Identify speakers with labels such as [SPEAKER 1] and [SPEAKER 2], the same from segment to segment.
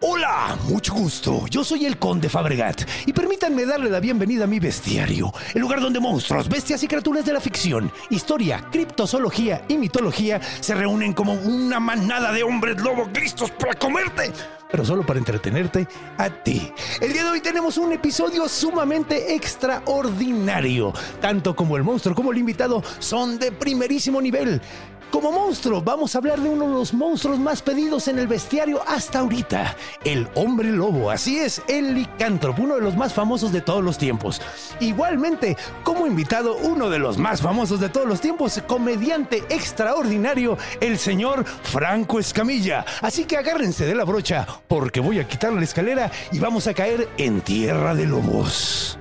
[SPEAKER 1] Hola, mucho gusto. Yo soy el Conde Fabregat y permítanme darle la bienvenida a mi bestiario, el lugar donde monstruos, bestias y criaturas de la ficción, historia, criptozoología y mitología se reúnen como una manada de hombres lobos listos para comerte, pero solo para entretenerte a ti. El día de hoy tenemos un episodio sumamente extraordinario. Tanto como el monstruo como el invitado son de primerísimo nivel. Como monstruo, vamos a hablar de uno de los monstruos más pedidos en el bestiario hasta ahorita, el hombre lobo. Así es, el licántropo, uno de los más famosos de todos los tiempos. Igualmente, como invitado, uno de los más famosos de todos los tiempos, comediante extraordinario, el señor Franco Escamilla. Así que agárrense de la brocha, porque voy a quitar la escalera y vamos a caer en tierra de lobos.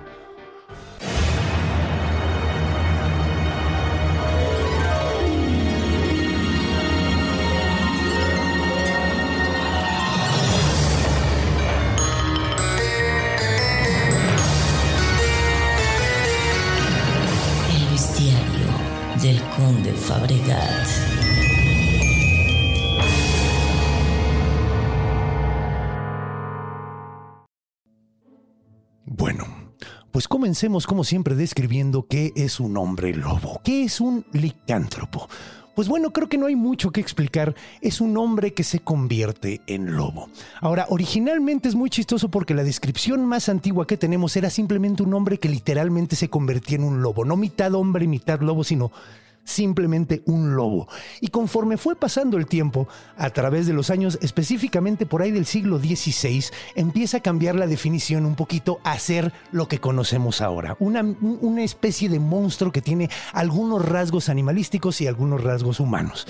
[SPEAKER 2] El bestiario del conde Fabregat.
[SPEAKER 1] Bueno, pues comencemos como siempre describiendo qué es un hombre lobo, qué es un licántropo. Pues bueno, creo que no hay mucho que explicar. Es un hombre que se convierte en lobo. Ahora, originalmente es muy chistoso porque la descripción más antigua que tenemos era simplemente un hombre que literalmente se convertía en un lobo. No mitad hombre, mitad lobo, sino simplemente un lobo. Y conforme fue pasando el tiempo, a través de los años, específicamente por ahí del siglo XVI, empieza a cambiar la definición un poquito a ser lo que conocemos ahora. Una, un- una especie de monstruo que tiene algunos rasgos animalísticos y algunos rasgos humanos.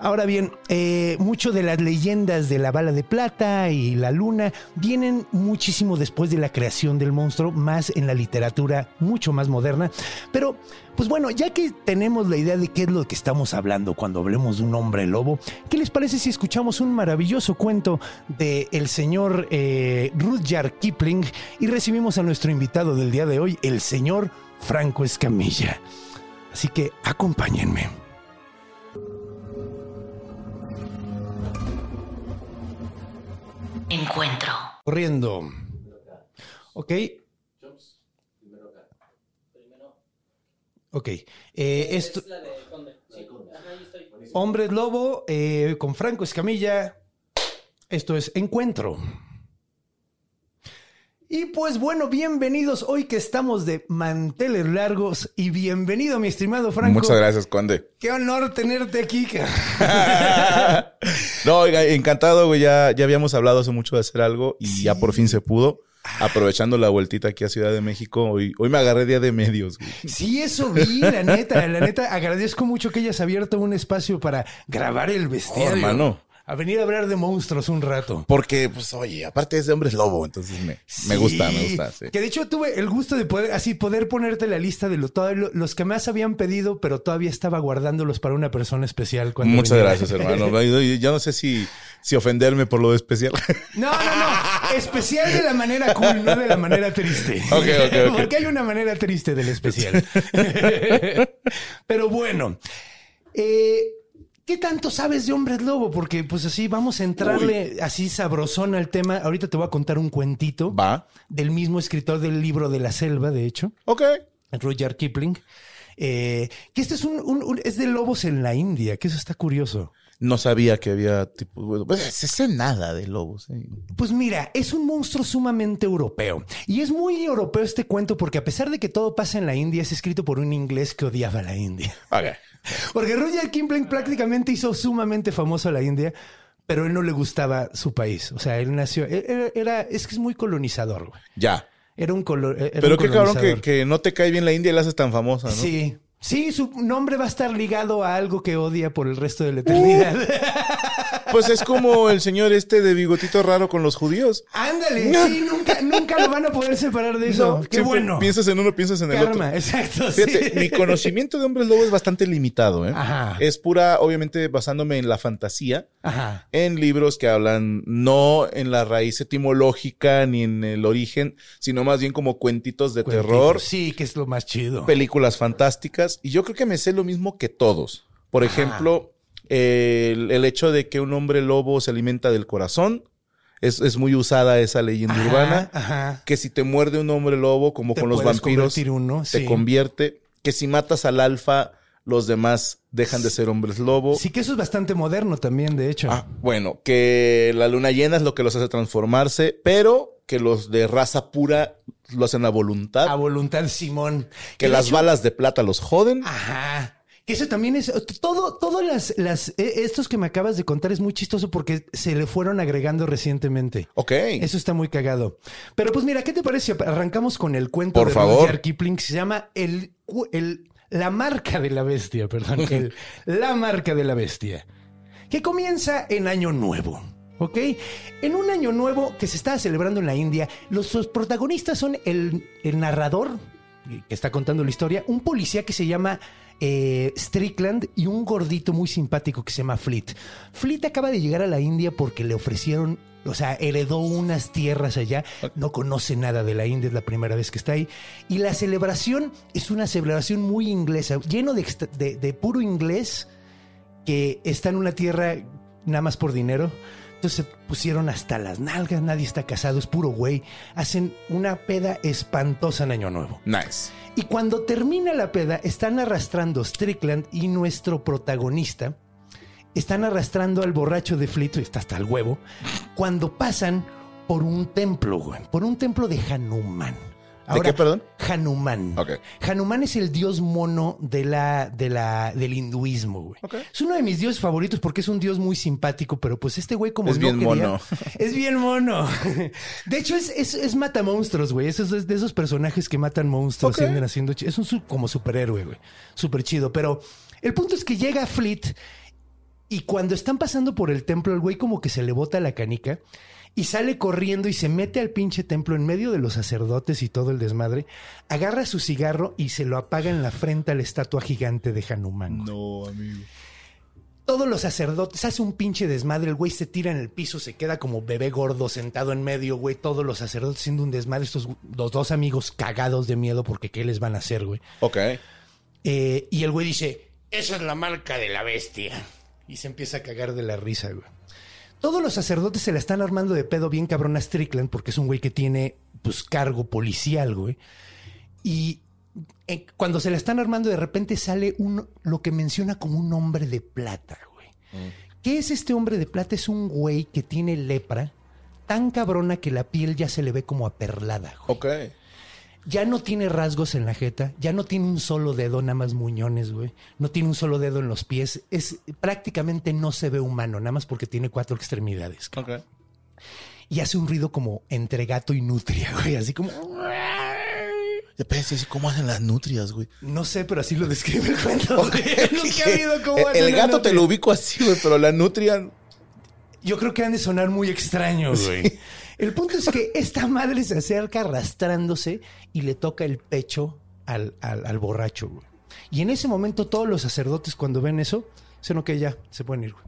[SPEAKER 1] Ahora bien, eh, mucho de las leyendas de la bala de plata y la luna vienen muchísimo después de la creación del monstruo, más en la literatura mucho más moderna. Pero, pues bueno, ya que tenemos la idea de qué es lo que estamos hablando cuando hablemos de un hombre lobo, ¿qué les parece si escuchamos un maravilloso cuento de el señor eh, Rudyard Kipling y recibimos a nuestro invitado del día de hoy, el señor Franco Escamilla? Así que acompáñenme.
[SPEAKER 2] Encuentro.
[SPEAKER 1] Corriendo. Ok. Ok. eh, esto. Hombres Lobo eh, con Franco Escamilla. Esto es Encuentro. Y pues bueno, bienvenidos hoy que estamos de manteles largos y bienvenido mi estimado Franco.
[SPEAKER 3] Muchas gracias, Conde.
[SPEAKER 1] Qué honor tenerte aquí. ca-
[SPEAKER 3] No, oiga, encantado, güey. Ya, ya habíamos hablado hace mucho de hacer algo y ya por fin se pudo. Aprovechando la vueltita aquí a Ciudad de México, hoy, hoy me agarré día de medios, güey.
[SPEAKER 1] Sí, eso vi, la neta, la neta. Agradezco mucho que hayas abierto un espacio para grabar el vestido.
[SPEAKER 3] Oh, hermano.
[SPEAKER 1] A venir a hablar de monstruos un rato.
[SPEAKER 3] Porque, pues, oye, aparte es de hombres lobo, entonces me, me
[SPEAKER 1] Sí.
[SPEAKER 3] gusta, me gusta. sí.
[SPEAKER 1] Que de hecho tuve el gusto de poder, así, poder ponerte la lista de lo- todo lo- los que más habían pedido, pero todavía estaba guardándolos para una persona especial. Cuando
[SPEAKER 3] Muchas
[SPEAKER 1] viniera.
[SPEAKER 3] gracias, hermano. Yo yo no sé si, si ofenderme por lo especial.
[SPEAKER 1] No, no, no. Especial de la manera cool, no de la manera triste.
[SPEAKER 3] Ok, ok, ok.
[SPEAKER 1] Porque hay una manera triste del especial. Pero bueno. eh, ¿Qué tanto sabes de Hombres Lobo? Porque pues así vamos a entrarle así sabrosón al tema. Ahorita te voy a contar un cuentito
[SPEAKER 3] Va.
[SPEAKER 1] del mismo escritor del libro de la selva, de hecho.
[SPEAKER 3] Ok.
[SPEAKER 1] Roger Kipling. eh, que este es un, un- un- es de lobos en la India, que eso está curioso.
[SPEAKER 3] No sabía que había tipo. Pues, se sé nada de lobos. eh.
[SPEAKER 1] Pues mira, es un monstruo sumamente europeo. Y es muy europeo este cuento porque a pesar de que todo pasa en la India, es escrito por un inglés que odiaba la India.
[SPEAKER 3] Ok.
[SPEAKER 1] Porque Roger Kipling prácticamente hizo sumamente famoso a la India, pero él no le gustaba su país. O sea, él nació, era, era- es que es muy colonizador. güey.
[SPEAKER 3] Ya.
[SPEAKER 1] Era un color. era
[SPEAKER 3] Pero
[SPEAKER 1] un
[SPEAKER 3] qué cabrón que,
[SPEAKER 1] colonizador.
[SPEAKER 3] que no te cae bien la India y la haces tan famosa, ¿no?
[SPEAKER 1] Sí. Sí, su nombre va a estar ligado a algo que odia por el resto de la eternidad.
[SPEAKER 3] Uh. Pues es como el señor este de bigotito raro con los judíos.
[SPEAKER 1] Ándale, sí, nunca, nunca lo van a poder separar de eso.
[SPEAKER 3] No,
[SPEAKER 1] Qué
[SPEAKER 3] siempre
[SPEAKER 1] bueno.
[SPEAKER 3] Piensas en uno, piensas en el
[SPEAKER 1] Karma,
[SPEAKER 3] otro.
[SPEAKER 1] exacto.
[SPEAKER 3] Fíjate,
[SPEAKER 1] sí.
[SPEAKER 3] mi conocimiento de hombres lobo es bastante limitado, ¿eh?
[SPEAKER 1] Ajá.
[SPEAKER 3] Es pura, obviamente, basándome en la fantasía,
[SPEAKER 1] Ajá.
[SPEAKER 3] en libros que hablan no en la raíz etimológica ni en el origen, sino más bien como cuentitos de terror,
[SPEAKER 1] Sí, que es lo más chido.
[SPEAKER 3] películas fantásticas. Y yo creo que me sé lo mismo que todos. Por ejemplo, el, el hecho de que un hombre lobo se alimenta del corazón. Es, es muy usada esa leyenda
[SPEAKER 1] Ajá,
[SPEAKER 3] urbana.
[SPEAKER 1] Ajá.
[SPEAKER 3] Que si te muerde un hombre lobo, como
[SPEAKER 1] Te
[SPEAKER 3] con los
[SPEAKER 1] puedes
[SPEAKER 3] vampiros,
[SPEAKER 1] convertir uno,
[SPEAKER 3] te
[SPEAKER 1] sí.
[SPEAKER 3] convierte. Que si matas al alfa, los demás dejan de ser hombres lobo.
[SPEAKER 1] Sí, que eso es bastante moderno también, de hecho.
[SPEAKER 3] Ah, bueno, que la luna llena es lo que los hace transformarse, pero que los de raza pura lo hacen a voluntad.
[SPEAKER 1] A voluntad, Simón.
[SPEAKER 3] que
[SPEAKER 1] Ah, de
[SPEAKER 3] las
[SPEAKER 1] hecho- Ah,
[SPEAKER 3] balas de plata los joden.
[SPEAKER 1] Ajá. Que eso también es. Todo, todas las, las. eh, Estos que me acabas de contar es muy chistoso porque se le fueron agregando recientemente.
[SPEAKER 3] ok.
[SPEAKER 1] Eso está muy cagado. Pero pues mira, ¿qué te parece? si Arrancamos con el cuento
[SPEAKER 3] Por
[SPEAKER 1] de
[SPEAKER 3] favor.
[SPEAKER 1] Rudyard Kipling que se llama el, cu- el- La marca de la bestia, perdón. el- la marca de la bestia. Que comienza en Año Nuevo. ¿Ok? En un año nuevo que se está celebrando en la India, los, los protagonistas son el, el narrador eh, que está contando la historia, un policía que se llama eh, Strickland y un gordito muy simpático que se llama Fleet. Fleet acaba de llegar a la India porque le ofrecieron, o sea, heredó unas tierras allá, no conoce nada de la India, es la primera vez que está ahí. Y la celebración es una celebración muy inglesa, lleno de, ext- de- de puro inglés que está en una tierra nada más por dinero. Entonces se pusieron hasta las nalgas, nadie está casado, es puro güey. Hacen una peda espantosa en Año Nuevo.
[SPEAKER 3] Nice.
[SPEAKER 1] Y cuando termina la peda, están arrastrando Strickland y nuestro protagonista. Están arrastrando al borracho de Flito, está hasta el huevo, cuando pasan por un templo, güey, por un templo de Hanuman.
[SPEAKER 3] qué, perdón?
[SPEAKER 1] Hanuman.
[SPEAKER 3] Ok.
[SPEAKER 1] Hanuman es el dios mono de la, de la, del hinduismo, güey.
[SPEAKER 3] Ok.
[SPEAKER 1] Es uno de mis dioses favoritos porque es un dios muy simpático, pero pues este güey como
[SPEAKER 3] Es
[SPEAKER 1] no
[SPEAKER 3] bien
[SPEAKER 1] quería-
[SPEAKER 3] mono.
[SPEAKER 1] Es bien mono. De hecho, es, es, es mata monstruos, güey. Es, es de esos personajes que matan monstruos
[SPEAKER 3] Ok.
[SPEAKER 1] y andan haciendo... ch- Es un su- como superhéroe, güey. Súper chido. Pero el punto es que llega Fleet y cuando están pasando por el templo, el güey como que se le bota la canica y sale corriendo y se mete al pinche templo en medio de los sacerdotes y todo el desmadre. Agarra su cigarro y se lo apaga en la frente a la estatua gigante de Hanuman. güey.
[SPEAKER 3] No, amigo.
[SPEAKER 1] Todos los sacerdotes hace un pinche desmadre. El güey se tira en el piso, se queda como bebé gordo sentado en medio, güey. Todos los sacerdotes haciendo un desmadre. Estos gu- los dos amigos cagados de miedo porque qué les van a hacer, güey.
[SPEAKER 3] Ok.
[SPEAKER 1] Eh, y el güey dice, esa es la marca de la bestia. Y se empieza a cagar de la risa, güey. Todos los sacerdotes se la están armando de pedo bien cabrón a Strickland porque es un güey que tiene, pues, cargo policial, güey. Y eh, cuando se la están armando, de repente sale un, lo que menciona como un hombre de plata, güey. ¿Qué es este hombre de plata? Es un güey que tiene lepra tan cabrona que la piel ya se le ve como aperlada, güey
[SPEAKER 3] Ok.
[SPEAKER 1] ya no tiene rasgos en la jeta, ya no tiene un solo dedo, nada más muñones, güey. No tiene un solo dedo en los pies. Es prácticamente no se ve humano, nada más porque tiene cuatro extremidades. cabrón.
[SPEAKER 3] Ok.
[SPEAKER 1] Y hace un ruido como entre gato y nutria, güey. Así como.
[SPEAKER 3] ¿cómo hacen las nutrias, güey?
[SPEAKER 1] No sé, pero así lo describe el cuento. güey. Nunca he oído cómo
[SPEAKER 3] el,
[SPEAKER 1] hacen
[SPEAKER 3] "E-, el
[SPEAKER 1] una
[SPEAKER 3] gato te
[SPEAKER 1] nutria.
[SPEAKER 3] lo ubico así, güey, pero la nutria.
[SPEAKER 1] Yo creo que han de sonar muy extraños, güey. El punto es que esta madre se acerca arrastrándose y le toca el pecho al, al- al borracho, güey. Y en ese momento todos los sacerdotes cuando ven eso, dicen, ok, ya, se pueden ir, güey.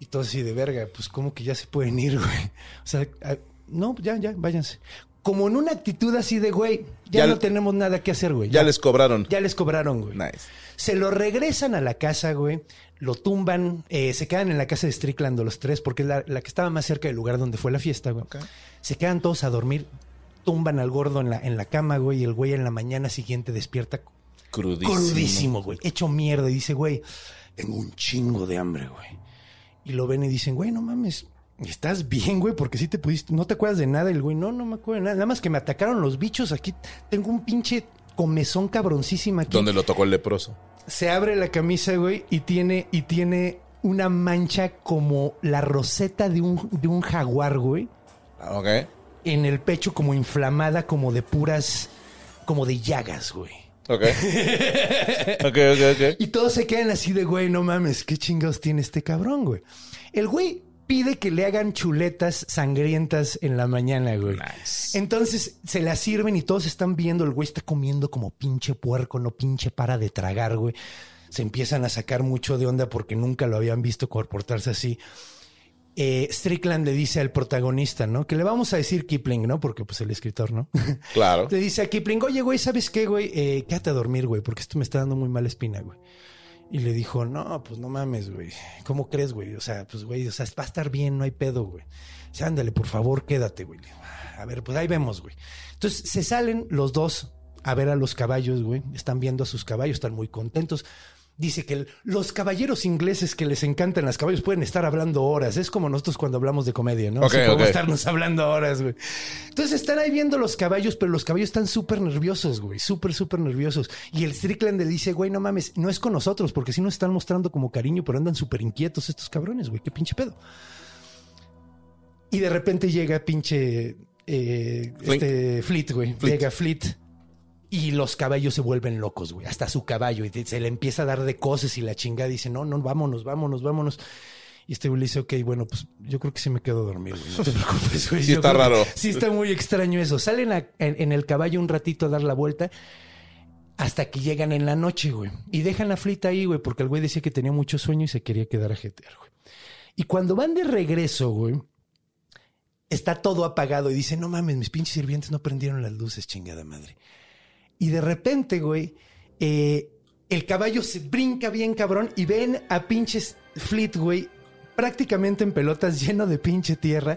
[SPEAKER 1] Y todos así de verga, pues como que ya se pueden ir, güey. O sea, ah, no, ya, ya, váyanse. Como en una actitud así de, güey, ya,
[SPEAKER 3] Ya
[SPEAKER 1] no
[SPEAKER 3] le-
[SPEAKER 1] tenemos nada que hacer, güey.
[SPEAKER 3] Ya les cobraron.
[SPEAKER 1] ya les cobraron, güey.
[SPEAKER 3] Nice.
[SPEAKER 1] Se lo regresan a la casa, güey. Lo tumban. eh, se quedan en la casa de Strickland los tres, porque es la, la que estaba más cerca del lugar donde fue la fiesta, güey. Se quedan todos a dormir. Tumban al gordo en la, en la cama, güey. Y el güey en la mañana siguiente despierta
[SPEAKER 3] Crudísimo.
[SPEAKER 1] crudísimo, güey. Hecho mierda. Y dice, güey, tengo un chingo de hambre, güey. Y lo ven y dicen, güey, no mames. Estás bien, güey, porque si te pudiste, no te acuerdas de nada. Y el güey, no, no me acuerdo de nada. Nada más que me atacaron los bichos aquí. Tengo un pinche comezón cabroncísima aquí
[SPEAKER 3] Donde lo tocó el leproso.
[SPEAKER 1] se abre la camisa, güey, y tiene, y tiene una mancha como la roseta de un, de un jaguar, güey.
[SPEAKER 3] Ah, Ok.
[SPEAKER 1] en el pecho como inflamada, como de puras, como de llagas, güey.
[SPEAKER 3] Ok. ok, ok, ok.
[SPEAKER 1] Y todos se quedan así de, güey, no mames, qué chingados tiene este cabrón, güey. El güey pide que le hagan chuletas sangrientas en la mañana, güey. Entonces se las sirven y todos están viendo, el güey está comiendo como pinche puerco, no pinche para de tragar, güey. Se empiezan a sacar mucho de onda porque nunca lo habían visto comportarse así. Eh, Strickland le dice al protagonista, ¿no? Que le vamos a decir Kipling, ¿no? Porque pues el escritor, ¿no?
[SPEAKER 3] Claro.
[SPEAKER 1] Le dice a Kipling, oye, güey, ¿sabes qué, güey? Eh, quédate a dormir, güey, porque esto me está dando muy mala espina, güey. Y le dijo, no, pues no mames, güey. ¿Cómo crees, güey? O sea, pues, güey, o sea, va a estar bien, no hay pedo, güey. O sea, ándale, por favor, quédate, güey. Le digo, A ver, pues ahí vemos, güey. Entonces se salen los dos a ver a los caballos, güey. Están viendo a sus caballos, están muy contentos. Dice que el- los caballeros ingleses que les encantan las caballos pueden estar hablando horas. Es como nosotros cuando hablamos de comedia, ¿no?
[SPEAKER 3] Ok,
[SPEAKER 1] Sí, podemos
[SPEAKER 3] ok.
[SPEAKER 1] estarnos hablando horas, güey. Entonces están ahí viendo los caballos, pero los caballos están súper nerviosos, güey. Súper, súper nerviosos. Y el Strickland le dice, güey, no mames, no es con nosotros, porque sí nos están mostrando como cariño, pero andan súper inquietos estos cabrones, güey. Qué pinche pedo. Y de repente llega pinche eh,
[SPEAKER 3] Flint.
[SPEAKER 1] este Fleet, güey.
[SPEAKER 3] Fleet.
[SPEAKER 1] Llega Fleet. Y los caballos se vuelven locos, güey. Hasta su caballo. Y se le empieza a dar de cosas y la chingada dice, no, no, vámonos, vámonos, vámonos. Y este güey le dice, ok, bueno, pues yo creo que sí me quedo a dormir, güey. No te preocupes, güey.
[SPEAKER 3] Sí
[SPEAKER 1] Yo
[SPEAKER 3] está
[SPEAKER 1] creo que-
[SPEAKER 3] raro.
[SPEAKER 1] Sí está muy extraño eso. Salen a- en, en el caballo un ratito a dar la vuelta hasta que llegan en la noche, güey. Y dejan a Fleet ahí, güey, porque el güey decía que tenía mucho sueño y se quería quedar a jetear, güey. Y cuando van de regreso, güey, está todo apagado y dice, no mames, mis pinches sirvientes no prendieron las luces, chingada madre. Y de repente, güey, eh, el caballo se brinca bien cabrón y ven a pinches Fleet, güey, prácticamente en pelotas, lleno de pinche tierra,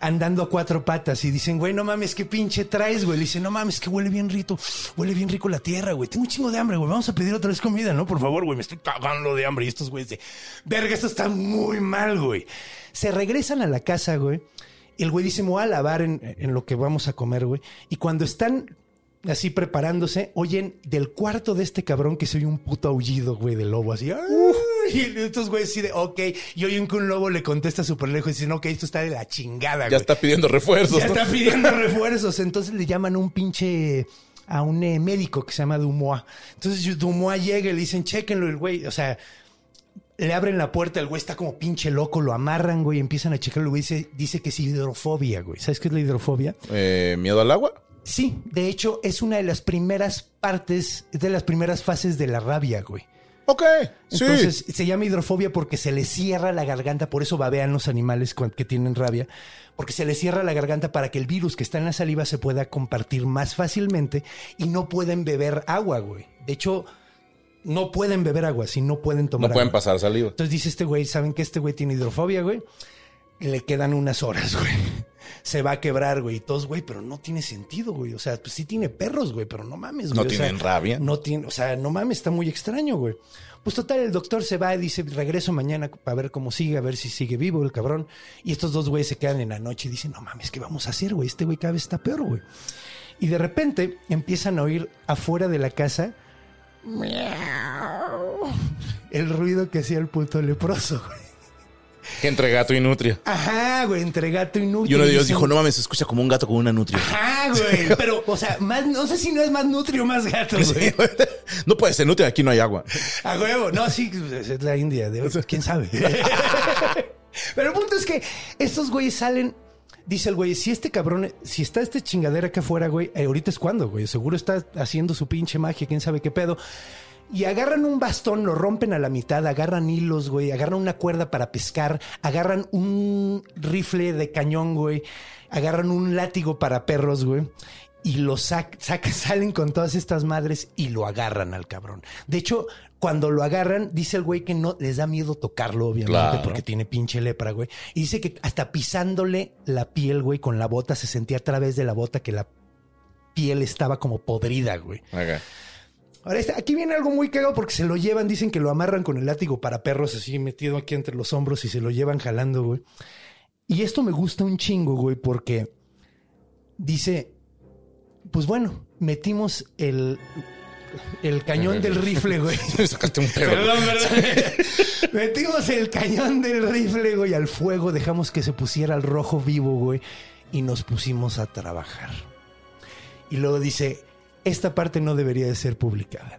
[SPEAKER 1] andando a cuatro patas y dicen, güey, no mames, qué pinche traes, güey. Le dicen, no mames, que huele bien rico, huele bien rico la tierra, güey. Tengo un chingo de hambre, güey. Vamos a pedir otra vez comida, ¿no? Por favor, güey, me estoy cagando de hambre. Y estos güeyes de, verga, esto está muy mal, güey. Se regresan a la casa, güey. El güey dice, me voy a lavar en, en lo que vamos a comer, güey. Y cuando están así preparándose, oyen del cuarto de este cabrón que se oye un puto aullido, güey, de lobo, así. ¡ah! Y estos güeyes así de, ok. Y oyen que un lobo le contesta súper lejos y dicen, ok, esto está de la chingada,
[SPEAKER 3] Ya
[SPEAKER 1] güey.
[SPEAKER 3] está pidiendo refuerzos.
[SPEAKER 1] Ya
[SPEAKER 3] ¿no?
[SPEAKER 1] está pidiendo refuerzos. Entonces le llaman a un pinche a un eh, médico que se llama Dumois. Entonces Dumois llega y le dicen, chequenlo el güey. O sea, le abren la puerta, el güey está como pinche loco, lo amarran, güey, empiezan a checarlo. El güey dice, dice que es hidrofobia, güey. ¿Sabes qué es la hidrofobia?
[SPEAKER 3] Eh, ¿Miedo al agua?
[SPEAKER 1] Sí, de hecho, es una de las primeras partes, es de las primeras fases de la rabia, güey.
[SPEAKER 3] Ok, sí.
[SPEAKER 1] Entonces se llama hidrofobia porque se le cierra la garganta, por eso babean los animales cuan- que tienen rabia, porque se le cierra la garganta para que el virus que está en la saliva se pueda compartir más fácilmente y no pueden beber agua, güey. De hecho, no pueden beber agua, si no pueden
[SPEAKER 3] no
[SPEAKER 1] tomar
[SPEAKER 3] pueden
[SPEAKER 1] agua.
[SPEAKER 3] pasar saliva.
[SPEAKER 1] Entonces dice este güey, ¿saben que este güey tiene hidrofobia, güey? Le quedan unas horas, güey. Se va a quebrar, güey. Y todos, güey, pero no tiene sentido, güey. O sea, pues sí tiene perros, güey, pero no mames, güey.
[SPEAKER 3] No
[SPEAKER 1] O sea,
[SPEAKER 3] tienen rabia.
[SPEAKER 1] no tiene, o sea, no mames, está muy extraño, güey. Pues total, el doctor se va y dice, regreso mañana para ver cómo sigue, a ver si sigue vivo el cabrón. Y estos dos güeyes se quedan en la noche y dicen, no mames, ¿qué vamos a hacer, güey? Este güey cada vez está peor, güey. Y de repente empiezan a oír afuera de la casa miau, el ruido que hacía el puto leproso, güey.
[SPEAKER 3] Que entre gato y nutria.
[SPEAKER 1] Ajá, güey, entre gato y nutria.
[SPEAKER 3] Y uno de ellos
[SPEAKER 1] Dicen,
[SPEAKER 3] dijo, no mames, se escucha como un gato con una nutria.
[SPEAKER 1] Ajá, güey. Pero, o sea, más, no sé si no es más nutrio o más gato, güey.
[SPEAKER 3] no puede ser nutria, aquí no hay agua.
[SPEAKER 1] A huevo. No, sí, pues, es la India. de- ¿Quién sabe? Pero el punto es que estos güeyes salen. Dice el güey, si este cabrón, si está este chingadera acá afuera, güey, eh, ahorita es cuando, güey. Seguro está haciendo su pinche magia, quién sabe qué pedo. Y agarran un bastón, lo rompen a la mitad, agarran hilos, güey, agarran una cuerda para pescar, agarran un rifle de cañón, güey, agarran un látigo para perros, güey. Y lo sac- sac- salen con todas estas madres y lo agarran al cabrón. De hecho, cuando lo agarran, dice el güey que no les da miedo tocarlo, obviamente,
[SPEAKER 3] Claro.
[SPEAKER 1] porque tiene pinche lepra, güey. Y dice que hasta pisándole la piel, güey, con la bota, se sentía a través de la bota que la piel estaba como podrida, güey.
[SPEAKER 3] Ok.
[SPEAKER 1] Ahora, este- aquí viene algo muy cagado porque se lo llevan, dicen que lo amarran con el látigo para perros así metido aquí entre los hombros y se lo llevan jalando, güey. Y esto me gusta un chingo, güey, porque dice, pues bueno, metimos el, el cañón del rifle, güey.
[SPEAKER 3] Sacaste un pedo.
[SPEAKER 1] Perdón, perdón. Metimos el cañón del rifle, güey, al fuego, dejamos que se pusiera al rojo vivo, güey. y nos pusimos a trabajar. Y luego dice, esta parte no debería de ser publicada.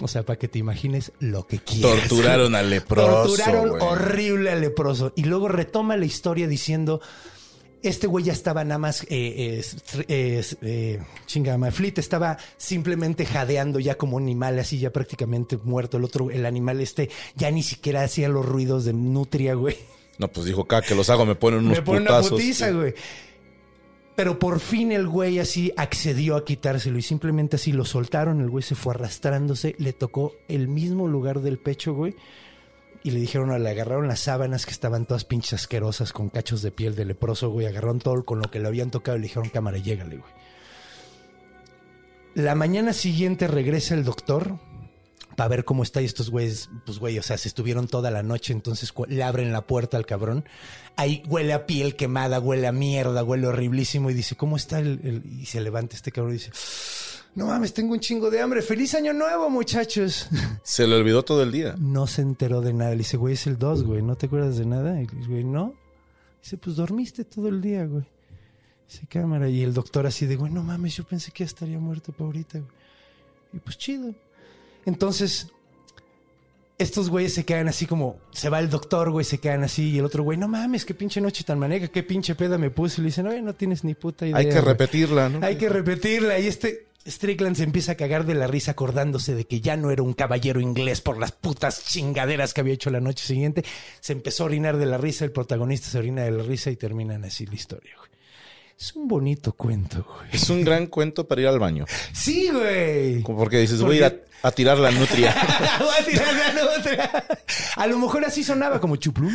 [SPEAKER 1] O sea, para que te imagines lo que quieras.
[SPEAKER 3] Torturaron al leproso.
[SPEAKER 1] Torturaron
[SPEAKER 3] güey.
[SPEAKER 1] horrible al leproso. Y luego retoma la historia diciendo: Este güey ya estaba nada más. Eh, eh, eh, eh, chingama, Fleet estaba simplemente jadeando ya como animal, así ya prácticamente muerto. El otro, el animal este, ya ni siquiera hacía los ruidos de nutria, güey.
[SPEAKER 3] No, pues dijo, cada que los hago me ponen unos
[SPEAKER 1] Me pone una
[SPEAKER 3] putazos.
[SPEAKER 1] putiza, güey. Pero por fin el güey así accedió a quitárselo y simplemente así lo soltaron. El güey se fue arrastrándose, le tocó el mismo lugar del pecho, güey. Y le dijeron, le agarraron las sábanas que estaban todas pinches asquerosas con cachos de piel de leproso, güey. Agarraron todo con lo que le habían tocado y le dijeron, cámara, llégale, güey. La mañana siguiente regresa el doctor para ver cómo está y estos güeyes, pues güey, o sea, se estuvieron toda la noche, entonces cu- le abren la puerta al cabrón. Ahí huele a piel quemada, huele a mierda, huele horriblísimo y dice, ¿cómo está el...? el-?" Y se levanta este cabrón y dice, no mames, tengo un chingo de hambre, feliz año nuevo muchachos.
[SPEAKER 3] Se le olvidó todo el día.
[SPEAKER 1] No se enteró de nada, le dice, güey, es el 2, güey, ¿no te acuerdas de nada? Y el güey, no. Dice, pues dormiste todo el día, güey. Dice, cámara. Y el doctor así de, güey, no mames, yo pensé que ya estaría muerto para ahorita, güey. Y pues chido. Entonces, estos güeyes se quedan así como, se va el doctor, güey, se quedan así. Y el otro güey, no mames, qué pinche noche tan maneja, qué pinche peda me puse. Y le dicen, oye, no tienes ni puta idea.
[SPEAKER 3] Hay que
[SPEAKER 1] güey.
[SPEAKER 3] repetirla, ¿no?
[SPEAKER 1] Hay que repetirla. Y este Strickland se empieza a cagar de la risa acordándose de que ya no era un caballero inglés por las putas chingaderas que había hecho la noche siguiente. Se empezó a orinar de la risa, el protagonista se orina de la risa y terminan así la historia, güey. Es un bonito cuento, güey.
[SPEAKER 3] Es un gran cuento para ir al baño.
[SPEAKER 1] Sí, güey.
[SPEAKER 3] Como Porque dices, voy a ir a, a tirar la nutria.
[SPEAKER 1] Voy a tirarme a la otra. A lo mejor así sonaba como chuplum.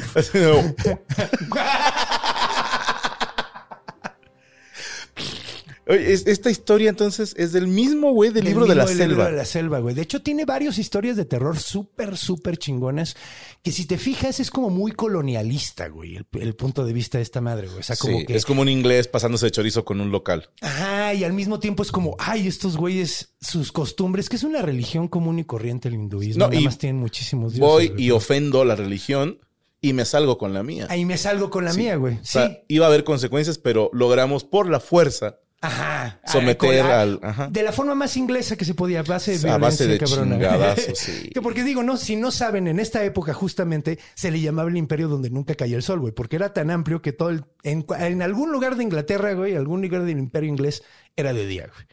[SPEAKER 3] Oye, es- esta historia entonces es del mismo güey del Este libro de la
[SPEAKER 1] Del libro
[SPEAKER 3] selva.
[SPEAKER 1] de la selva, güey. De hecho, tiene varias historias de terror súper, súper chingonas. Que si te fijas, es como muy colonialista, güey. El, el punto de vista de esta madre, güey. O sea, como
[SPEAKER 3] Sí,
[SPEAKER 1] que.
[SPEAKER 3] Es como un inglés pasándose de chorizo con un local.
[SPEAKER 1] Ajá, y al mismo tiempo es como, ay, estos güeyes, sus costumbres, que es una religión común y corriente el hinduismo.
[SPEAKER 3] No,
[SPEAKER 1] Nada
[SPEAKER 3] y
[SPEAKER 1] más tienen muchísimos dioses.
[SPEAKER 3] Voy
[SPEAKER 1] güey.
[SPEAKER 3] y ofendo la religión y me salgo con la mía.
[SPEAKER 1] Ahí me salgo con la
[SPEAKER 3] Sí.
[SPEAKER 1] mía, güey.
[SPEAKER 3] O
[SPEAKER 1] Sí.
[SPEAKER 3] sea, iba a haber consecuencias, pero logramos por la fuerza
[SPEAKER 1] Ajá.
[SPEAKER 3] someter
[SPEAKER 1] Con la-
[SPEAKER 3] al- ajá.
[SPEAKER 1] De la forma más inglesa que se podía, a base de
[SPEAKER 3] A
[SPEAKER 1] violencia
[SPEAKER 3] base de
[SPEAKER 1] cabrona.
[SPEAKER 3] chingadazos, sí.
[SPEAKER 1] Que porque digo, no, si no saben, en esta época justamente se le llamaba el imperio donde nunca cayó el sol, güey, porque era tan amplio que todo el, en, cua- en algún lugar de Inglaterra, güey, algún lugar del imperio inglés era de día, güey.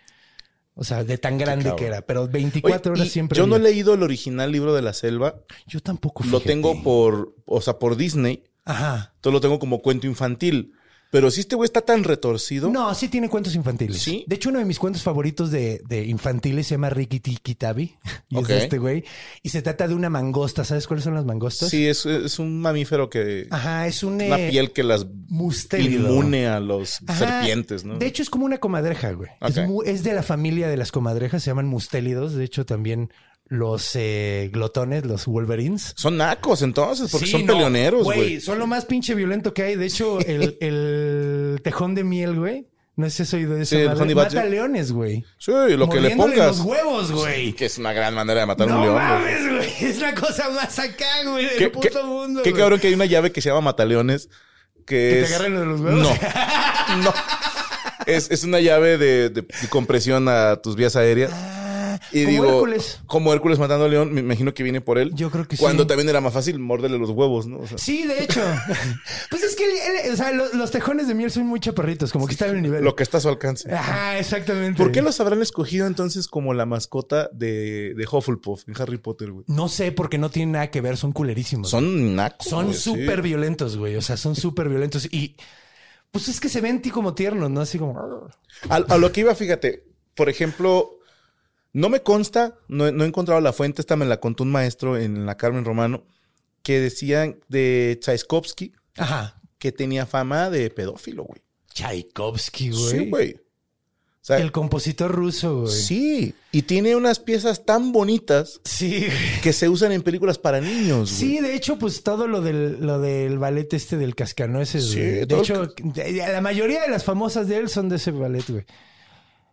[SPEAKER 1] O sea, de tan grande
[SPEAKER 3] cabrón.
[SPEAKER 1] que era, pero
[SPEAKER 3] Oye,
[SPEAKER 1] 24
[SPEAKER 3] y
[SPEAKER 1] horas siempre.
[SPEAKER 3] yo no he
[SPEAKER 1] había.
[SPEAKER 3] leído el original libro de la selva.
[SPEAKER 1] Yo tampoco.
[SPEAKER 3] Lo
[SPEAKER 1] fíjate.
[SPEAKER 3] tengo por, o sea, por Disney.
[SPEAKER 1] Ajá.
[SPEAKER 3] Todo lo tengo como cuento infantil. Pero si este güey está tan retorcido.
[SPEAKER 1] No, sí tiene cuentos infantiles.
[SPEAKER 3] ¿Sí?
[SPEAKER 1] De hecho, uno de mis cuentos favoritos de, de infantiles se llama Ricky Tiki Tavi. Y es de
[SPEAKER 3] Ok.
[SPEAKER 1] este güey. Y se trata de una mangosta. ¿Sabes cuáles son las mangostas?
[SPEAKER 3] Sí, es, es un mamífero que.
[SPEAKER 1] Ajá, es un...
[SPEAKER 3] Una
[SPEAKER 1] eh,
[SPEAKER 3] piel que las
[SPEAKER 1] mustélido.
[SPEAKER 3] inmune a los
[SPEAKER 1] Ajá.
[SPEAKER 3] serpientes, ¿no?
[SPEAKER 1] De hecho, es como una comadreja, güey.
[SPEAKER 3] Ok.
[SPEAKER 1] Es, mu- es de la familia de las comadrejas, se llaman mustélidos. De hecho, también los eh, glotones, los wolverines.
[SPEAKER 3] son nacos entonces, porque
[SPEAKER 1] Sí,
[SPEAKER 3] son
[SPEAKER 1] no,
[SPEAKER 3] peleoneros, güey.
[SPEAKER 1] Son lo más pinche violento que hay. De hecho, el, el tejón de miel, güey. No sé si has oído de esa
[SPEAKER 3] Sí, el
[SPEAKER 1] madre.
[SPEAKER 3] honey
[SPEAKER 1] Mata
[SPEAKER 3] badger.
[SPEAKER 1] leones, güey.
[SPEAKER 3] Sí, lo que le
[SPEAKER 1] Mordiéndole
[SPEAKER 3] pongas.
[SPEAKER 1] los huevos, güey.
[SPEAKER 3] Que es una gran manera de matar a
[SPEAKER 1] No
[SPEAKER 3] un león. güey.
[SPEAKER 1] mames, güey. Es la cosa más acá, güey, del
[SPEAKER 3] ¿Qué,
[SPEAKER 1] puto
[SPEAKER 3] qué-
[SPEAKER 1] mundo.
[SPEAKER 3] qué
[SPEAKER 1] güey.
[SPEAKER 3] cabrón que hay una llave que se llama mataleones.
[SPEAKER 1] Que
[SPEAKER 3] Que,
[SPEAKER 1] te
[SPEAKER 3] es-
[SPEAKER 1] agarren los huevos.
[SPEAKER 3] No. no. Es, es una llave de, de- de compresión a tus vías aéreas. y
[SPEAKER 1] Ah, como
[SPEAKER 3] digo,
[SPEAKER 1] Hércules.
[SPEAKER 3] como Hércules matando a León, me imagino que viene por él.
[SPEAKER 1] Yo creo que sí.
[SPEAKER 3] Cuando también era más fácil morderle los huevos, ¿no? O sea,
[SPEAKER 1] Sí, de hecho. pues es que el- el- o sea, lo- los, tejones de miel son muy chaparritos, como que están en el nivel.
[SPEAKER 3] lo que está a su alcance.
[SPEAKER 1] Ajá, exactamente.
[SPEAKER 3] ¿Por qué los habrán escogido entonces como la mascota de, de Hufflepuff en Harry Potter, güey?
[SPEAKER 1] No sé, porque no tienen nada que ver, son culerísimos.
[SPEAKER 3] Son nacos.
[SPEAKER 1] Pues Son
[SPEAKER 3] güey, sí.
[SPEAKER 1] súper violentos, güey. O sea, son súper violentos. Y pues es que se ven ti como tiernos, ¿no? Así como.
[SPEAKER 3] A, a lo que iba, fíjate, por ejemplo, no me consta, no, no he encontrado la fuente, esta me la contó un maestro en la Carmen Romano, que decían de Tchaikovsky
[SPEAKER 1] Ajá.
[SPEAKER 3] que tenía fama de pedófilo, güey.
[SPEAKER 1] Tchaikovsky, güey.
[SPEAKER 3] Sí, güey. O sea,
[SPEAKER 1] El compositor ruso, güey.
[SPEAKER 3] sí, y tiene unas piezas tan bonitas
[SPEAKER 1] Sí, güey.
[SPEAKER 3] que se usan en películas para niños, güey.
[SPEAKER 1] Sí, de hecho, pues todo lo del, lo del ballet este del cascanueces,
[SPEAKER 3] Sí,
[SPEAKER 1] güey. De
[SPEAKER 3] todo el
[SPEAKER 1] hecho, de- de- la mayoría de las famosas de él son de ese ballet, güey.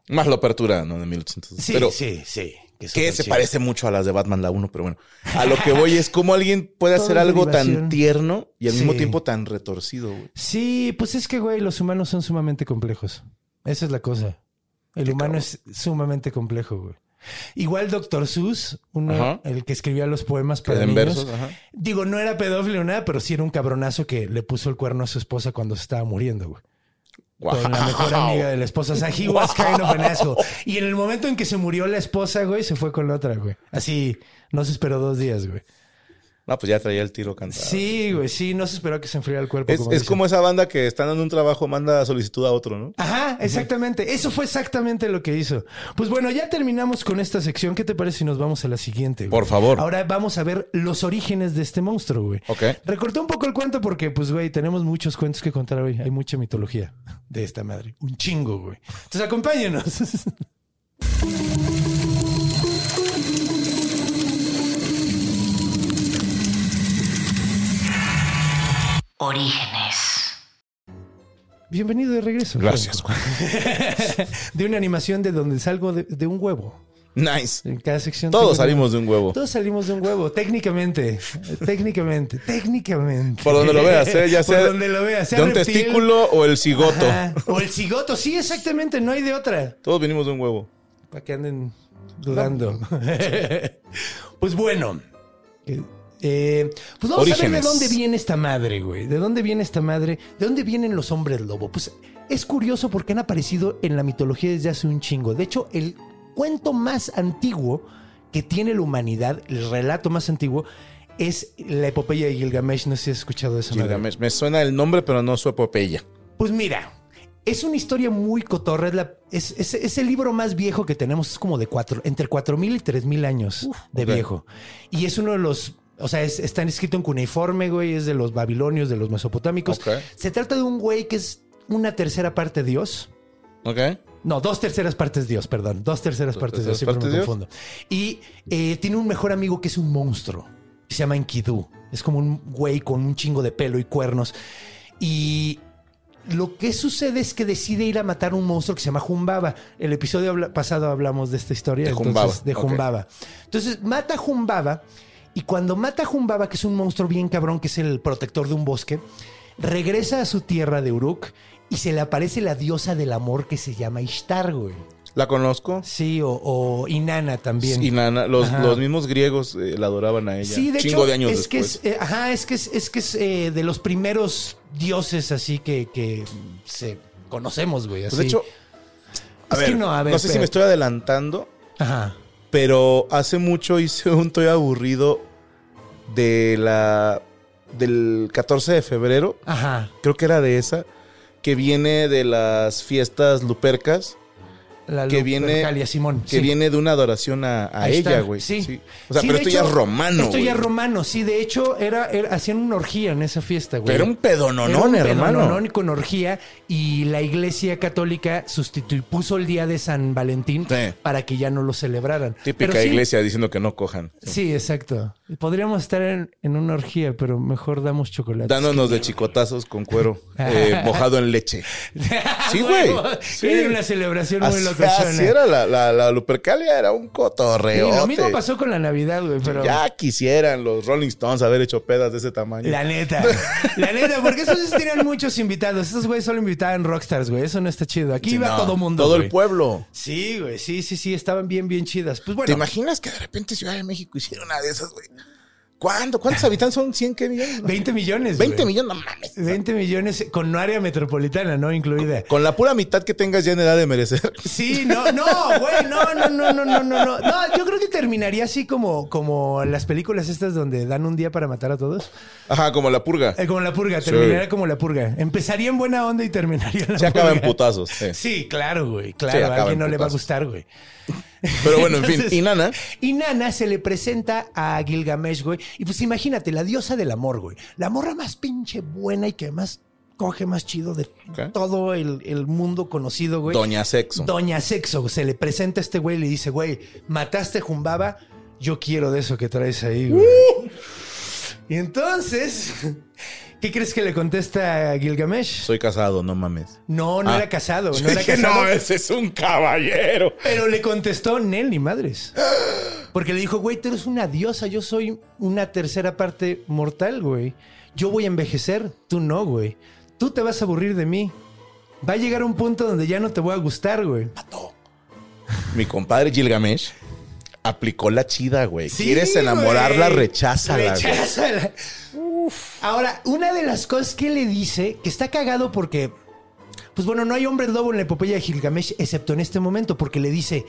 [SPEAKER 3] Más la apertura, ¿no? De 1800.
[SPEAKER 1] Sí,
[SPEAKER 3] Pero
[SPEAKER 1] sí, sí. Que,
[SPEAKER 3] Que se
[SPEAKER 1] parecen.
[SPEAKER 3] parece mucho a las de Batman la 1, pero bueno. A lo que voy es cómo alguien puede
[SPEAKER 1] Todo
[SPEAKER 3] hacer
[SPEAKER 1] es
[SPEAKER 3] algo
[SPEAKER 1] derivación.
[SPEAKER 3] tan tierno y al mismo
[SPEAKER 1] Sí.
[SPEAKER 3] tiempo tan retorcido, güey.
[SPEAKER 1] Sí, pues es que, güey, los humanos son sumamente complejos. Esa es la cosa. El
[SPEAKER 3] Qué
[SPEAKER 1] humano
[SPEAKER 3] cabrón.
[SPEAKER 1] es sumamente complejo, güey. Igual Doctor Seuss, uno,
[SPEAKER 3] Ajá.
[SPEAKER 1] el que escribía los poemas para
[SPEAKER 3] En
[SPEAKER 1] niños,
[SPEAKER 3] versos, ajá.
[SPEAKER 1] digo, no era pedófilo nada, pero sí era un cabronazo que le puso el cuerno a su esposa cuando se estaba muriendo, güey.
[SPEAKER 3] Guau.
[SPEAKER 1] Con la mejor amiga de la esposa. O sea, he was kind of an asshole. Y en el momento en que se murió la esposa, güey, se fue con la otra, güey. Así, no se esperó dos días, güey.
[SPEAKER 3] No, pues ya traía el tiro cantado.
[SPEAKER 1] Sí, güey, sí, no se esperó a que se enfriara el cuerpo.
[SPEAKER 3] Es, es
[SPEAKER 1] dicen.
[SPEAKER 3] como esa banda que están dando un trabajo, manda solicitud a otro, ¿no?
[SPEAKER 1] Ajá, exactamente. Eso fue exactamente lo que hizo. Pues bueno, ya terminamos con esta sección. ¿Qué te parece si nos vamos a la siguiente? güey?
[SPEAKER 3] Por favor.
[SPEAKER 1] Ahora vamos a ver los orígenes de este monstruo, güey.
[SPEAKER 3] Ok.
[SPEAKER 1] Recorté un poco el cuento porque, pues, güey, tenemos muchos cuentos que contar hoy. Hay mucha mitología de esta madre. Un chingo, güey. Entonces, acompáñenos.
[SPEAKER 2] Orígenes.
[SPEAKER 1] Bienvenido de regreso.
[SPEAKER 3] Gracias,
[SPEAKER 1] Franco. de una animación de donde salgo de, de un huevo.
[SPEAKER 3] Nice.
[SPEAKER 1] En cada sección. tengo
[SPEAKER 3] Todos
[SPEAKER 1] una-
[SPEAKER 3] salimos de un huevo.
[SPEAKER 1] Todos salimos de un huevo, técnicamente, técnicamente, técnicamente.
[SPEAKER 3] Por donde lo veas, ¿eh? Ya sea
[SPEAKER 1] Por donde lo veas, sea
[SPEAKER 3] de un
[SPEAKER 1] reptil,
[SPEAKER 3] testículo o el cigoto.
[SPEAKER 1] ajá, O el cigoto, sí, exactamente, no hay de otra.
[SPEAKER 3] Todos venimos de un huevo.
[SPEAKER 1] Para que anden dudando. pues bueno, eh, eh, pues vamos a ver de
[SPEAKER 3] Orígenes.
[SPEAKER 1] dónde viene esta madre, güey. ¿De dónde viene esta madre? ¿De dónde vienen los hombres lobo? Pues es curioso porque han aparecido en la mitología desde hace un chingo. De hecho, el cuento más antiguo que tiene la humanidad, el relato más antiguo, es la epopeya de Gilgamesh. No sé si has escuchado de esa madre.
[SPEAKER 3] Gilgamesh. Me suena el nombre, pero no su epopeya.
[SPEAKER 1] Pues mira, es una historia muy cotorra. Es, la- es- es- es el libro más viejo que tenemos. Es como de cuatro, entre 4.000 y 3.000 años de
[SPEAKER 3] ok.
[SPEAKER 1] viejo. Y es uno de los... O sea, es- está escrito en cuneiforme, güey. Es de los babilonios, de los mesopotámicos.
[SPEAKER 3] Ok.
[SPEAKER 1] Se trata de un güey que es una tercera parte Dios.
[SPEAKER 3] ¿Ok?
[SPEAKER 1] No, dos terceras partes Dios, perdón. Dos terceras
[SPEAKER 3] Dos
[SPEAKER 1] partes Dios, siempre me
[SPEAKER 3] terceras partes
[SPEAKER 1] confundo. Y eh, tiene un mejor amigo que es un monstruo. que se llama Enkidu. Es como un güey con un chingo de pelo y cuernos. Y lo que sucede es que decide ir a matar un monstruo que se llama Jumbaba. El episodio habla- pasado hablamos de esta historia.
[SPEAKER 3] De
[SPEAKER 1] entonces,
[SPEAKER 3] Jumbaba,
[SPEAKER 1] de
[SPEAKER 3] ok.
[SPEAKER 1] Jumbaba. Entonces mata a Jumbaba. Y cuando mata a Jumbaba, que es un monstruo bien cabrón, que es el protector de un bosque, regresa a su tierra de Uruk y se le aparece la diosa del amor que se llama Ishtar, güey.
[SPEAKER 3] ¿La conozco?
[SPEAKER 1] Sí, o, o Inanna también.
[SPEAKER 3] Y Nana, los,
[SPEAKER 1] Ajá.
[SPEAKER 3] los mismos griegos eh, la adoraban a ella.
[SPEAKER 1] Sí, de
[SPEAKER 3] Chingo
[SPEAKER 1] hecho,
[SPEAKER 3] de años
[SPEAKER 1] es que
[SPEAKER 3] después.
[SPEAKER 1] es, eh, ajá, es que es, es que es eh, de los primeros dioses así que, que se conocemos, güey.
[SPEAKER 3] Pues,
[SPEAKER 1] así.
[SPEAKER 3] de hecho, a
[SPEAKER 1] Es
[SPEAKER 3] ver,
[SPEAKER 1] que
[SPEAKER 3] no,
[SPEAKER 1] no, a ver,
[SPEAKER 3] sé si
[SPEAKER 1] espera.
[SPEAKER 3] me estoy adelantando,
[SPEAKER 1] Ajá.
[SPEAKER 3] pero hace mucho hice un toy aburrido de la del 14 de febrero,
[SPEAKER 1] Ajá.
[SPEAKER 3] creo que era de esa, que viene de las fiestas lupercas,
[SPEAKER 1] La
[SPEAKER 3] Que
[SPEAKER 1] Lu-
[SPEAKER 3] viene-
[SPEAKER 1] Percalia, Simón.
[SPEAKER 3] que
[SPEAKER 1] sí.
[SPEAKER 3] viene de una adoración a, a
[SPEAKER 1] Ahí
[SPEAKER 3] ella,
[SPEAKER 1] está,
[SPEAKER 3] güey.
[SPEAKER 1] Sí.
[SPEAKER 3] O sea,
[SPEAKER 1] Sí,
[SPEAKER 3] pero
[SPEAKER 1] de
[SPEAKER 3] esto ya
[SPEAKER 1] hecho,
[SPEAKER 3] es romano,
[SPEAKER 1] Esto ya es
[SPEAKER 3] güey.
[SPEAKER 1] romano, sí. De hecho, era, era- hacían una orgía en esa fiesta, güey.
[SPEAKER 3] Pero un pedononón,
[SPEAKER 1] Era un
[SPEAKER 3] hermano.
[SPEAKER 1] pedononón y con orgía y la iglesia católica sustituyó, puso el día de San Valentín
[SPEAKER 3] Sí.
[SPEAKER 1] para que ya no lo celebraran.
[SPEAKER 3] Típica
[SPEAKER 1] Pero sí,
[SPEAKER 3] iglesia diciendo que no cojan.
[SPEAKER 1] Sí, exacto. Podríamos estar en, en una orgía, pero mejor damos chocolate.
[SPEAKER 3] Dándonos de chicotazos con cuero eh, mojado en leche. Sí, güey. Sí.
[SPEAKER 1] Ah, Era una celebración muy
[SPEAKER 3] Así,
[SPEAKER 1] locochona.
[SPEAKER 3] así era la, la, la Lupercalia, era un
[SPEAKER 1] Sí,
[SPEAKER 3] cotorreo.
[SPEAKER 1] lo mismo pasó con la Navidad, güey, pero...
[SPEAKER 3] Ya quisieran los Rolling Stones haber hecho pedas de ese tamaño.
[SPEAKER 1] La neta. La neta, porque esos sí tenían muchos invitados. Esos güeyes solo invitaban rockstars, güey. Eso no está chido. Aquí
[SPEAKER 3] Sí,
[SPEAKER 1] iba
[SPEAKER 3] no,
[SPEAKER 1] todo mundo.
[SPEAKER 3] Todo
[SPEAKER 1] güey.
[SPEAKER 3] el pueblo.
[SPEAKER 1] Sí, güey. Sí, sí, sí. Estaban bien, bien chidas. Pues
[SPEAKER 3] ¿Te
[SPEAKER 1] bueno.
[SPEAKER 3] imaginas que de repente Ciudad de México hiciera una de esas, güey? ¿Cuándo? ¿Cuántos habitantes son? ¿100 qué millones?
[SPEAKER 1] 20 millones.
[SPEAKER 3] 20
[SPEAKER 1] güey.
[SPEAKER 3] millones, no mames.
[SPEAKER 1] 20 millones con un área metropolitana, ¿no? Incluida.
[SPEAKER 3] Con la pura mitad que tengas ya en edad de merecer.
[SPEAKER 1] Sí, no, no, güey, no, no, no, no, no, no, no. No, yo creo que terminaría así como, como las películas estas donde dan un día para matar a todos.
[SPEAKER 3] Ajá, como la purga.
[SPEAKER 1] Eh, como la purga,
[SPEAKER 3] Sí.
[SPEAKER 1] terminaría como la purga. Empezaría en buena onda y terminaría en la
[SPEAKER 3] Se acaba en
[SPEAKER 1] purga.
[SPEAKER 3] putazos. eh. sí.
[SPEAKER 1] Sí, claro, güey,
[SPEAKER 3] Sí,
[SPEAKER 1] claro, a
[SPEAKER 3] acaba
[SPEAKER 1] alguien
[SPEAKER 3] en
[SPEAKER 1] no le va a
[SPEAKER 3] putazos.
[SPEAKER 1] gustar, güey.
[SPEAKER 3] Pero bueno, en fin.
[SPEAKER 1] Entonces-
[SPEAKER 3] Y Nana,
[SPEAKER 1] Y Nana se le presenta a Gilgamesh, güey. Y pues imagínate, la diosa del amor, güey. La morra más pinche buena y que más coge más chido de
[SPEAKER 3] Ok.
[SPEAKER 1] todo el, el mundo conocido, güey.
[SPEAKER 3] Doña Sexo.
[SPEAKER 1] Doña Sexo. Se le presenta a este güey y le dice, güey, mataste a Jumbaba.
[SPEAKER 3] ¡Uh!
[SPEAKER 1] Yo quiero de eso que traes ahí, güey. Y entonces, ¿Qué crees que le contesta a Gilgamesh?
[SPEAKER 3] Soy casado, no mames.
[SPEAKER 1] No, no
[SPEAKER 3] Ah.
[SPEAKER 1] era casado.
[SPEAKER 3] Yo
[SPEAKER 1] No era
[SPEAKER 3] dije,
[SPEAKER 1] casado.
[SPEAKER 3] "No, ese es un caballero.
[SPEAKER 1] Pero le contestó Nel, ni madres. Porque le dijo, güey, tú eres una diosa, yo soy una tercera parte mortal, güey. Yo voy a envejecer, tú no, güey. Tú te vas a aburrir de mí. Va a llegar un punto donde ya no te voy a gustar, güey.
[SPEAKER 3] Mi compadre Gilgamesh aplicó la chida, güey.
[SPEAKER 1] Sí,
[SPEAKER 3] ¿Quieres enamorarla?
[SPEAKER 1] güey.
[SPEAKER 3] Recházala, güey.
[SPEAKER 1] Recházala. Ahora, una de las cosas que le dice, que está cagado porque, pues bueno, no hay hombre lobo en la epopeya de Gilgamesh, excepto en este momento, porque le dice,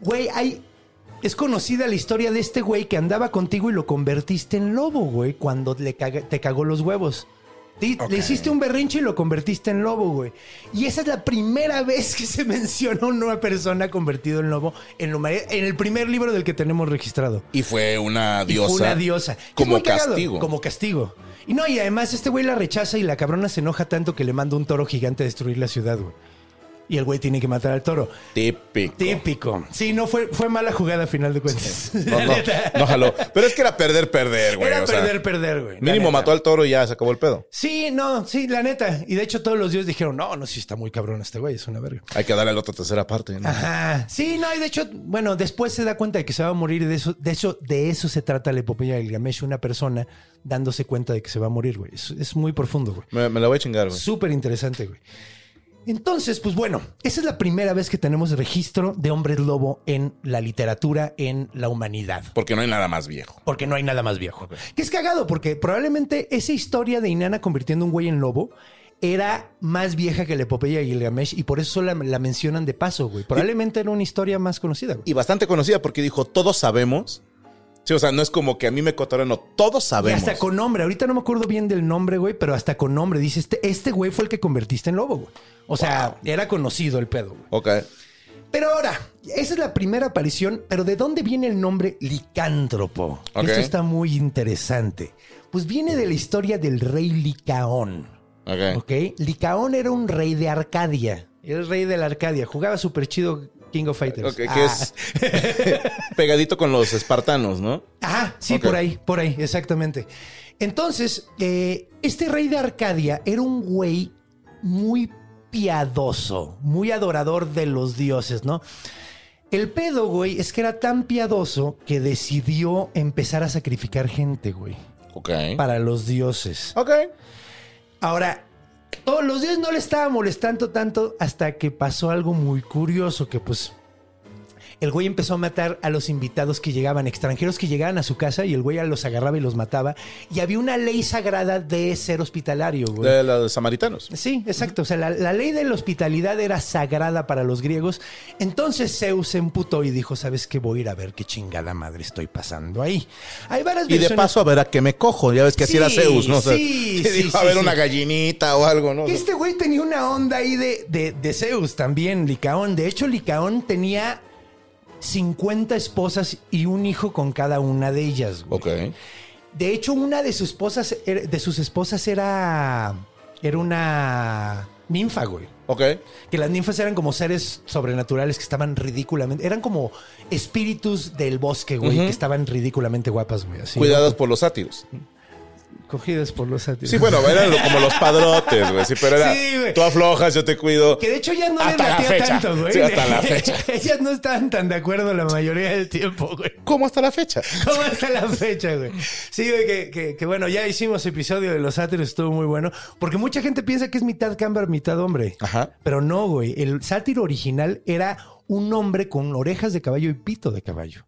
[SPEAKER 1] güey, hay... Es conocida la historia de este güey que andaba contigo y lo convertiste en lobo, güey, cuando le caga- te cagó los huevos. Te- Le hiciste un berrinche y lo convertiste en lobo, güey. Y esa es la primera vez que se menciona una persona convertida en lobo en, la humanidad- en el primer libro del que tenemos registrado.
[SPEAKER 3] Y fue una
[SPEAKER 1] Y fue
[SPEAKER 3] diosa.
[SPEAKER 1] Una diosa. Es muy
[SPEAKER 3] Como
[SPEAKER 1] cagado,
[SPEAKER 3] castigo.
[SPEAKER 1] Como castigo. Y no, y además este güey la rechaza y la cabrona se enoja tanto que le manda un toro gigante a destruir la ciudad, güey. Y el güey tiene que matar al toro.
[SPEAKER 3] Típico.
[SPEAKER 1] Típico. Sí, no fue, fue mala jugada a final de cuentas.
[SPEAKER 3] No,
[SPEAKER 1] La
[SPEAKER 3] no,
[SPEAKER 1] neta.
[SPEAKER 3] no jaló. Pero es que era perder, perder, güey.
[SPEAKER 1] Era
[SPEAKER 3] o sea,
[SPEAKER 1] perder, perder, güey. La
[SPEAKER 3] mínimo
[SPEAKER 1] neta.
[SPEAKER 3] mató al toro y ya se acabó el pedo.
[SPEAKER 1] Sí, no, sí, la neta. Y de hecho todos los dioses dijeron, no, no, sí está muy cabrón este güey, es una verga.
[SPEAKER 3] Hay que darle la otra tercera parte. ¿no?
[SPEAKER 1] Ajá. Sí, no, y de hecho, bueno, después se da cuenta de que se va a morir. De eso, de eso, de eso se trata la epopeya del Gilgamesh, una persona dándose cuenta de que se va a morir, güey. Es, es muy profundo, güey.
[SPEAKER 3] Me, me la voy a chingar, güey.
[SPEAKER 1] Súper interesante, güey. Entonces, pues bueno, esa es la primera vez que tenemos registro de hombres lobo en la literatura, en la humanidad.
[SPEAKER 3] Porque no hay nada más viejo.
[SPEAKER 1] Porque no hay nada más viejo. Que es cagado, porque probablemente esa historia de Inanna convirtiendo un güey en lobo era más vieja que la epopeya de Gilgamesh y por eso solo la, la mencionan de paso, güey. Probablemente era una historia más conocida, güey.
[SPEAKER 3] Y bastante conocida porque dijo, todos sabemos. Sí, o sea, no es como que a mí me cotaron, no, todos
[SPEAKER 1] Y
[SPEAKER 3] sabemos.
[SPEAKER 1] hasta con nombre, ahorita no me acuerdo bien del nombre, güey, pero hasta con nombre. Dice, este, este güey fue el que convertiste en lobo, güey. O sea, era conocido el pedo, güey.
[SPEAKER 3] Ok.
[SPEAKER 1] Pero ahora, esa es la primera aparición, pero ¿de dónde viene el nombre licántropo?
[SPEAKER 3] Ok.
[SPEAKER 1] Esto está muy interesante. Pues viene de la historia del rey Licaón.
[SPEAKER 3] Ok.
[SPEAKER 1] Ok, Licaón era un rey de Arcadia. Era el rey de la Arcadia. Jugaba súper chido King of Fighters.
[SPEAKER 3] Ok, que
[SPEAKER 1] Ah.
[SPEAKER 3] es pegadito con los espartanos, ¿no?
[SPEAKER 1] Ajá, sí,
[SPEAKER 3] Ok.
[SPEAKER 1] por ahí, por ahí, exactamente. Entonces, eh, este rey de Arcadia era un güey muy piadoso, muy adorador de los dioses, ¿no? El pedo, güey, es que era tan piadoso que decidió empezar a sacrificar gente, güey,
[SPEAKER 3] Ok.
[SPEAKER 1] para los dioses.
[SPEAKER 3] Ok.
[SPEAKER 1] Ahora, todos los días no le estaba molestando tanto hasta que pasó algo muy curioso que pues... El güey empezó a matar a los invitados que llegaban, extranjeros que llegaban a su casa y el güey ya los agarraba y los mataba. Y había una ley sagrada de ser hospitalario, güey.
[SPEAKER 3] De los samaritanos.
[SPEAKER 1] Sí, exacto. O sea, la, la ley de la hospitalidad era sagrada para los griegos. Entonces Zeus se emputó y dijo, ¿sabes qué? Voy a ir a ver qué chingada madre estoy pasando ahí. Hay varias
[SPEAKER 3] Y de
[SPEAKER 1] versiones-
[SPEAKER 3] paso, a ver a qué me cojo. Ya ves que así era
[SPEAKER 1] Sí,
[SPEAKER 3] Zeus, ¿no? O sea,
[SPEAKER 1] sí,
[SPEAKER 3] que
[SPEAKER 1] sí,
[SPEAKER 3] dijo, a
[SPEAKER 1] sí,
[SPEAKER 3] ver
[SPEAKER 1] sí.
[SPEAKER 3] una gallinita o algo, ¿no? O
[SPEAKER 1] Que
[SPEAKER 3] sea,
[SPEAKER 1] Este güey tenía una onda ahí de, de- de Zeus también, Licaón. De hecho, Licaón tenía 50 esposas y un hijo con cada una de ellas. güey.
[SPEAKER 3] Ok.
[SPEAKER 1] De hecho, una de sus esposas, era- de sus esposas era, era una ninfa, güey.
[SPEAKER 3] Ok.
[SPEAKER 1] Que las ninfas eran como seres sobrenaturales que estaban ridículamente... Eran como espíritus del bosque, güey, que estaban ridículamente guapas, güey. Así,
[SPEAKER 3] Cuidados por los sátiros.
[SPEAKER 1] Cogidas por los sátiros.
[SPEAKER 3] Sí, bueno, eran lo- como los padrotes, güey. Sí, pero era.
[SPEAKER 1] Sí, güey.
[SPEAKER 3] tú aflojas, yo te cuido.
[SPEAKER 1] Que de hecho ya no
[SPEAKER 3] Hasta
[SPEAKER 1] les
[SPEAKER 3] la
[SPEAKER 1] latía
[SPEAKER 3] fecha.
[SPEAKER 1] tanto, güey.
[SPEAKER 3] Sí, hasta la fecha.
[SPEAKER 1] Ellas no estaban tan de acuerdo la mayoría del tiempo, güey.
[SPEAKER 3] ¿Cómo hasta la fecha?
[SPEAKER 1] ¿Cómo hasta la fecha, güey? Sí, güey, que, que- que bueno, ya hicimos episodio de los sátiros, estuvo muy bueno. Porque mucha gente piensa que es mitad cámara, mitad hombre.
[SPEAKER 3] Ajá.
[SPEAKER 1] Pero no, güey. El sátiro original era un hombre con orejas de caballo y pito de caballo.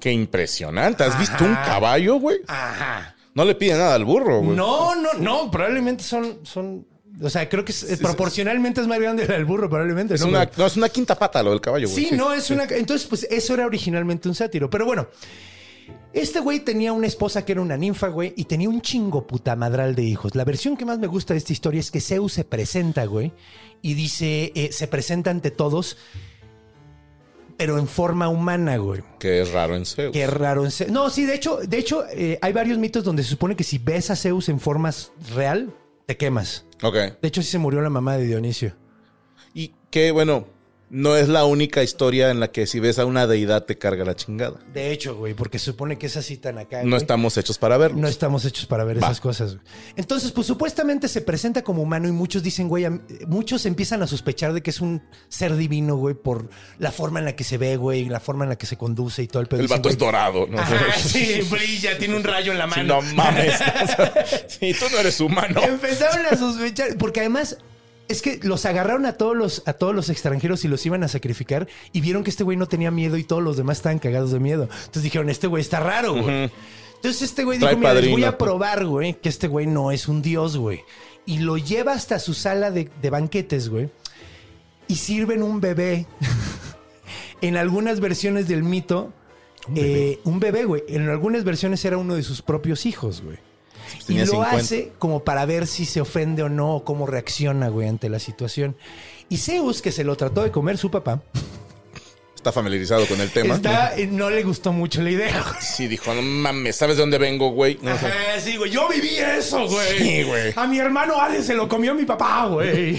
[SPEAKER 3] Qué impresionante. ¿Has visto
[SPEAKER 1] Ajá.
[SPEAKER 3] un caballo, güey?
[SPEAKER 1] Ajá.
[SPEAKER 3] No le pide nada al burro, güey.
[SPEAKER 1] No, no, no. Probablemente son. son o sea, creo que es- proporcionalmente es más grande el burro, probablemente.
[SPEAKER 3] Es
[SPEAKER 1] ¿no,
[SPEAKER 3] una,
[SPEAKER 1] güey?
[SPEAKER 3] no, es una quinta pata lo del caballo, güey.
[SPEAKER 1] Sí, no, es una. Entonces, pues eso era originalmente un sátiro. Pero bueno, este güey tenía una esposa que era una ninfa, güey, y tenía un chingo puta madral de hijos. La versión que más me gusta de esta historia es que Zeus se presenta, güey, y dice, eh, se presenta ante todos, pero en forma humana, güey.
[SPEAKER 3] Que es raro en Zeus.
[SPEAKER 1] Qué raro. en Zeus. No, sí, de hecho, de hecho, eh, hay varios mitos donde se supone que si ves a Zeus en forma real, te quemas.
[SPEAKER 3] Ok.
[SPEAKER 1] De hecho, sí se murió la mamá de Dionisio.
[SPEAKER 3] Y que, bueno, no es la única historia en la que si ves a una deidad te carga la chingada.
[SPEAKER 1] De hecho, güey, porque se supone que es así tan acá.
[SPEAKER 3] No
[SPEAKER 1] güey.
[SPEAKER 3] estamos hechos para verlo.
[SPEAKER 1] No estamos hechos para ver esas cosas. güey. Entonces, pues supuestamente se presenta como humano y muchos dicen, güey, am- eh, muchos empiezan a sospechar de que es un ser divino, güey, por la forma en la que se ve, güey, y la forma en la que se conduce y todo el pedo.
[SPEAKER 3] El
[SPEAKER 1] Dicen,
[SPEAKER 3] vato es
[SPEAKER 1] güey,
[SPEAKER 3] dorado. ¿no?
[SPEAKER 1] "Ajá, sí, brilla, tiene un rayo en la
[SPEAKER 3] Sí,
[SPEAKER 1] mano.
[SPEAKER 3] no mames. O sea, sí, tú no eres humano.
[SPEAKER 1] Empezaron a sospechar, porque además es que los agarraron a todos los, a todos los extranjeros y los iban a sacrificar y vieron que este güey no tenía miedo y todos los demás estaban cagados de miedo. Entonces dijeron, este güey está raro, güey. Entonces este güey dijo,
[SPEAKER 3] Trae
[SPEAKER 1] mira, les voy
[SPEAKER 3] padrino".
[SPEAKER 1] a probar, güey, que este güey no es un dios, güey. Y lo lleva hasta su sala de, de banquetes, güey. Y sirven un bebé. en algunas versiones del mito, eh, un bebé. güey. En algunas versiones era uno de sus propios hijos, güey. Y
[SPEAKER 3] Tenía
[SPEAKER 1] lo
[SPEAKER 3] 50.
[SPEAKER 1] hace como para ver si se ofende o no, o cómo reacciona, güey, ante la situación. Y Zeus, que se lo trató de comer su papá,
[SPEAKER 3] Está familiarizado con el tema.
[SPEAKER 1] está, eh, no le gustó mucho la idea. güey.
[SPEAKER 3] Sí, dijo, no mames, ¿sabes de dónde vengo, güey? No, o sea,
[SPEAKER 1] Ajá, sí, güey. Yo viví eso, güey.
[SPEAKER 3] Sí, güey.
[SPEAKER 1] A mi hermano Ale se lo comió mi papá, güey.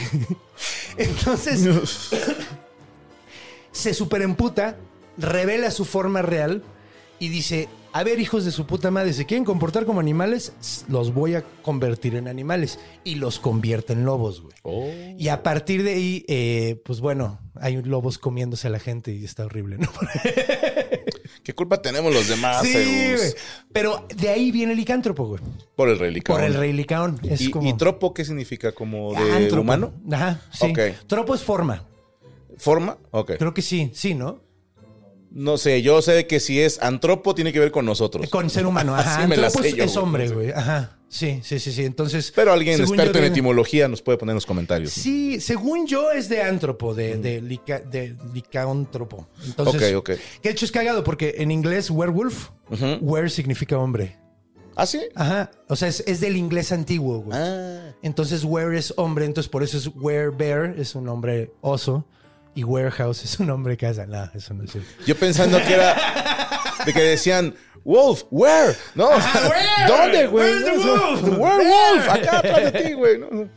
[SPEAKER 1] Entonces, se superemputa, revela su forma real y dice: A ver, hijos de su puta madre, si quieren comportar como animales, los voy a convertir en animales. Y los convierte en lobos, güey.
[SPEAKER 3] "Oh,
[SPEAKER 1] Y a partir de ahí, eh, pues bueno, hay lobos comiéndose a la gente y está horrible, ¿no?
[SPEAKER 3] ¿Qué culpa tenemos los demás, Ah, Zeus?
[SPEAKER 1] güey. Pero de ahí viene el licántropo, güey.
[SPEAKER 3] Por el rey Licaón.
[SPEAKER 1] Por el rey licón. Es
[SPEAKER 3] ¿Y,
[SPEAKER 1] como...
[SPEAKER 3] y tropo qué significa? ¿Como de
[SPEAKER 1] Antropo.
[SPEAKER 3] humano?
[SPEAKER 1] Ajá, sí.
[SPEAKER 3] Ok.
[SPEAKER 1] Tropo es forma.
[SPEAKER 3] ¿Forma? Ok.
[SPEAKER 1] Creo que sí, sí, ¿no?
[SPEAKER 3] No sé, yo sé que si es antropo tiene que ver con nosotros.
[SPEAKER 1] Con ser humano. Ajá.
[SPEAKER 3] Así me la
[SPEAKER 1] Antropo
[SPEAKER 3] sé
[SPEAKER 1] es,
[SPEAKER 3] yo,
[SPEAKER 1] es
[SPEAKER 3] güey.
[SPEAKER 1] hombre, güey. Ajá. Sí, sí, sí, sí. Entonces.
[SPEAKER 3] Pero alguien
[SPEAKER 1] según
[SPEAKER 3] experto
[SPEAKER 1] yo,
[SPEAKER 3] en
[SPEAKER 1] viene-
[SPEAKER 3] etimología nos puede poner en los comentarios.
[SPEAKER 1] Sí, según yo es de antropo, de, de, lica- de licaóntropo. Entonces,
[SPEAKER 3] Ok, ok.
[SPEAKER 1] Que de hecho es cagado porque en inglés werewolf, were significa hombre.
[SPEAKER 3] ¿Ah, sí?
[SPEAKER 1] Ajá. O sea, es, es del inglés antiguo, güey.
[SPEAKER 3] Ah.
[SPEAKER 1] Entonces, were es hombre, entonces por eso es were bear, es un hombre oso. Y warehouse es un hombre casa. Nada, eso no es cierto.
[SPEAKER 3] Yo pensando que era de que decían Wolf, where? No, o sea,
[SPEAKER 1] Ah, where?
[SPEAKER 3] ¿dónde, güey?
[SPEAKER 1] Where's the
[SPEAKER 3] No, o sea,
[SPEAKER 1] wolf?
[SPEAKER 3] the werewolf, acá atrás de ti, güey. ¿no?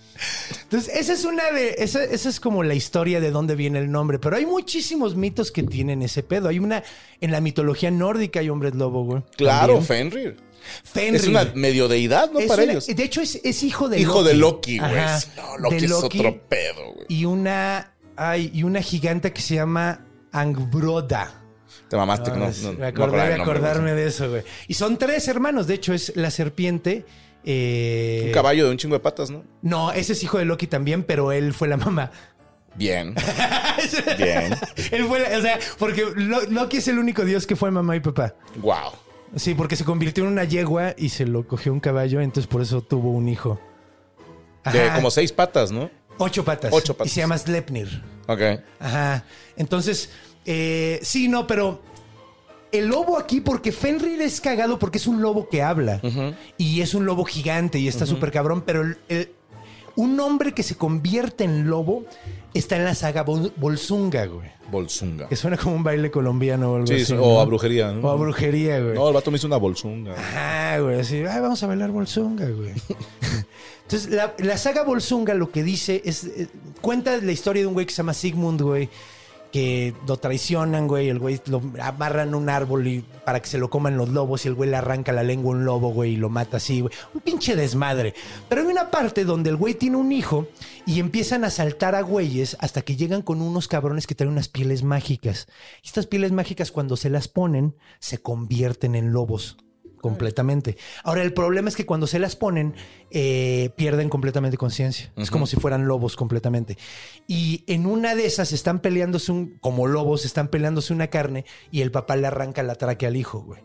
[SPEAKER 1] Entonces, esa es una de. Esa, esa es como la historia de dónde viene el nombre. Pero hay muchísimos mitos que tienen ese pedo. Hay una. En la mitología nórdica hay hombres lobo, güey.
[SPEAKER 3] Claro,
[SPEAKER 1] También.
[SPEAKER 3] Fenrir.
[SPEAKER 1] Fenrir.
[SPEAKER 3] Es una medio deidad, ¿no?
[SPEAKER 1] Es
[SPEAKER 3] para
[SPEAKER 1] una-
[SPEAKER 3] ellos.
[SPEAKER 1] De hecho, es, es hijo de
[SPEAKER 3] Hijo
[SPEAKER 1] Loki.
[SPEAKER 3] de Loki, güey.
[SPEAKER 1] Ajá,
[SPEAKER 3] No, Loki
[SPEAKER 1] de
[SPEAKER 3] es
[SPEAKER 1] Loki.
[SPEAKER 3] otro pedo, güey.
[SPEAKER 1] Y una. Ay, y una giganta que se llama Angbroda.
[SPEAKER 3] Te mamaste, ¿no?
[SPEAKER 1] No,
[SPEAKER 3] no,
[SPEAKER 1] es-
[SPEAKER 3] no,
[SPEAKER 1] me
[SPEAKER 3] no
[SPEAKER 1] acordé
[SPEAKER 3] acordaba
[SPEAKER 1] de
[SPEAKER 3] el nombre, güey.
[SPEAKER 1] acordarme de eso, güey. Y son tres hermanos. De hecho, es la serpiente. eh,
[SPEAKER 3] Un caballo de un chingo de patas, ¿no?
[SPEAKER 1] No, ese es hijo de Loki también, pero él fue la mamá.
[SPEAKER 3] Bien. Bien.
[SPEAKER 1] Él fue, la- o sea, porque Lo- Loki es el único dios que fue mamá y papá.
[SPEAKER 3] Wow.
[SPEAKER 1] Sí, porque se convirtió en una yegua y se lo cogió un caballo, entonces por eso tuvo un hijo.
[SPEAKER 3] De
[SPEAKER 1] Ajá.
[SPEAKER 3] como seis patas, ¿no?
[SPEAKER 1] Ocho patas.
[SPEAKER 3] Ocho patas.
[SPEAKER 1] Y se llama Slepnir.
[SPEAKER 3] Ok.
[SPEAKER 1] Ajá. Entonces, eh, sí, no, pero el lobo aquí, porque Fenrir es cagado porque es un lobo que habla. Y es un lobo gigante y está súper cabrón, pero el- el- un hombre que se convierte en lobo está en la saga Bol- Bolsunga, güey.
[SPEAKER 3] Bolsunga.
[SPEAKER 1] Que suena como un baile colombiano o algo
[SPEAKER 3] Sí,
[SPEAKER 1] así,
[SPEAKER 3] o
[SPEAKER 1] ¿no?
[SPEAKER 3] a brujería, ¿no?
[SPEAKER 1] O a brujería, güey.
[SPEAKER 3] No, el vato me hizo una bolsunga.
[SPEAKER 1] Ajá, güey. Así, ay, vamos a bailar Bolsunga, güey. Entonces, la, la saga Bolsunga lo que dice es. eh, cuenta la historia de un güey que se llama Sigmund, güey. Que lo traicionan, güey. El güey lo amarran a un árbol y, para que se lo coman los lobos. Y el güey le arranca la lengua a un lobo, güey. Y lo mata así, güey. Un pinche desmadre. Pero hay una parte donde el güey tiene un hijo y empiezan a saltar a güeyes hasta que llegan con unos cabrones que traen unas pieles mágicas. Estas pieles mágicas, cuando se las ponen, se convierten en lobos completamente. Ahora, el problema es que cuando se las ponen, eh, pierden completamente conciencia. Es como si fueran lobos completamente. Y en una de esas están peleándose un, como lobos, están peleándose una carne y el papá le arranca la tráquea al hijo, güey.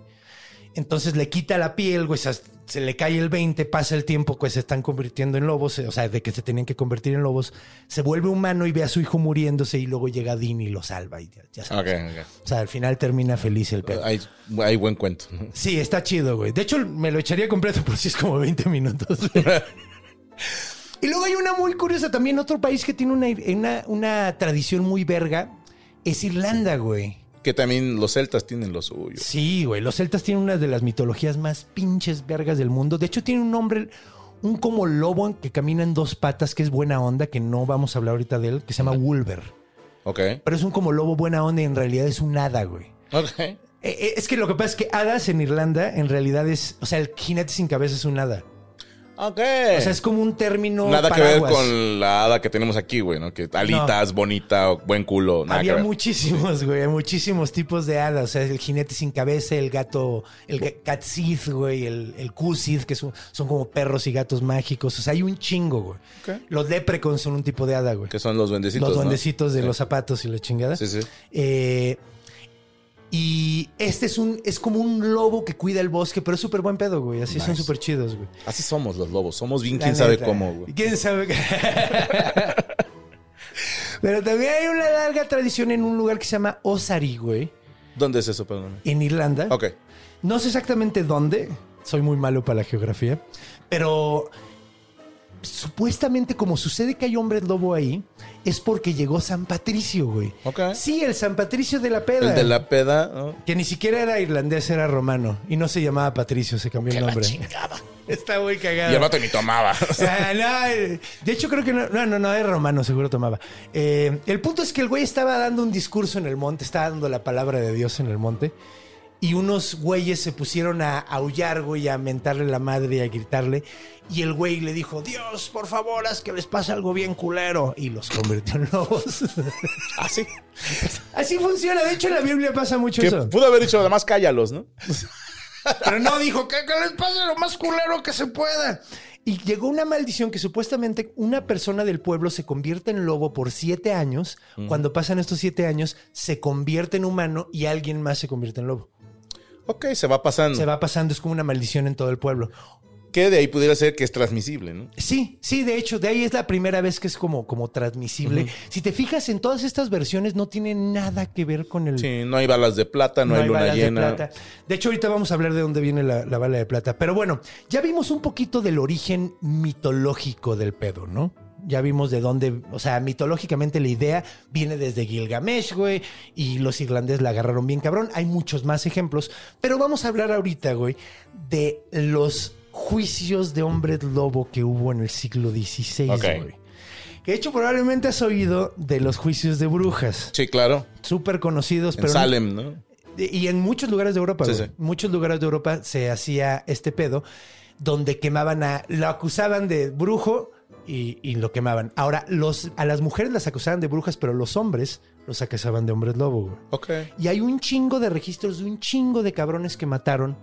[SPEAKER 1] Entonces le quita la piel, güey, se, se le cae el 20, pasa el tiempo, pues se están convirtiendo en lobos, o sea, de que se tenían que convertir en lobos, se vuelve humano y ve a su hijo muriéndose y luego llega Dean y lo salva y ya, ya
[SPEAKER 3] Ok,
[SPEAKER 1] sabes. O sea, al final termina feliz el
[SPEAKER 3] ok.
[SPEAKER 1] pedo.
[SPEAKER 3] Hay, hay buen cuento.
[SPEAKER 1] Sí, está chido, güey. De hecho, me lo echaría completo por si es como 20 minutos. y luego hay una muy curiosa también, otro país que tiene una, una, una tradición muy verga, es Irlanda, güey.
[SPEAKER 3] Que también los celtas tienen lo suyo.
[SPEAKER 1] Sí, güey. Los celtas tienen una de las mitologías más pinches vergas del mundo. De hecho, tiene un nombre, un como lobo que camina en dos patas, que es buena onda, que no vamos a hablar ahorita de él, que se llama Wolver.
[SPEAKER 3] Ok.
[SPEAKER 1] Pero es un como lobo buena onda y en realidad es un hada, güey.
[SPEAKER 3] Ok.
[SPEAKER 1] Eh, eh, Es que lo que pasa es que hadas en Irlanda en realidad es, o sea, el jinete sin cabeza es un hada.
[SPEAKER 3] Ok.
[SPEAKER 1] O sea, es como un término
[SPEAKER 3] Eh, Nada que ver
[SPEAKER 1] paraguas.
[SPEAKER 3] con la hada que tenemos aquí, güey, ¿no? Que alitas, bonita, o buen culo, nada
[SPEAKER 1] Había
[SPEAKER 3] que ver.
[SPEAKER 1] muchísimos, güey, muchísimos tipos de hadas. O sea, el jinete sin cabeza, el gato, el ga- catzid, güey, el, el cusid, que son, son como perros y gatos mágicos. O sea, hay un chingo, güey.
[SPEAKER 3] Ok.
[SPEAKER 1] Los deprecons son un tipo de hada, güey.
[SPEAKER 3] Que son los duendecitos,
[SPEAKER 1] los
[SPEAKER 3] ¿no?
[SPEAKER 1] duendecitos de
[SPEAKER 3] Sí.
[SPEAKER 1] los zapatos y la chingada.
[SPEAKER 3] Sí, sí.
[SPEAKER 1] Eh, y este es un es como un lobo que cuida el bosque, pero es súper buen pedo, güey. Así son
[SPEAKER 3] Nice.
[SPEAKER 1] súper chidos, güey.
[SPEAKER 3] Así somos los lobos. Somos bien
[SPEAKER 1] La
[SPEAKER 3] quién sabe
[SPEAKER 1] neta.
[SPEAKER 3] cómo, güey.
[SPEAKER 1] ¿Quién sabe? qué? Pero también hay una larga tradición en un lugar que se llama Osari, güey,
[SPEAKER 3] ¿Dónde es eso, perdón?
[SPEAKER 1] en Irlanda.
[SPEAKER 3] Ok.
[SPEAKER 1] No sé exactamente dónde, soy muy malo para la geografía, pero supuestamente como sucede que hay hombres lobo ahí, es porque llegó San Patricio, güey.
[SPEAKER 3] Ok.
[SPEAKER 1] Sí, el San Patricio de la peda.
[SPEAKER 3] El de la peda, ¿no?
[SPEAKER 1] Que ni siquiera era irlandés, era romano. Y no se llamaba Patricio, se cambió el nombre. Está muy cagado.
[SPEAKER 3] Y el vato ni tomaba.
[SPEAKER 1] Ah, no, eh, de hecho, creo que no, no, no, no, es romano, seguro tomaba. Eh, el punto es que el güey estaba dando un discurso en el monte, estaba dando la palabra de Dios en el monte, y unos güeyes se pusieron a aullar, güey, a mentarle la madre y a gritarle, y el güey le dijo, Dios, por favor, haz que les pase algo bien culero, y los convirtió en lobos.
[SPEAKER 3] ah, sí.
[SPEAKER 1] Así funciona, de hecho en la Biblia pasa mucho
[SPEAKER 3] Que
[SPEAKER 1] eso.
[SPEAKER 3] pudo haber dicho, además, cállalos, ¿no?
[SPEAKER 1] Pero no dijo que, que les pase lo más culero que se pueda. Y llegó una maldición que supuestamente una persona del pueblo se convierte en lobo por siete años. Cuando pasan estos siete años, se convierte en humano y alguien más se convierte en lobo.
[SPEAKER 3] Ok, se va pasando.
[SPEAKER 1] Se va pasando, es como una maldición en todo el pueblo.
[SPEAKER 3] Que de ahí pudiera ser que es transmisible, ¿no?
[SPEAKER 1] Sí, sí, de hecho, de ahí es la primera vez que es como, como transmisible. Si te fijas en todas estas versiones, no tiene nada que ver con el,
[SPEAKER 3] Sí, no hay balas de plata, no, hay luna
[SPEAKER 1] Mm. balas
[SPEAKER 3] llena.
[SPEAKER 1] De, plata. de hecho, ahorita vamos a hablar de dónde viene la, la bala de plata. Pero bueno, ya vimos un poquito del origen mitológico del pedo, ¿no? Ya vimos de dónde, o sea, mitológicamente la idea viene desde Gilgamesh, güey, y los irlandeses la agarraron bien cabrón. Hay muchos más ejemplos, pero vamos a hablar ahorita, güey, de los juicios de hombres lobo que hubo en el siglo XVI,
[SPEAKER 3] Ok.
[SPEAKER 1] güey. Que de hecho probablemente has oído de los juicios de brujas,
[SPEAKER 3] Sí, claro.
[SPEAKER 1] súper conocidos,
[SPEAKER 3] En
[SPEAKER 1] Pues, pero no-
[SPEAKER 3] Salem, ¿no?
[SPEAKER 1] y en muchos lugares de Europa,
[SPEAKER 3] Sí,
[SPEAKER 1] güey.
[SPEAKER 3] sí.
[SPEAKER 1] muchos lugares de Europa se hacía este pedo donde quemaban a, lo acusaban de brujo y, y lo quemaban. Ahora, los, a las mujeres las acusaban de brujas, pero los hombres los acusaban de hombres lobo. güey.
[SPEAKER 3] Ok.
[SPEAKER 1] Y hay un chingo de registros de un chingo de cabrones que mataron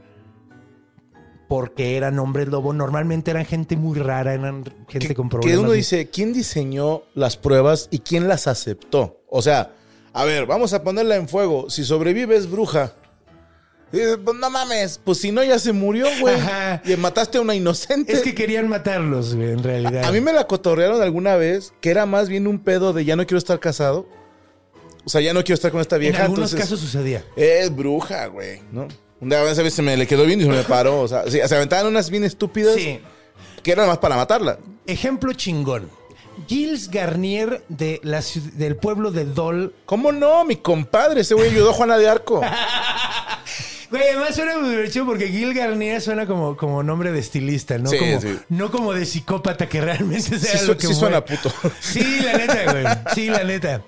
[SPEAKER 1] porque eran hombres lobo. Normalmente eran gente muy rara, eran gente
[SPEAKER 3] que,
[SPEAKER 1] Este con
[SPEAKER 3] que
[SPEAKER 1] problemas.
[SPEAKER 3] uno dice, ¿quién diseñó las pruebas y quién las aceptó? O sea, a ver, vamos a ponerla en fuego. Si sobrevives, bruja. Eh, pues no mames, pues si no ya se murió, güey.
[SPEAKER 1] Ajá.
[SPEAKER 3] Y mataste a una inocente.
[SPEAKER 1] Es que querían matarlos, güey, en realidad.
[SPEAKER 3] A mí me la cotorrearon alguna vez, que era más bien un pedo de ya no quiero estar casado. O sea, ya no quiero estar con esta
[SPEAKER 1] en
[SPEAKER 3] vieja.
[SPEAKER 1] algunos
[SPEAKER 3] entonces,
[SPEAKER 1] casos sucedía.
[SPEAKER 3] Es bruja, güey, ¿no? Una vez a veces se me le quedó bien y se me paró. O sea, sí, se aventaban unas bien estúpidas
[SPEAKER 1] Sí.
[SPEAKER 3] que eran más para matarla.
[SPEAKER 1] Ejemplo chingón. Gilles Garnier de la ciu- del pueblo de Dol.
[SPEAKER 3] ¿Cómo no? Mi compadre, ese güey ayudó a Juana de Arco.
[SPEAKER 1] Güey, además suena muy divertido porque Gilles Garnier suena como, como nombre de estilista, ¿no?
[SPEAKER 3] Sí,
[SPEAKER 1] como,
[SPEAKER 3] sí.
[SPEAKER 1] no como de psicópata que realmente sea
[SPEAKER 3] su-
[SPEAKER 1] lo que Este
[SPEAKER 3] sí suena
[SPEAKER 1] fue.
[SPEAKER 3] puto.
[SPEAKER 1] Sí, la neta, güey. Sí, la neta.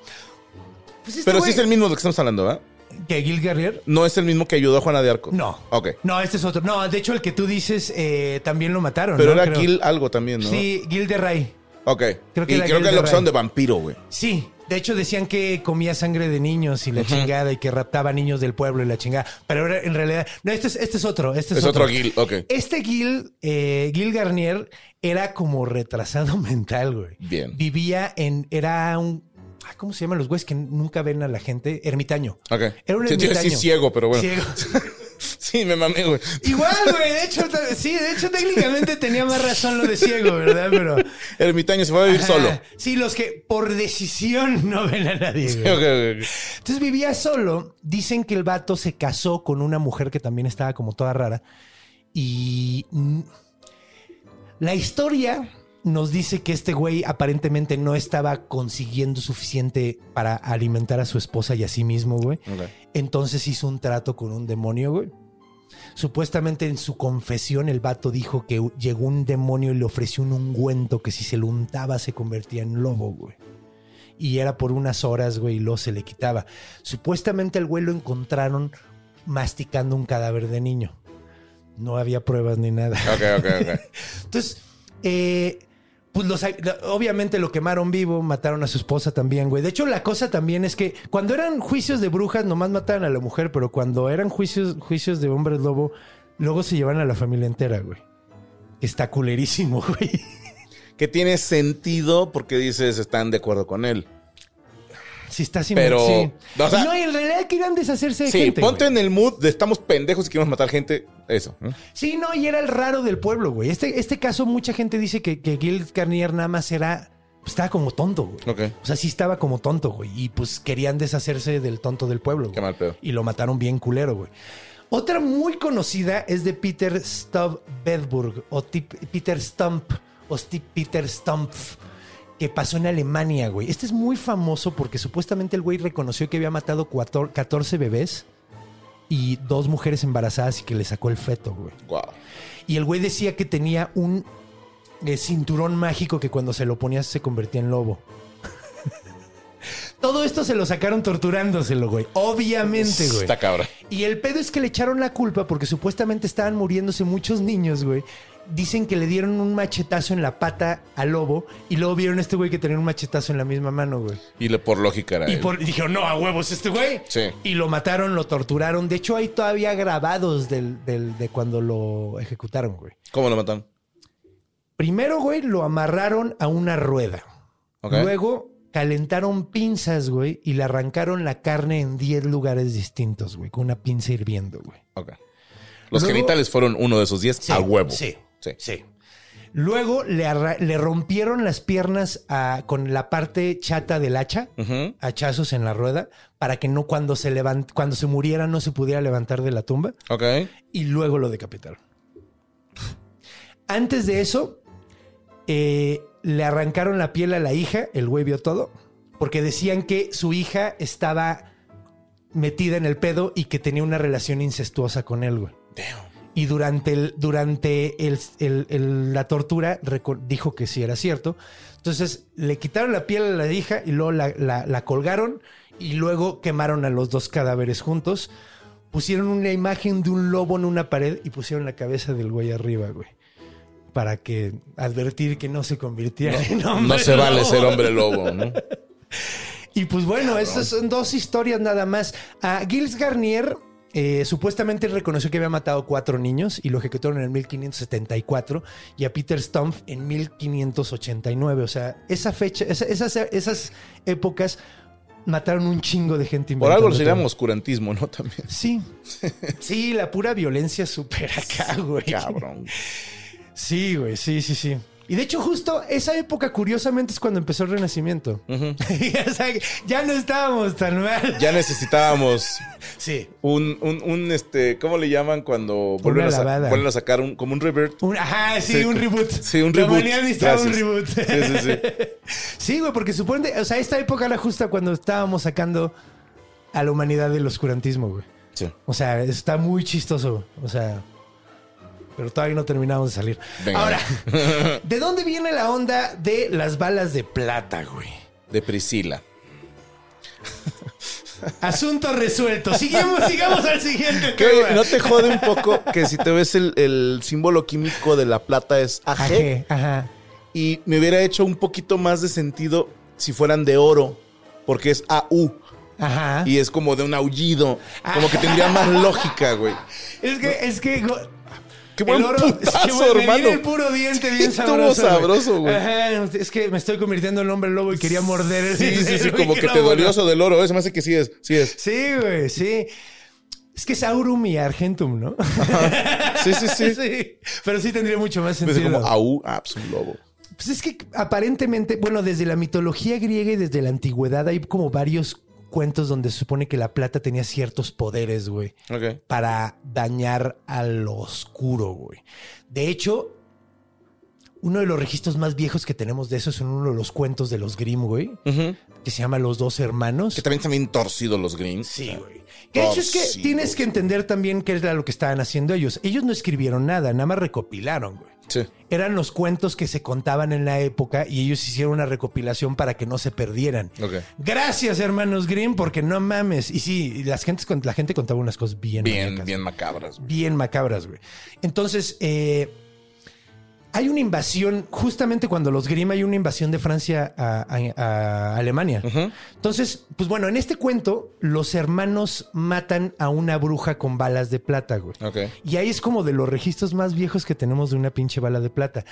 [SPEAKER 1] Pues este
[SPEAKER 3] Pero sí
[SPEAKER 1] güey-
[SPEAKER 3] es el mismo de lo que estamos hablando, ¿verdad?
[SPEAKER 1] ¿Que Gilles Garnier?
[SPEAKER 3] No es el mismo que ayudó a Juana de Arco.
[SPEAKER 1] No.
[SPEAKER 3] Ok.
[SPEAKER 1] No, este es otro. No, de hecho, el que tú dices eh, también lo mataron.
[SPEAKER 3] Pero
[SPEAKER 1] ¿no?
[SPEAKER 3] era
[SPEAKER 1] Creo.
[SPEAKER 3] Gil algo también, ¿no?
[SPEAKER 1] Sí, Gil de Ray.
[SPEAKER 3] Ok.
[SPEAKER 1] Creo que
[SPEAKER 3] y
[SPEAKER 1] era
[SPEAKER 3] creo
[SPEAKER 1] Gil
[SPEAKER 3] que
[SPEAKER 1] de
[SPEAKER 3] la opción
[SPEAKER 1] Ray.
[SPEAKER 3] de vampiro, güey.
[SPEAKER 1] Sí, de hecho decían que comía sangre de niños y la chingada y que raptaba niños del pueblo y la chingada. Pero era- en realidad, no, este es, este es otro. Este es,
[SPEAKER 3] Es otro Gil, ok.
[SPEAKER 1] Este Gil, eh, Gil Garnier, era como retrasado mental, güey.
[SPEAKER 3] Bien.
[SPEAKER 1] Vivía en, era un, ah, ¿cómo se llaman los güeyes que nunca ven a la gente? Ermitaño.
[SPEAKER 3] Ok.
[SPEAKER 1] Era un
[SPEAKER 3] Sí, te iba a
[SPEAKER 1] ermitaño.
[SPEAKER 3] decir ciego, pero bueno.
[SPEAKER 1] Ciego.
[SPEAKER 3] Sí, me mamé, güey.
[SPEAKER 1] Igual, güey, de hecho, t- sí, de hecho técnicamente tenía más razón lo de ciego, ¿verdad? Pero...
[SPEAKER 3] Ermitaño se fue a vivir solo.
[SPEAKER 1] Ah, Sí, los que por decisión no ven a nadie. güey.
[SPEAKER 3] Ok, ok, ok.
[SPEAKER 1] Entonces vivía solo. Dicen que el vato se casó con una mujer que también estaba como toda rara. Y mm, la historia nos dice que este güey aparentemente no estaba consiguiendo suficiente para alimentar a su esposa y a sí mismo, güey.
[SPEAKER 3] Ok.
[SPEAKER 1] Entonces hizo un trato con un demonio, güey. Supuestamente en su confesión el vato dijo que llegó un demonio y le ofreció un ungüento que si se lo untaba se convertía en lobo, güey. y era por unas horas, güey, y luego se le quitaba. Supuestamente al güey lo encontraron masticando un cadáver de niño. No había pruebas ni nada.
[SPEAKER 3] Ok, ok, ok.
[SPEAKER 1] Entonces, eh, pues los, obviamente lo quemaron vivo, mataron a su esposa también, güey. De hecho, la cosa también es que cuando eran juicios de brujas, nomás mataban a la mujer, pero cuando eran juicios, juicios de hombres lobo, luego se llevan a la familia entera, güey. Está culerísimo, güey.
[SPEAKER 3] Que tiene sentido porque dices están de acuerdo con él.
[SPEAKER 1] Si está sin
[SPEAKER 3] Pero,
[SPEAKER 1] sí.
[SPEAKER 3] o sea-
[SPEAKER 1] no, y en realidad querían deshacerse de
[SPEAKER 3] Sí,
[SPEAKER 1] gente.
[SPEAKER 3] ponte
[SPEAKER 1] güey.
[SPEAKER 3] en el mood de estamos pendejos y queremos matar gente. Eso. ¿no?
[SPEAKER 1] Sí, no, y era el raro del pueblo, güey. Este, este caso, mucha gente dice que, que Gil Carnier nada más era. pues, Estaba como tonto, güey.
[SPEAKER 3] Ok.
[SPEAKER 1] O sea, sí estaba como tonto, güey. Y pues querían deshacerse del tonto del pueblo. güey.
[SPEAKER 3] Qué mal pedo.
[SPEAKER 1] Y lo mataron bien culero, güey. Otra muy conocida es de Peter Stubb Bedburg o Ti- Peter Stump o Sti- Peter Stumpf que pasó en Alemania, güey. Este es muy famoso porque supuestamente el güey reconoció que había matado cuator- 14 bebés y dos mujeres embarazadas y que le sacó el feto, güey.
[SPEAKER 3] Wow.
[SPEAKER 1] Y el güey decía que tenía un eh, cinturón mágico que cuando se lo ponías se convertía en lobo. Todo esto se lo sacaron torturándoselo, güey. Obviamente, güey.
[SPEAKER 3] Está cabra.
[SPEAKER 1] Y el pedo es que le echaron la culpa porque supuestamente estaban muriéndose muchos niños, güey. Dicen que le dieron un machetazo en la pata al lobo y luego vieron a este güey que tenía un machetazo en la misma mano, güey.
[SPEAKER 3] Y le- por lógica era
[SPEAKER 1] Y
[SPEAKER 3] él.
[SPEAKER 1] por- y dijeron, no, a huevos este güey.
[SPEAKER 3] Sí.
[SPEAKER 1] Y lo mataron, lo torturaron. De hecho, hay todavía grabados del- del- de cuando lo ejecutaron, güey.
[SPEAKER 3] ¿Cómo lo mataron?
[SPEAKER 1] Primero, güey, lo amarraron a una rueda.
[SPEAKER 3] Ok.
[SPEAKER 1] Luego calentaron pinzas, güey, y le arrancaron la carne en 10 lugares distintos, güey, con una pinza hirviendo, güey.
[SPEAKER 3] Ok. Los
[SPEAKER 1] Luego-
[SPEAKER 3] genitales fueron uno de esos 10
[SPEAKER 1] Sí,
[SPEAKER 3] a huevo.
[SPEAKER 1] Sí.
[SPEAKER 3] Sí.
[SPEAKER 1] Sí. Luego le, arra- le rompieron las piernas a- con la parte chata del hacha,
[SPEAKER 3] Ujú.
[SPEAKER 1] hachazos en la rueda, para que no cuando se levant- cuando se muriera no se pudiera levantar de la tumba.
[SPEAKER 3] Ok.
[SPEAKER 1] y luego lo decapitaron. Antes de eso, eh, le arrancaron la piel a la hija, el güey vio todo, porque decían que su hija estaba metida en el pedo y que tenía una relación incestuosa con él, güey. Y durante, el, durante el- el- el- la tortura reco- dijo que sí era cierto. Entonces le quitaron la piel a la hija y luego la, la- la colgaron y luego quemaron a los dos cadáveres juntos. Pusieron una imagen de un lobo en una pared y pusieron la cabeza del güey arriba, güey. Para que advertir que no se convirtiera en hombre.
[SPEAKER 3] No se vale
[SPEAKER 1] lobo.
[SPEAKER 3] ser hombre lobo, ¿no?
[SPEAKER 1] Y pues bueno, estas son dos historias nada más. A Gilles Garnier eh, supuestamente él reconoció que había matado cuatro niños y lo ejecutaron en el 1574 y a Peter Stumpf en 1589. O sea, esa fecha, esa- esas, esas épocas mataron un chingo de gente.
[SPEAKER 3] Por
[SPEAKER 1] inventando
[SPEAKER 3] algo lo
[SPEAKER 1] todo.
[SPEAKER 3] llaman oscurantismo, ¿no? También.
[SPEAKER 1] Sí, sí, la pura violencia super acá, güey.
[SPEAKER 3] Cabrón.
[SPEAKER 1] Sí, güey, sí, sí, sí. Y de hecho, justo esa época, curiosamente, es cuando empezó el Renacimiento.
[SPEAKER 3] Ujú.
[SPEAKER 1] O sea, ya no estábamos tan mal.
[SPEAKER 3] Ya necesitábamos
[SPEAKER 1] Sí.
[SPEAKER 3] un, un, un, este, ¿cómo le llaman cuando vuelven, a, sa-
[SPEAKER 1] lavada.
[SPEAKER 3] vuelven a sacar un, como un revert?
[SPEAKER 1] Un- ajá, sí,
[SPEAKER 3] Sí.
[SPEAKER 1] un reboot.
[SPEAKER 3] Sí, un reboot.
[SPEAKER 1] La manía necesitaba un
[SPEAKER 3] Gracias.
[SPEAKER 1] reboot.
[SPEAKER 3] Sí, sí, sí.
[SPEAKER 1] Sí, güey, porque supone, o sea, esta época era justa cuando estábamos sacando a la humanidad del oscurantismo, güey.
[SPEAKER 3] Sí.
[SPEAKER 1] O sea, está muy chistoso, o sea, pero todavía no terminamos de salir.
[SPEAKER 3] Venga.
[SPEAKER 1] Ahora, ¿de dónde viene la onda de las balas de plata, güey?
[SPEAKER 3] De Priscila.
[SPEAKER 1] Asunto resuelto. Sigamos, sigamos al siguiente
[SPEAKER 3] Que,
[SPEAKER 1] tema.
[SPEAKER 3] oye, ¿No te jode un poco que si te ves el, el símbolo químico de la plata es AG?
[SPEAKER 1] Ajé, ajá.
[SPEAKER 3] Y me hubiera hecho un poquito más de sentido si fueran de oro, porque es AU
[SPEAKER 1] Ajá.
[SPEAKER 3] y es como de un aullido. Como que tendría
[SPEAKER 1] Ah.
[SPEAKER 3] más lógica, güey.
[SPEAKER 1] Es que, es que go-
[SPEAKER 3] Qué buen
[SPEAKER 1] el oro,
[SPEAKER 3] putazo,
[SPEAKER 1] es que, güey, me
[SPEAKER 3] hermano.
[SPEAKER 1] viene el puro diente
[SPEAKER 3] Sí,
[SPEAKER 1] bien
[SPEAKER 3] estuvo
[SPEAKER 1] sabroso.
[SPEAKER 3] sabroso, güey.
[SPEAKER 1] Ajá, Es que me estoy convirtiendo en hombre lobo y quería morder el
[SPEAKER 3] Sí, sí, sí,
[SPEAKER 1] el
[SPEAKER 3] como que te
[SPEAKER 1] micrófono.
[SPEAKER 3] dolió eso del oro. Eso me hace que sí es, sí es.
[SPEAKER 1] Sí, güey, sí. Es que es aurum y argentum, ¿no?
[SPEAKER 3] Sí, sí, Ah, sí.
[SPEAKER 1] Pero sí tendría mucho más
[SPEAKER 3] Pues es
[SPEAKER 1] sentido.
[SPEAKER 3] como AU, ah, pues un lobo.
[SPEAKER 1] Pues es que aparentemente, bueno, desde la mitología griega y desde la antigüedad hay como varios cuentos donde se supone que la plata tenía ciertos poderes, güey.
[SPEAKER 3] Ok.
[SPEAKER 1] para dañar a lo oscuro, güey. De hecho, uno de los registros más viejos que tenemos de eso es en uno de los cuentos de los Grimm, güey,
[SPEAKER 3] Ujú.
[SPEAKER 1] que se llama Los Dos Hermanos.
[SPEAKER 3] Que también están bien torcidos los greens.
[SPEAKER 1] Sí, güey. Que De hecho es que
[SPEAKER 3] Torcidos.
[SPEAKER 1] tienes que entender también qué era lo que estaban haciendo ellos. Ellos no escribieron nada, nada más recopilaron, güey.
[SPEAKER 3] Sí.
[SPEAKER 1] Eran los cuentos que se contaban en la época y ellos hicieron una recopilación para que no se perdieran.
[SPEAKER 3] Ok.
[SPEAKER 1] Gracias, hermanos Grimm, porque no mames. Y sí, las gentes, con- la gente contaba unas cosas bien
[SPEAKER 3] Bien,
[SPEAKER 1] maníacas,
[SPEAKER 3] bien macabras. güey.
[SPEAKER 1] bien macabras, güey. Entonces, eh, hay una invasión, justamente cuando los Grimm hay una invasión de Francia a, a- a Alemania.
[SPEAKER 3] Ujú.
[SPEAKER 1] Entonces, pues bueno, en este cuento, los hermanos matan a una bruja con balas de plata, güey.
[SPEAKER 3] Ok.
[SPEAKER 1] Y ahí es como de los registros más viejos que tenemos de una pinche bala de plata.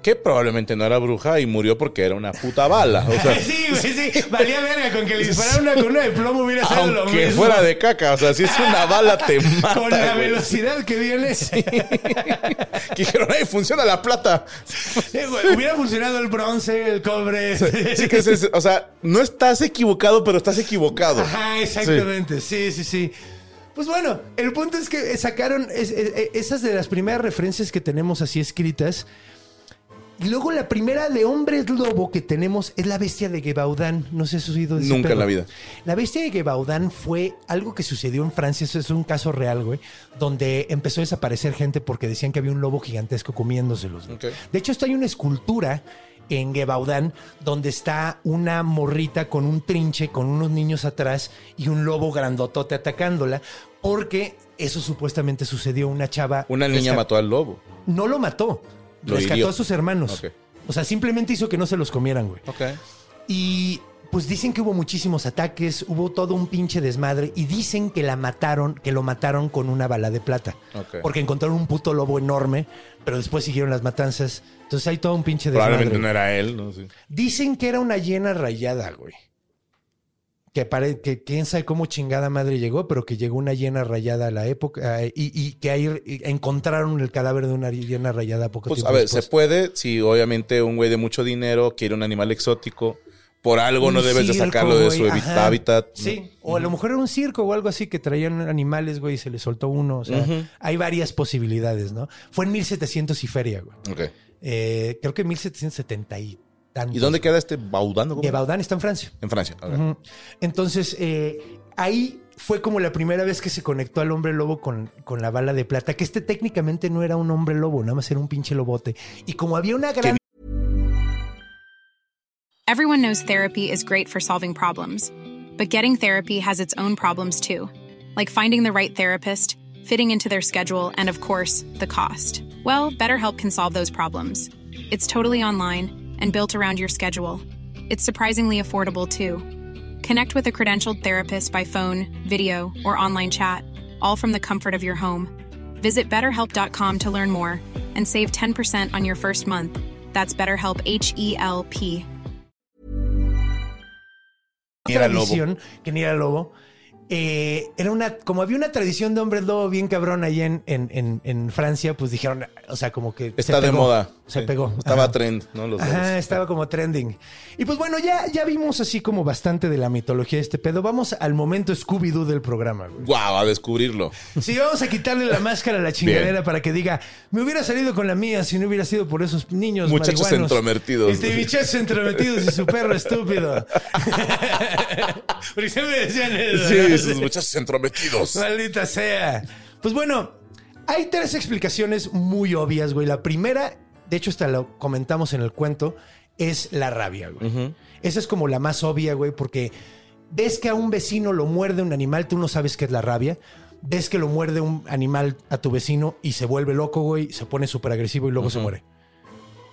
[SPEAKER 3] Que probablemente no era bruja y murió porque era una puta bala. O sea,
[SPEAKER 1] sí, güey, sí. Valía verga. Con que le dispararan una con una de plomo hubiera sido lo mismo.
[SPEAKER 3] aunque fuera de caca, o sea, si es una bala te mata.
[SPEAKER 1] Con la
[SPEAKER 3] güey.
[SPEAKER 1] velocidad que viene,
[SPEAKER 3] Que dijeron, "Ay, funciona la plata."
[SPEAKER 1] eh, güey, hubiera funcionado el bronce, el cobre.
[SPEAKER 3] Sí que es- es- o sea, no estás equivocado, pero estás equivocado.
[SPEAKER 1] Ajá, exactamente. Sí. sí, sí, Pues bueno, el punto es que sacaron es- es- esas de las primeras referencias que tenemos así escritas. Y luego la primera de hombres lobo que tenemos es la bestia de Gebaudán. No sé si has oído de ese
[SPEAKER 3] Nunca en
[SPEAKER 1] pedo.
[SPEAKER 3] la vida.
[SPEAKER 1] La bestia de Gebaudán fue algo que sucedió en Francia. Eso es un caso real, güey. Donde empezó a desaparecer gente porque decían que había un lobo gigantesco comiéndoselos. güey.
[SPEAKER 3] Ok.
[SPEAKER 1] De hecho, hasta hay una escultura en Gebaudán donde está una morrita con un trinche, con unos niños atrás y un lobo grandotote atacándola, porque eso supuestamente sucedió. Una chava.
[SPEAKER 3] Una niña
[SPEAKER 1] resca-
[SPEAKER 3] mató al lobo.
[SPEAKER 1] No lo mató.
[SPEAKER 3] Lo
[SPEAKER 1] rescató
[SPEAKER 3] hirió.
[SPEAKER 1] a sus hermanos.
[SPEAKER 3] Ok.
[SPEAKER 1] O sea, simplemente hizo que no se los comieran, güey.
[SPEAKER 3] Ok.
[SPEAKER 1] Y pues dicen que hubo muchísimos ataques, hubo todo un pinche desmadre y dicen que la mataron, que lo mataron con una bala de plata.
[SPEAKER 3] Ok.
[SPEAKER 1] Porque encontraron un puto lobo enorme, pero después siguieron las matanzas. Entonces hay todo un pinche desmadre.
[SPEAKER 3] Probablemente no era él, ¿no? Sí.
[SPEAKER 1] Dicen que era una hiena rayada, güey. Que, pare- que quién sabe cómo chingada madre llegó, pero que llegó una hiena rayada a la época eh, y, y que ahí y encontraron el cadáver de una hiena rayada poco
[SPEAKER 3] Pues
[SPEAKER 1] tiempo
[SPEAKER 3] a ver,
[SPEAKER 1] después.
[SPEAKER 3] se puede si obviamente un güey de mucho dinero quiere un animal exótico. Por algo no
[SPEAKER 1] Un
[SPEAKER 3] debes de
[SPEAKER 1] circo,
[SPEAKER 3] sacarlo de
[SPEAKER 1] güey,
[SPEAKER 3] su habi-
[SPEAKER 1] ajá.
[SPEAKER 3] hábitat. ¿no?
[SPEAKER 1] Sí, o a lo mejor era un circo o algo así que traían animales, güey, y se les soltó uno. O sea, hay varias posibilidades, ¿no? Fue en 1700 y feria, güey.
[SPEAKER 3] Ok.
[SPEAKER 1] Eh, creo que 1770 y tantos.
[SPEAKER 3] ¿Y dónde queda este baudando? ¿Cómo?
[SPEAKER 1] De Baudán está en Francia.
[SPEAKER 3] En Francia. ok.
[SPEAKER 1] Ujú. Entonces, eh, ahí fue como la primera vez que se conectó al hombre lobo con, con la bala de plata, que este técnicamente no era un hombre lobo, nada más era un pinche lobote. Y como había una gran
[SPEAKER 4] Everyone knows therapy is great for solving problems, but getting therapy has its own problems too, like finding the right therapist, fitting into their schedule, and of course, the cost. Well, BetterHelp can solve those problems. It's totally online and built around your schedule. It's surprisingly affordable too. Connect with a credentialed therapist by phone, video, or online chat, all from the comfort of your home. Visit betterhelp.com to learn more and save 10% on your first month. That's BetterHelp H E L P.
[SPEAKER 3] Ni era lobo.
[SPEAKER 1] tradición, que ni era lobo. eh, era una, como había una tradición de hombres lobo bien cabrón allá en, en- en- en Francia, pues dijeron, o sea, como que. se
[SPEAKER 3] Está de
[SPEAKER 1] pegó,
[SPEAKER 3] moda.
[SPEAKER 1] Se
[SPEAKER 3] Sí.
[SPEAKER 1] pegó.
[SPEAKER 3] Estaba
[SPEAKER 1] Ajá.
[SPEAKER 3] trend, ¿no? Los lobos.
[SPEAKER 1] Ajá, estaba como trending. Y pues bueno, ya, ya vimos así como bastante de la mitología de este pedo. Vamos al momento Scooby-Doo del programa, güey.
[SPEAKER 3] Guau, a descubrirlo.
[SPEAKER 1] Si vamos a quitarle la máscara a la chingadera
[SPEAKER 3] Bien.
[SPEAKER 1] para que diga, me hubiera salido con la mía si no hubiera sido por esos niños.
[SPEAKER 3] Muchachos
[SPEAKER 1] marihuanos".
[SPEAKER 3] entrometidos.
[SPEAKER 1] Este muchachos entrometidos y su perro estúpido. Porque siempre decían eso.
[SPEAKER 3] Sí,
[SPEAKER 1] ¿no?
[SPEAKER 3] esos muchachos entrometidos.
[SPEAKER 1] Maldita sea. Pues bueno, hay tres explicaciones muy obvias, güey. La primera, de hecho, hasta lo comentamos en el cuento, es la rabia, güey. Esa es como la más obvia, güey, porque ves que a un vecino lo muerde un animal, tú no sabes qué es la rabia. Ves que lo muerde un animal a tu vecino y se vuelve loco, güey, se pone súper agresivo y luego se muere.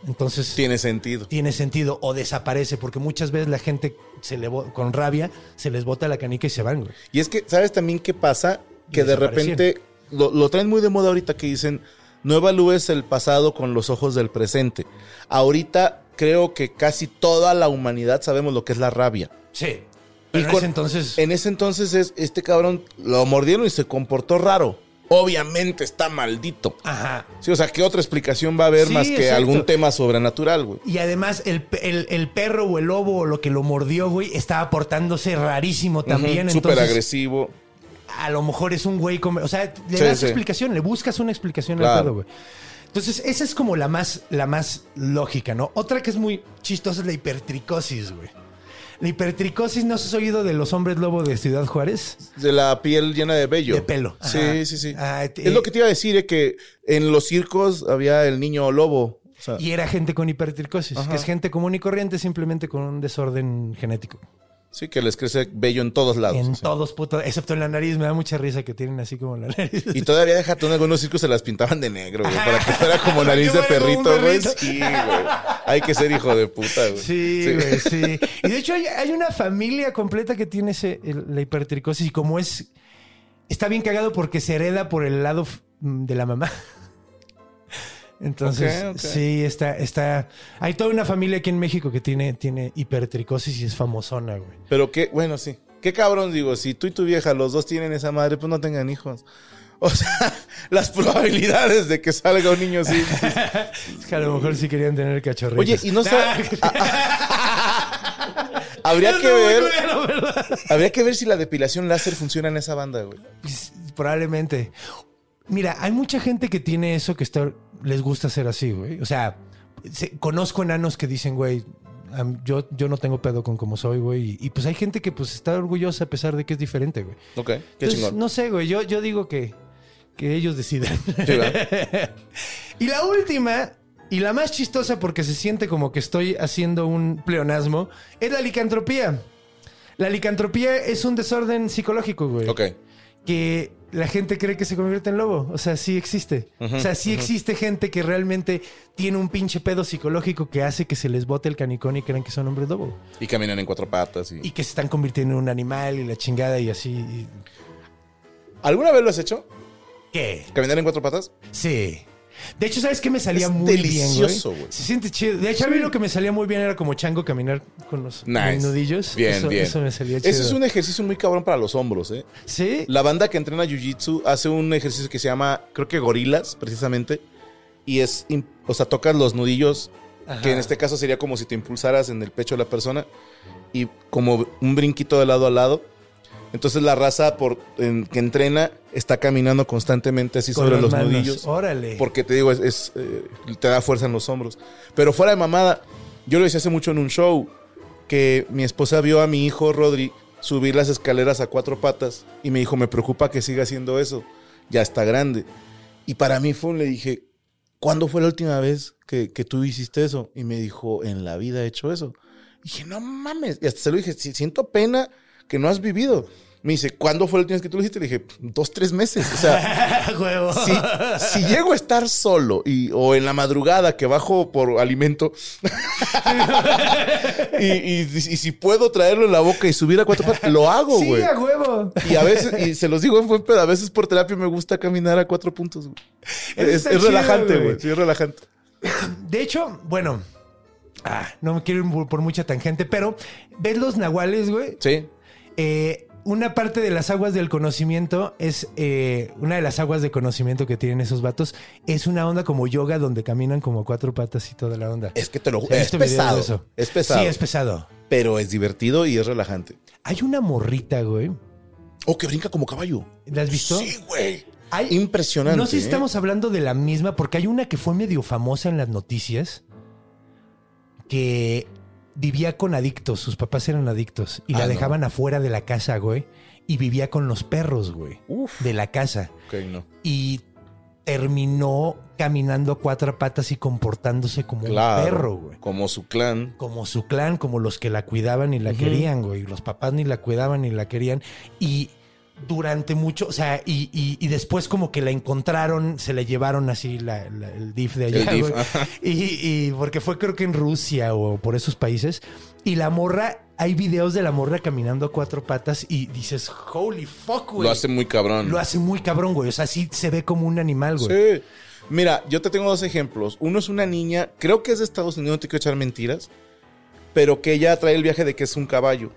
[SPEAKER 1] Entonces
[SPEAKER 3] Tiene sentido.
[SPEAKER 1] tiene sentido o desaparece, porque muchas veces la gente se le bo- con rabia se les bota la canica y se van, güey.
[SPEAKER 3] Y es que, ¿sabes también qué pasa? Que de
[SPEAKER 1] Desaparecieron.
[SPEAKER 3] repente lo, lo traen muy de moda ahorita que dicen, no evalúes el pasado con los ojos del presente. Ahorita creo que casi toda la humanidad sabemos lo que es la rabia.
[SPEAKER 1] Sí. Pero en
[SPEAKER 3] con-
[SPEAKER 1] ese entonces.
[SPEAKER 3] En ese entonces es, este cabrón lo mordieron y se comportó raro. Obviamente está maldito.
[SPEAKER 1] Ajá.
[SPEAKER 3] Sí, o sea, ¿qué otra explicación va a haber
[SPEAKER 1] Sí,
[SPEAKER 3] más que
[SPEAKER 1] exacto.
[SPEAKER 3] algún tema sobrenatural, güey?
[SPEAKER 1] Y además, el, pe- el- el perro o el lobo o lo que lo mordió, güey, estaba portándose rarísimo también.
[SPEAKER 3] Ujú,
[SPEAKER 1] entonces,
[SPEAKER 3] Súper agresivo.
[SPEAKER 1] a lo mejor es un güey come- O sea, le
[SPEAKER 3] Sí,
[SPEAKER 1] das
[SPEAKER 3] sí.
[SPEAKER 1] explicación, le buscas una explicación al
[SPEAKER 3] Claro.
[SPEAKER 1] pedo, güey. Entonces, esa es como la más, la más lógica, ¿no? Otra que es muy chistosa es la hipertricosis, güey. La hipertricosis, ¿no has oído de los hombres lobo de Ciudad Juárez?
[SPEAKER 3] De la piel llena de vello.
[SPEAKER 1] De pelo.
[SPEAKER 3] Sí,
[SPEAKER 1] Ajá.
[SPEAKER 3] sí, sí.
[SPEAKER 1] Ah, te-
[SPEAKER 3] es lo que te iba a decir, eh, que en los circos había el niño lobo. O sea,
[SPEAKER 1] Y era gente con hipertricosis,
[SPEAKER 3] Ajá.
[SPEAKER 1] que es gente común y corriente, simplemente con un desorden genético.
[SPEAKER 3] sí, que les crece vello en todos lados.
[SPEAKER 1] en
[SPEAKER 3] Sí.
[SPEAKER 1] todos putos, excepto en la nariz, me da mucha risa que tienen así como la nariz.
[SPEAKER 3] Y todavía deja tú, en algunos circos se las pintaban de negro, güey, para que fuera como nariz de
[SPEAKER 1] Para que fuera como
[SPEAKER 3] perrito,
[SPEAKER 1] un
[SPEAKER 3] güey.
[SPEAKER 1] perrito.
[SPEAKER 3] Sí, güey. Hay que ser hijo de puta, güey.
[SPEAKER 1] Sí, güey, sí. Y de hecho hay, hay una familia completa que tiene ese, el- la hipertricosis y como es... Está bien cagado porque se hereda por el lado f- mm, de la mamá. Entonces,
[SPEAKER 3] Ok, ok.
[SPEAKER 1] sí, está, está... Hay toda una familia aquí en México que tiene, tiene hipertricosis y es famosona, güey.
[SPEAKER 3] Pero qué, bueno, sí. Qué cabrón, digo, si tú y tu vieja, los dos tienen esa madre, pues no tengan hijos. O sea, las probabilidades de que salga un niño así. sí, sí.
[SPEAKER 1] Es que a lo mejor sí querían tener cachorritos.
[SPEAKER 3] Oye, y no sé.
[SPEAKER 1] Ah,
[SPEAKER 3] Habría
[SPEAKER 1] es
[SPEAKER 3] que
[SPEAKER 1] muy
[SPEAKER 3] ver.
[SPEAKER 1] culero, ¿verdad?
[SPEAKER 3] Habría que ver si la depilación láser funciona en esa banda, güey.
[SPEAKER 1] Pues, probablemente. Mira, hay mucha gente que tiene eso que está, les gusta ser así, güey. O sea, se- conozco enanos que dicen, güey, am- yo, yo no tengo pedo con cómo soy, güey. Y, y, pues hay gente que pues está orgullosa a pesar de que es diferente, güey.
[SPEAKER 3] Ok, qué
[SPEAKER 1] Entonces,
[SPEAKER 3] chingón.
[SPEAKER 1] Pues No sé, güey. Yo, yo digo que, que ellos decidan.
[SPEAKER 3] Sí, ¿verdad?
[SPEAKER 1] y la última, y la más chistosa porque se siente como que estoy haciendo un pleonasmo, es la licantropía. La licantropía es un desorden psicológico, güey
[SPEAKER 3] Ok.
[SPEAKER 1] que la gente cree que se convierte en lobo. O sea, sí existe. o sea, sí existe gente que realmente tiene un pinche pedo psicológico que hace que se les bote el canicón y crean que son hombres lobo.
[SPEAKER 3] Y caminan en cuatro patas. Y...
[SPEAKER 1] Y que se están convirtiendo en un animal y la chingada y así. y-
[SPEAKER 3] ¿Alguna vez lo has hecho?
[SPEAKER 1] ¿Qué?
[SPEAKER 3] ¿Caminar en cuatro patas?
[SPEAKER 1] Sí. De hecho, ¿sabes qué me salía
[SPEAKER 3] Es
[SPEAKER 1] muy
[SPEAKER 3] delicioso,
[SPEAKER 1] bien,
[SPEAKER 3] güey.
[SPEAKER 1] güey? Se siente chido. De hecho, a mí lo que me salía muy bien era como chango caminar con los
[SPEAKER 3] Nice.
[SPEAKER 1] nudillos.
[SPEAKER 3] Bien,
[SPEAKER 1] eso,
[SPEAKER 3] bien.
[SPEAKER 1] Eso me salía chido.
[SPEAKER 3] Ese es un ejercicio muy cabrón para los hombros, ¿eh?
[SPEAKER 1] ¿Sí?
[SPEAKER 3] La banda que entrena jiu-jitsu hace un ejercicio que se llama, creo que gorilas, precisamente. Y es, im- o sea, tocas los nudillos,
[SPEAKER 1] Ajá.
[SPEAKER 3] que en este caso sería como si te impulsaras en el pecho de la persona y como un brinquito de lado a lado. Entonces la raza por, en- que entrena está caminando constantemente así
[SPEAKER 1] Con
[SPEAKER 3] sobre
[SPEAKER 1] las
[SPEAKER 3] los
[SPEAKER 1] manos.
[SPEAKER 3] nudillos.
[SPEAKER 1] Órale.
[SPEAKER 3] Porque te digo, es, es, eh, te da fuerza en los hombros. Pero fuera de mamada, yo lo hice hace mucho en un show que mi esposa vio a mi hijo Rodri subir las escaleras a cuatro patas y me dijo, me preocupa que siga haciendo eso, ya está grande. Y para mí fue, un- le dije, ¿cuándo fue la última vez que, que tú hiciste eso? Y me dijo, en la vida he hecho eso. Y dije, no mames. Y hasta se lo dije, "Si- siento pena que no has vivido. Me dice, ¿cuándo fue la última vez que tú lo hiciste? Le dije, dos, tres meses. O sea,
[SPEAKER 1] Huevo.
[SPEAKER 3] si, si llego a estar solo y, o en la madrugada que bajo por alimento y, y- y si puedo traerlo en la boca y subir a cuatro patas, lo hago,
[SPEAKER 1] Sí,
[SPEAKER 3] güey.
[SPEAKER 1] a huevo.
[SPEAKER 3] y a veces, y se los digo, fue, pero a veces por terapia me gusta caminar a cuatro puntos, güey.
[SPEAKER 1] Eso
[SPEAKER 3] Es,
[SPEAKER 1] está
[SPEAKER 3] es
[SPEAKER 1] chido,
[SPEAKER 3] relajante,
[SPEAKER 1] güey.
[SPEAKER 3] güey. Sí, es relajante.
[SPEAKER 1] De hecho, bueno, ah, no me quiero ir por- por mucha tangente, pero ves los nahuales, güey.
[SPEAKER 3] Sí.
[SPEAKER 1] Eh, una parte de las aguas del conocimiento es eh, una de las aguas de conocimiento que tienen esos vatos. Es una onda como yoga donde caminan como cuatro patas y toda la onda.
[SPEAKER 3] Es que te lo
[SPEAKER 1] ¿Has
[SPEAKER 3] juro. Es
[SPEAKER 1] visto videos de
[SPEAKER 3] pesado.
[SPEAKER 1] eso?
[SPEAKER 3] Es pesado.
[SPEAKER 1] Sí, es pesado.
[SPEAKER 3] pero es divertido y es relajante.
[SPEAKER 1] Hay una morrita, güey.
[SPEAKER 3] Oh, que brinca como caballo.
[SPEAKER 1] ¿La has visto?
[SPEAKER 3] Sí, güey.
[SPEAKER 1] Hay-
[SPEAKER 3] Impresionante.
[SPEAKER 1] No sé si
[SPEAKER 3] ¿eh?
[SPEAKER 1] estamos hablando de la misma, porque hay una que fue medio famosa en las noticias que vivía con adictos, sus papás eran adictos y
[SPEAKER 3] Ah,
[SPEAKER 1] la
[SPEAKER 3] no.
[SPEAKER 1] dejaban afuera de la casa, güey, y vivía con los perros, güey,
[SPEAKER 3] Uf.
[SPEAKER 1] de la casa
[SPEAKER 3] Ok, no.
[SPEAKER 1] y terminó caminando a cuatro patas y comportándose como
[SPEAKER 3] Claro.
[SPEAKER 1] un perro, güey.
[SPEAKER 3] Como su clan.
[SPEAKER 1] Como su clan, como los que la cuidaban y la
[SPEAKER 3] Ujú.
[SPEAKER 1] querían, güey. Los papás ni la cuidaban ni la querían. Y durante mucho, o sea, y, y- y después como que la encontraron, se la llevaron así la- la- el DIF de allá,
[SPEAKER 3] El DIF, ah,
[SPEAKER 1] güey.
[SPEAKER 3] ajá.
[SPEAKER 1] Y, y porque fue creo que en Rusia o por esos países. Y la morra, hay videos de la morra caminando a cuatro patas y dices, holy fuck, güey.
[SPEAKER 3] Lo hace muy cabrón.
[SPEAKER 1] Lo hace muy cabrón, güey. O sea, sí se ve como un animal, güey.
[SPEAKER 3] Sí. Mira, yo te tengo dos ejemplos. Uno es una niña, creo que es de Estados Unidos, no te quiero echar mentiras, pero que ella trae el viaje de que es un caballo.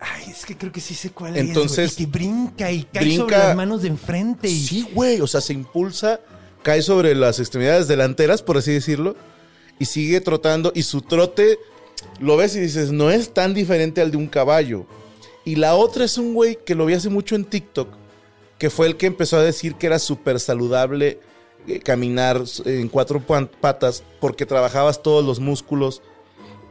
[SPEAKER 1] Ay, es que creo que sí sé cuál
[SPEAKER 3] Entonces-
[SPEAKER 1] es. güey. Y que brinca y cae sobre
[SPEAKER 3] Brinca-
[SPEAKER 1] las manos de enfrente. Y,
[SPEAKER 3] Sí, güey. O sea, se impulsa, cae sobre las extremidades delanteras, por así decirlo, y sigue trotando. Y su trote, lo ves y dices, no es tan diferente al de un caballo. Y la otra es un güey que lo vi hace mucho en TikTok, que fue el que empezó a decir que era súper saludable eh, caminar en cuatro pan- patas porque trabajabas todos los músculos.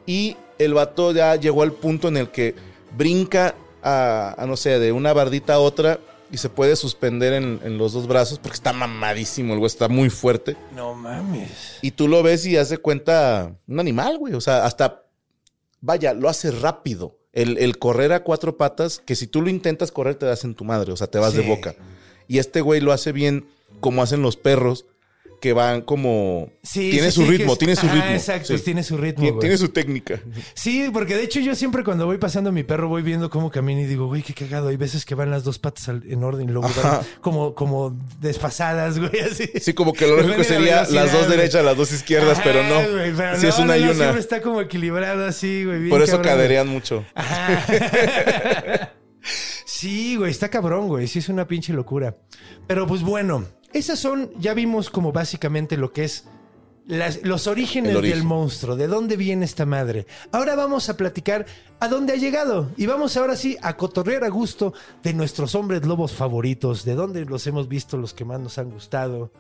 [SPEAKER 3] Y el vato ya llegó al punto en el que brinca a, a, no sé, de una bardita a otra y se puede suspender en, en los dos brazos porque está mamadísimo, el güey está muy fuerte.
[SPEAKER 1] No mames.
[SPEAKER 3] Y tú lo ves y hace cuenta un animal, güey. O sea, hasta, vaya, lo hace rápido. El, el correr a cuatro patas, que si tú lo intentas correr te das en tu madre, o sea, te vas
[SPEAKER 1] Sí.
[SPEAKER 3] de boca. Y este güey lo hace bien como hacen los perros, que van como...
[SPEAKER 1] Sí,
[SPEAKER 3] tiene
[SPEAKER 1] sí,
[SPEAKER 3] su
[SPEAKER 1] sí, que
[SPEAKER 3] ritmo,
[SPEAKER 1] es-
[SPEAKER 3] tiene su
[SPEAKER 1] Ah,
[SPEAKER 3] ritmo.
[SPEAKER 1] Exacto,
[SPEAKER 3] Sí.
[SPEAKER 1] tiene su ritmo.
[SPEAKER 3] Tiene-
[SPEAKER 1] güey.
[SPEAKER 3] tiene su técnica.
[SPEAKER 1] Sí, porque de hecho yo siempre cuando voy pasando a mi perro voy viendo cómo camina y digo, güey, qué cagado. Hay veces que van las dos patas al- en orden, luego van
[SPEAKER 3] Ajá.
[SPEAKER 1] como, como desfasadas, güey, así.
[SPEAKER 3] Sí, como que lo
[SPEAKER 1] Depende de
[SPEAKER 3] lógico
[SPEAKER 1] la
[SPEAKER 3] sería
[SPEAKER 1] velocidad,
[SPEAKER 3] las dos
[SPEAKER 1] güey.
[SPEAKER 3] derechas, las dos izquierdas,
[SPEAKER 1] Ajá,
[SPEAKER 3] pero no.
[SPEAKER 1] güey, pero
[SPEAKER 3] Si
[SPEAKER 1] no,
[SPEAKER 3] es una
[SPEAKER 1] no,
[SPEAKER 3] y
[SPEAKER 1] no,
[SPEAKER 3] una.
[SPEAKER 1] Siempre está como equilibrado así, güey. bien
[SPEAKER 3] Por eso
[SPEAKER 1] cabrón, güey.
[SPEAKER 3] caderean mucho.
[SPEAKER 1] Ajá. sí, güey, está cabrón, güey. Sí, es una pinche locura. Pero pues bueno, esas son, ya vimos como básicamente lo que es las- los orígenes
[SPEAKER 3] El origen.
[SPEAKER 1] del monstruo, de dónde viene esta madre. Ahora vamos a platicar a dónde ha llegado y vamos ahora sí a cotorrear a gusto de nuestros hombres lobos favoritos, de dónde los hemos visto, los que más nos han gustado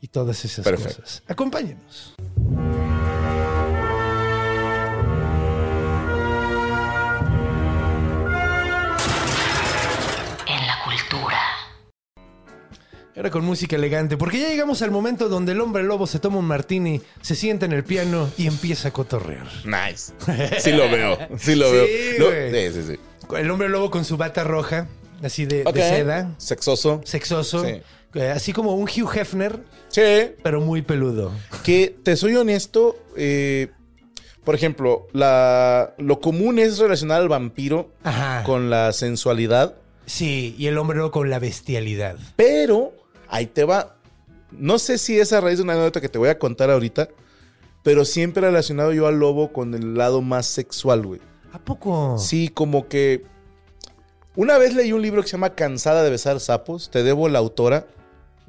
[SPEAKER 1] y todas esas
[SPEAKER 3] Perfecto.
[SPEAKER 1] cosas. Acompáñenos.
[SPEAKER 2] en la cultura.
[SPEAKER 1] Ahora con música elegante, porque ya llegamos al momento donde el hombre lobo se toma un martini, se sienta en el piano y empieza a cotorrear.
[SPEAKER 3] Nice. Sí lo veo. Sí lo
[SPEAKER 1] Sí,
[SPEAKER 3] veo. Lo-
[SPEAKER 1] güey.
[SPEAKER 3] sí, sí, sí.
[SPEAKER 1] El hombre lobo con su bata roja, así de, de
[SPEAKER 3] Ok.
[SPEAKER 1] seda,
[SPEAKER 3] Sexoso.
[SPEAKER 1] sexoso,
[SPEAKER 3] Sí.
[SPEAKER 1] eh, así como un Hugh Hefner,
[SPEAKER 3] Sí.
[SPEAKER 1] pero muy peludo.
[SPEAKER 3] Que te soy honesto. eh, por ejemplo, la, lo común es relacionar al vampiro
[SPEAKER 1] Ajá.
[SPEAKER 3] con la sensualidad.
[SPEAKER 1] Sí, y el hombre lobo con la bestialidad.
[SPEAKER 3] Pero ahí te va. No sé si es a raíz de una anécdota que te voy a contar ahorita. Pero siempre he relacionado yo al lobo con el lado más sexual, güey.
[SPEAKER 1] ¿A poco?
[SPEAKER 3] Sí, como que. Una vez leí un libro que se llama Cansada de besar sapos. Te debo la autora.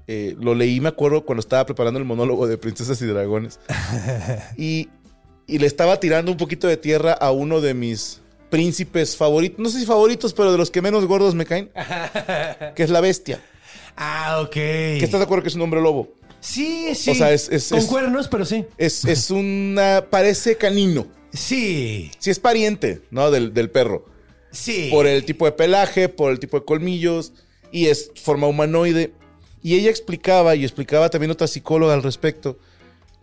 [SPEAKER 3] Eh, lo leí, me acuerdo, cuando estaba preparando el monólogo de Princesas y Dragones. Y, y le estaba tirando un poquito de tierra a uno de mis príncipes favoritos. No sé si favoritos, pero de los que menos gordos me caen. Que es la bestia.
[SPEAKER 1] Ah, ok.
[SPEAKER 3] Que estás de acuerdo que es un hombre lobo.
[SPEAKER 1] Sí, sí.
[SPEAKER 3] O sea, es- es-
[SPEAKER 1] con
[SPEAKER 3] es-
[SPEAKER 1] cuernos, pero sí.
[SPEAKER 3] Es, es una. Parece canino.
[SPEAKER 1] Sí,
[SPEAKER 3] Sí, es pariente, ¿no? Del, del perro.
[SPEAKER 1] sí.
[SPEAKER 3] por el tipo de pelaje, por el tipo de colmillos y es forma humanoide. Y ella explicaba, y explicaba también otra psicóloga al respecto,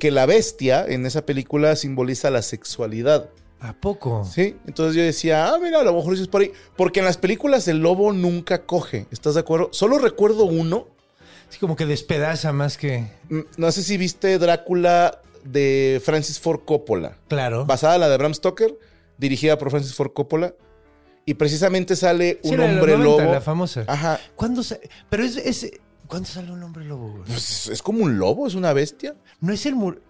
[SPEAKER 3] que la bestia en esa película simboliza la sexualidad,
[SPEAKER 1] ¿A poco?
[SPEAKER 3] ¿sí? Entonces yo decía, ah, mira, a lo mejor eso es por ahí. Porque en las películas el lobo nunca coge, ¿estás de acuerdo? Solo recuerdo uno,
[SPEAKER 1] Así como que despedaza más que...
[SPEAKER 3] mm, no sé si viste Drácula de Francis Ford Coppola.
[SPEAKER 1] Claro.
[SPEAKER 3] basada en la de Bram Stoker, dirigida por Francis Ford Coppola. Y precisamente sale
[SPEAKER 1] Sí,
[SPEAKER 3] un
[SPEAKER 1] la de los
[SPEAKER 3] hombre
[SPEAKER 1] 90,
[SPEAKER 3] lobo.
[SPEAKER 1] la famosa.
[SPEAKER 3] Ajá.
[SPEAKER 1] ¿Cuándo sale? Pero es, es- ¿Cuándo sale un hombre lobo? güey?
[SPEAKER 3] Pues, es como un lobo, es una bestia.
[SPEAKER 1] No es el mur...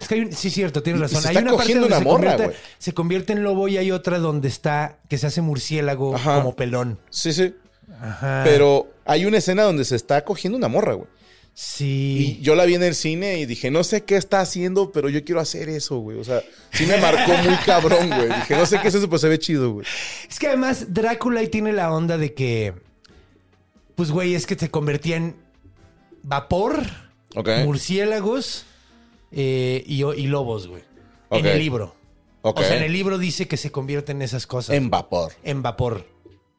[SPEAKER 1] Es que hay un- sí, cierto, tienes
[SPEAKER 3] Y- y
[SPEAKER 1] razón.
[SPEAKER 3] se
[SPEAKER 1] hay
[SPEAKER 3] está
[SPEAKER 1] una parte
[SPEAKER 3] cogiendo
[SPEAKER 1] donde
[SPEAKER 3] una
[SPEAKER 1] se,
[SPEAKER 3] morra,
[SPEAKER 1] convierte,
[SPEAKER 3] güey.
[SPEAKER 1] se convierte en lobo y hay otra donde está que se hace murciélago
[SPEAKER 3] Ajá.
[SPEAKER 1] como pelón.
[SPEAKER 3] Sí, sí.
[SPEAKER 1] Ajá.
[SPEAKER 3] Pero hay una escena donde se está cogiendo una morra, güey. Y
[SPEAKER 1] Sí.
[SPEAKER 3] yo la vi en el cine y dije, no sé qué está haciendo, pero yo quiero hacer eso, güey. O sea, sí me marcó muy cabrón, güey. Dije, no sé qué es eso, pero se ve chido, güey.
[SPEAKER 1] Es que además Drácula ahí tiene la onda de que. Pues güey, es que se convertía en vapor,
[SPEAKER 3] Ok.
[SPEAKER 1] murciélagos eh, y, y lobos, güey.
[SPEAKER 3] Ok.
[SPEAKER 1] En el libro.
[SPEAKER 3] Ok.
[SPEAKER 1] O sea, en el libro dice que se convierte en esas cosas.
[SPEAKER 3] En vapor.
[SPEAKER 1] en vapor.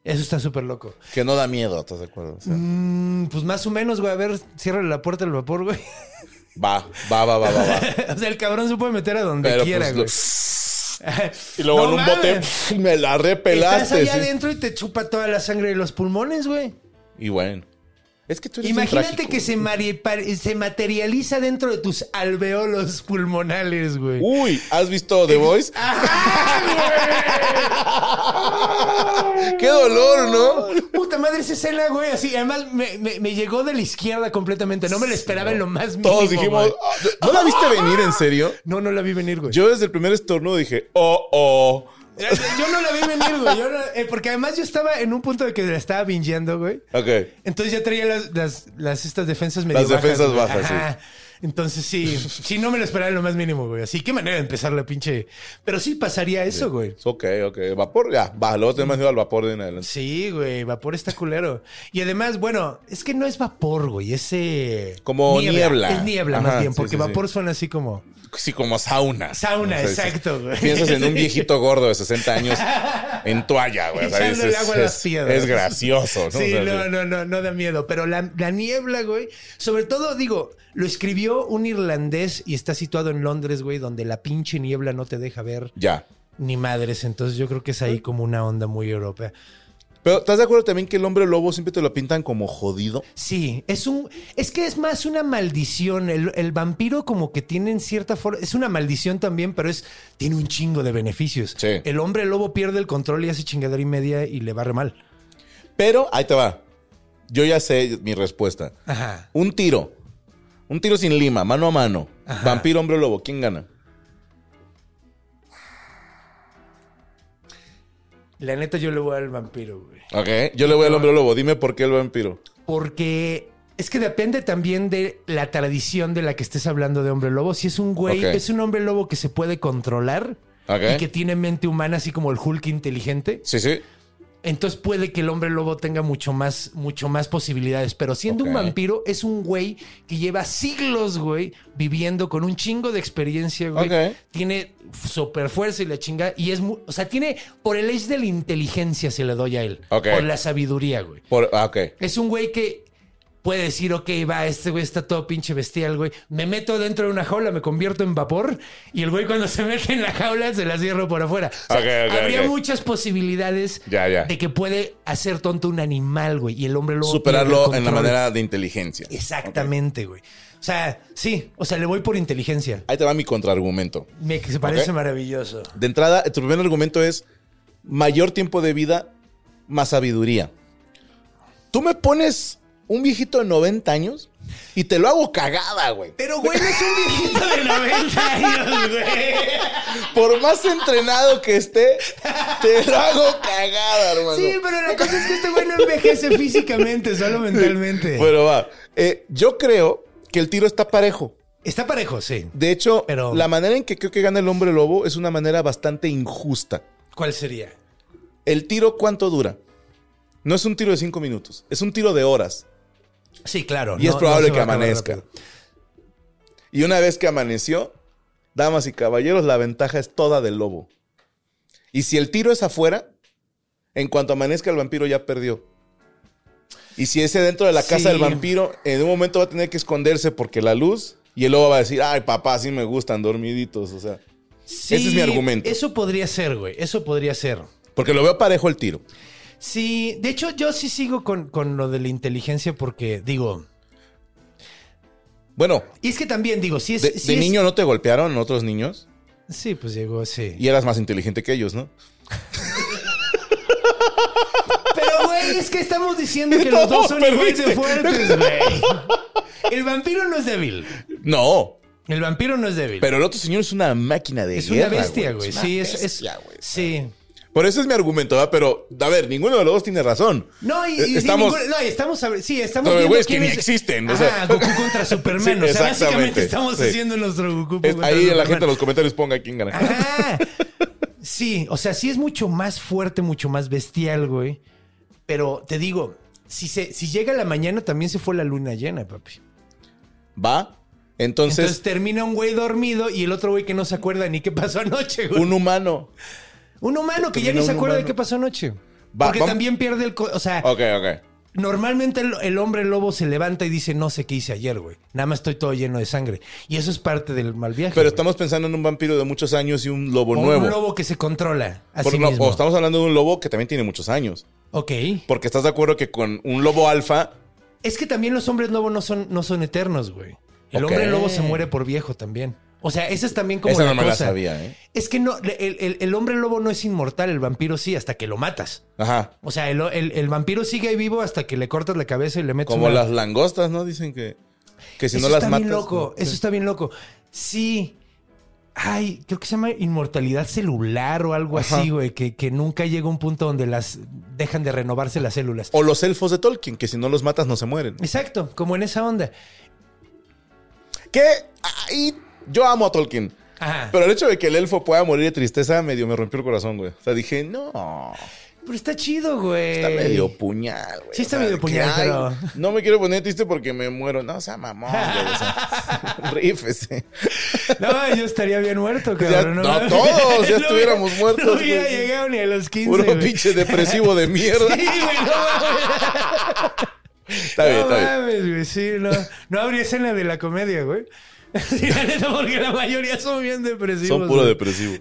[SPEAKER 1] Eso está súper loco.
[SPEAKER 3] Que no da miedo, ¿estás de acuerdo? O sea,
[SPEAKER 1] Mm, pues más o menos, güey. A ver, cierra la puerta del vapor, güey.
[SPEAKER 3] va, va, va, va, va, va.
[SPEAKER 1] o sea, el cabrón se puede meter a donde
[SPEAKER 3] Pero
[SPEAKER 1] quiera,
[SPEAKER 3] pues,
[SPEAKER 1] güey.
[SPEAKER 3] lo- y luego
[SPEAKER 1] No
[SPEAKER 3] en un bote
[SPEAKER 1] mames.
[SPEAKER 3] pf, me la repelaste.
[SPEAKER 1] Estás allá
[SPEAKER 3] sí.
[SPEAKER 1] adentro y te chupa toda la sangre de los pulmones, güey.
[SPEAKER 3] Y bueno. Es que tú eres
[SPEAKER 1] Imagínate
[SPEAKER 3] un trágico,
[SPEAKER 1] que se,
[SPEAKER 3] güey.
[SPEAKER 1] mari- par- se materializa dentro de tus alveolos pulmonales, güey.
[SPEAKER 3] Uy, ¿has visto The Voice? ¡Qué dolor, no!
[SPEAKER 1] Puta madre esa escena, güey. Así, además me, me- me llegó de la izquierda completamente. No me la esperaba en lo más mínimo.
[SPEAKER 3] Todos dijimos,
[SPEAKER 1] güey.
[SPEAKER 3] "Ah, ¿no la viste venir en serio?
[SPEAKER 1] No, no la vi venir, güey.
[SPEAKER 3] Yo desde el primer estornudo dije, oh, oh.
[SPEAKER 1] Eh, Yo no la vi venir, güey. Yo no- eh, porque además yo estaba en un punto de que la estaba bingeando, güey.
[SPEAKER 3] Ok.
[SPEAKER 1] Entonces ya traía las, las, las- estas defensas medio
[SPEAKER 3] Las defensas
[SPEAKER 1] güey.
[SPEAKER 3] bajas, sí.
[SPEAKER 1] Ajá. Entonces sí, sí, no me lo esperaba en lo más mínimo, güey. Así, qué manera de empezar la pinche... Pero sí pasaría eso, güey.
[SPEAKER 3] Ok, ok. Vapor, ya. Va, luego tenemos miedo al vapor de en adelante.
[SPEAKER 1] Sí, güey, vapor está culero. Y además, bueno, es que no es vapor, güey, ese...
[SPEAKER 3] Como niebla.
[SPEAKER 1] Es niebla
[SPEAKER 3] Ajá,
[SPEAKER 1] más bien,
[SPEAKER 3] sí,
[SPEAKER 1] porque
[SPEAKER 3] sí, sí.
[SPEAKER 1] vapor suena así como...
[SPEAKER 3] Sí, como sauna.
[SPEAKER 1] Sauna,
[SPEAKER 3] O sea,
[SPEAKER 1] exacto, güey.
[SPEAKER 3] Piensas en un viejito gordo de 60 años en toalla, güey. O sea,
[SPEAKER 1] Echándole
[SPEAKER 3] dices,
[SPEAKER 1] agua a las
[SPEAKER 3] es-
[SPEAKER 1] piedras.
[SPEAKER 3] Es gracioso, ¿no? O
[SPEAKER 1] Sí,
[SPEAKER 3] sea,
[SPEAKER 1] no, no, no, no da miedo. Pero la, la niebla, güey. Sobre todo, digo, lo escribió un irlandés y está situado en Londres, güey, donde la pinche niebla no te deja ver
[SPEAKER 3] Ya.
[SPEAKER 1] ni madres. Entonces yo creo que es ahí como una onda muy europea.
[SPEAKER 3] Pero ¿estás de acuerdo también que el hombre lobo siempre te lo pintan como jodido?
[SPEAKER 1] Sí, es un. Es que es más una maldición. El, el vampiro, como que tiene en cierta forma. Es una maldición también, pero es. Tiene un chingo de beneficios.
[SPEAKER 3] Sí.
[SPEAKER 1] El hombre lobo pierde el control y hace chingadera y media y le va re mal.
[SPEAKER 3] Pero ahí te va. Yo ya sé mi respuesta.
[SPEAKER 1] Ajá.
[SPEAKER 3] Un tiro. Un tiro sin lima, mano a mano. Vampiro, hombre lobo. ¿Quién gana?
[SPEAKER 1] La neta, yo le voy al vampiro, güey.
[SPEAKER 3] Ok. Yo le voy al hombre lobo. Dime por qué el vampiro.
[SPEAKER 1] porque es que depende también de la tradición de la que estés hablando de hombre lobo. Si es un güey,
[SPEAKER 3] Ok.
[SPEAKER 1] es un hombre lobo que se puede controlar
[SPEAKER 3] Ok.
[SPEAKER 1] y que tiene mente humana, así como el Hulk inteligente,
[SPEAKER 3] Sí, sí.
[SPEAKER 1] entonces puede que el hombre lobo tenga mucho más, mucho más posibilidades. Pero siendo
[SPEAKER 3] Ok.
[SPEAKER 1] un vampiro, es un güey que lleva siglos, güey, viviendo con un chingo de experiencia, güey.
[SPEAKER 3] Ok.
[SPEAKER 1] Tiene super fuerza y la chinga. Y es, mu- o sea, tiene por el edge de la inteligencia se le doy a él.
[SPEAKER 3] Ok.
[SPEAKER 1] Por la sabiduría, güey.
[SPEAKER 3] Por, ah, ok.
[SPEAKER 1] Es un güey que puede decir, ok, va, este güey está todo pinche bestial, güey. Me meto dentro de una jaula, me convierto en vapor y el güey cuando se mete en la jaula se la cierro por afuera. O sea,
[SPEAKER 3] Ok, ok,
[SPEAKER 1] habría
[SPEAKER 3] ok.
[SPEAKER 1] muchas posibilidades
[SPEAKER 3] Ya, ya.
[SPEAKER 1] de que puede hacer tonto un animal, güey, y el hombre luego
[SPEAKER 3] Superarlo
[SPEAKER 1] pierde el
[SPEAKER 3] en la
[SPEAKER 1] control.
[SPEAKER 3] manera de inteligencia.
[SPEAKER 1] Exactamente, güey. O sea, sí, o sea, le voy por inteligencia.
[SPEAKER 3] Ahí te va mi contraargumento.
[SPEAKER 1] Me se parece
[SPEAKER 3] Ok.
[SPEAKER 1] maravilloso.
[SPEAKER 3] De entrada, tu primer argumento es mayor tiempo de vida, más sabiduría. Tú me pones un viejito de 90 años y te lo hago cagada, güey.
[SPEAKER 1] Pero, güey, no es un viejito de 90 años, güey.
[SPEAKER 3] Por más entrenado que esté, te lo hago cagada, hermano.
[SPEAKER 1] Sí, pero la cosa es que este güey no envejece físicamente, solo mentalmente.
[SPEAKER 3] Bueno, va. Eh, yo creo que el tiro está parejo.
[SPEAKER 1] Está parejo, sí.
[SPEAKER 3] De hecho,
[SPEAKER 1] Pero-
[SPEAKER 3] la manera en que creo que gana el hombre lobo es una manera bastante injusta.
[SPEAKER 1] ¿Cuál sería?
[SPEAKER 3] ¿El tiro cuánto dura? No es un tiro de cinco minutos, es un tiro de horas.
[SPEAKER 1] Sí, claro.
[SPEAKER 3] Y es
[SPEAKER 1] no- no
[SPEAKER 3] probable
[SPEAKER 1] se
[SPEAKER 3] que
[SPEAKER 1] va a acabar
[SPEAKER 3] amanezca.
[SPEAKER 1] rápido.
[SPEAKER 3] Y una vez que amaneció, damas y caballeros, la ventaja es toda del lobo. Y si el tiro es afuera, en cuanto amanezca el vampiro ya perdió. Y si ese dentro de la casa
[SPEAKER 1] Sí.
[SPEAKER 3] del vampiro, en un momento va a tener que esconderse porque la luz y el lobo va a decir, ay papá, sí me gustan dormiditos, o sea.
[SPEAKER 1] Sí,
[SPEAKER 3] Ese es mi argumento.
[SPEAKER 1] Eso podría ser, güey. Eso podría ser.
[SPEAKER 3] Porque lo veo parejo el tiro.
[SPEAKER 1] Sí, de hecho, yo sí sigo con, con lo de la inteligencia porque, digo.
[SPEAKER 3] Bueno,
[SPEAKER 1] Y es que también, digo, si es.
[SPEAKER 3] de,
[SPEAKER 1] si
[SPEAKER 3] de
[SPEAKER 1] es-
[SPEAKER 3] niño no te golpearon otros niños
[SPEAKER 1] Sí, pues llegó, sí.
[SPEAKER 3] y eras más inteligente que ellos, ¿no?
[SPEAKER 1] Pero, güey, es que estamos diciendo que los dos son
[SPEAKER 3] No,
[SPEAKER 1] igual de
[SPEAKER 3] perdiste.
[SPEAKER 1] fuertes, güey. El vampiro no es débil.
[SPEAKER 3] No,
[SPEAKER 1] El vampiro no es débil.
[SPEAKER 3] pero el otro señor es una máquina de
[SPEAKER 1] es una
[SPEAKER 3] guerra,
[SPEAKER 1] bestia, güey.
[SPEAKER 3] una
[SPEAKER 1] Sí, es. es-
[SPEAKER 3] bestia, güey.
[SPEAKER 1] sí.
[SPEAKER 3] Por eso es mi argumento, ¿verdad? Pero, a ver, ninguno de los dos tiene razón. Eh,
[SPEAKER 1] No, y, y- y
[SPEAKER 3] estamos.
[SPEAKER 1] ningún- no, y estamos a ver- sí, estamos
[SPEAKER 3] No,
[SPEAKER 1] viendo
[SPEAKER 3] güeyes que
[SPEAKER 1] quién
[SPEAKER 3] ni
[SPEAKER 1] es-
[SPEAKER 3] existen, o
[SPEAKER 1] Ajá,
[SPEAKER 3] sea.
[SPEAKER 1] Goku contra Superman.
[SPEAKER 3] Sí,
[SPEAKER 1] o sea, básicamente
[SPEAKER 3] exactamente,
[SPEAKER 1] estamos
[SPEAKER 3] sí.
[SPEAKER 1] haciendo nuestro Goku
[SPEAKER 3] es-
[SPEAKER 1] contra
[SPEAKER 3] ahí la
[SPEAKER 1] Superman.
[SPEAKER 3] gente en los comentarios ponga quién gana.
[SPEAKER 1] Ajá. Sí, o sea, sí es mucho más fuerte, mucho más bestial, güey. Pero te digo, si, se, si llega la mañana también se fue la luna llena, papi.
[SPEAKER 3] Va. Entonces,
[SPEAKER 1] Entonces, termina un güey dormido y el otro güey que no se acuerda ni qué pasó anoche, güey.
[SPEAKER 3] un humano.
[SPEAKER 1] Un humano que ya ni
[SPEAKER 3] termina
[SPEAKER 1] se
[SPEAKER 3] un
[SPEAKER 1] acuerda de
[SPEAKER 3] humano.
[SPEAKER 1] qué pasó anoche.
[SPEAKER 3] Va-
[SPEAKER 1] Porque
[SPEAKER 3] vam-
[SPEAKER 1] también pierde el... co- O sea,
[SPEAKER 3] Ok, ok.
[SPEAKER 1] Normalmente el, el hombre lobo se levanta y dice, no sé qué hice ayer, güey. Nada más estoy todo lleno de sangre. Y eso es parte del mal viaje.
[SPEAKER 3] Pero
[SPEAKER 1] güey.
[SPEAKER 3] estamos pensando en un vampiro de muchos años y un lobo
[SPEAKER 1] O
[SPEAKER 3] nuevo.
[SPEAKER 1] Un lobo que se controla a
[SPEAKER 3] Por-
[SPEAKER 1] sí
[SPEAKER 3] no,
[SPEAKER 1] mismo.
[SPEAKER 3] o estamos hablando de un lobo que también tiene muchos años.
[SPEAKER 1] Ok.
[SPEAKER 3] Porque estás de acuerdo que con un lobo alfa.
[SPEAKER 1] Es que también los hombres lobo no son, no son eternos, güey. El
[SPEAKER 3] Ok.
[SPEAKER 1] hombre lobo se muere por viejo también. O sea, esa es también como
[SPEAKER 3] Esa
[SPEAKER 1] la
[SPEAKER 3] no me la
[SPEAKER 1] cosa.
[SPEAKER 3] sabía, ¿eh?
[SPEAKER 1] Es que no, el, el- el hombre lobo no es inmortal, el vampiro sí, hasta que lo matas.
[SPEAKER 3] Ajá.
[SPEAKER 1] O sea, el, el- el vampiro sigue ahí vivo hasta que le cortas la cabeza y le metes
[SPEAKER 3] Como
[SPEAKER 1] una-
[SPEAKER 3] las langostas, ¿no? Dicen que, que si
[SPEAKER 1] eso
[SPEAKER 3] no las
[SPEAKER 1] está
[SPEAKER 3] matas.
[SPEAKER 1] bien loco, eso está bien loco. Sí. Ay, creo que se llama inmortalidad celular o algo
[SPEAKER 3] Ajá.
[SPEAKER 1] así, güey, que, que nunca llega un punto donde las dejan de renovarse las células.
[SPEAKER 3] O los elfos de Tolkien, que si no los matas no se mueren.
[SPEAKER 1] Exacto, como en esa onda.
[SPEAKER 3] que ahí yo amo a Tolkien.
[SPEAKER 1] Ajá.
[SPEAKER 3] Pero el hecho de que el elfo pueda morir de tristeza medio me rompió el corazón, güey. O sea, dije, no,
[SPEAKER 1] Pero está chido, güey.
[SPEAKER 3] está medio puñal, güey.
[SPEAKER 1] Eh, Sí está
[SPEAKER 3] O sea,
[SPEAKER 1] medio
[SPEAKER 3] que,
[SPEAKER 1] puñal,
[SPEAKER 3] ay,
[SPEAKER 1] pero-
[SPEAKER 3] No me quiero poner triste porque me muero. No, sea mamón, güey. O sea, rífese.
[SPEAKER 1] No, yo estaría bien muerto,
[SPEAKER 3] Ya-
[SPEAKER 1] cabrón.
[SPEAKER 3] no,
[SPEAKER 1] mames.
[SPEAKER 3] todos, ya
[SPEAKER 1] No
[SPEAKER 3] estuviéramos
[SPEAKER 1] hubiera-
[SPEAKER 3] muertos,
[SPEAKER 1] No hubiera
[SPEAKER 3] güey.
[SPEAKER 1] llegado ni a los 15.
[SPEAKER 3] Puro
[SPEAKER 1] güey.
[SPEAKER 3] pinche depresivo de mierda.
[SPEAKER 1] Sí, güey, no mames.
[SPEAKER 3] está bien,
[SPEAKER 1] no
[SPEAKER 3] está bien.
[SPEAKER 1] mames, güey, sí, no. No habría escena de la comedia, güey. Sí, la neta, porque la mayoría son bien depresivos.
[SPEAKER 3] Son puro
[SPEAKER 1] güey.
[SPEAKER 3] depresivo.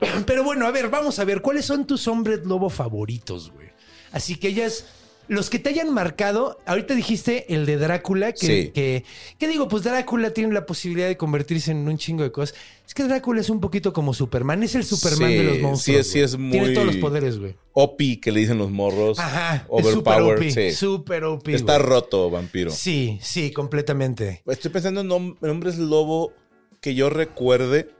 [SPEAKER 1] Pero bueno, a ver, vamos a ver, ¿cuáles son tus hombres lobo favoritos, güey? Así que ellas, los que te hayan marcado, ahorita dijiste el de Drácula, que,
[SPEAKER 3] Sí.
[SPEAKER 1] que, que digo, pues Drácula tiene la posibilidad de convertirse en un chingo de cosas. Es que Drácula es un poquito como Superman, es el Superman
[SPEAKER 3] Sí,
[SPEAKER 1] de los monstruos.
[SPEAKER 3] sí es- sí
[SPEAKER 1] güey.
[SPEAKER 3] es
[SPEAKER 1] Tiene
[SPEAKER 3] muy-
[SPEAKER 1] todos los poderes, güey.
[SPEAKER 3] Opi, que le dicen los morros.
[SPEAKER 1] Ajá, es super
[SPEAKER 3] Overpower.
[SPEAKER 1] OP,
[SPEAKER 3] sí.
[SPEAKER 1] super OP.
[SPEAKER 3] Está
[SPEAKER 1] güey.
[SPEAKER 3] roto, vampiro.
[SPEAKER 1] Sí, sí, completamente.
[SPEAKER 3] Estoy pensando en nom- en hombres lobo que yo recuerde.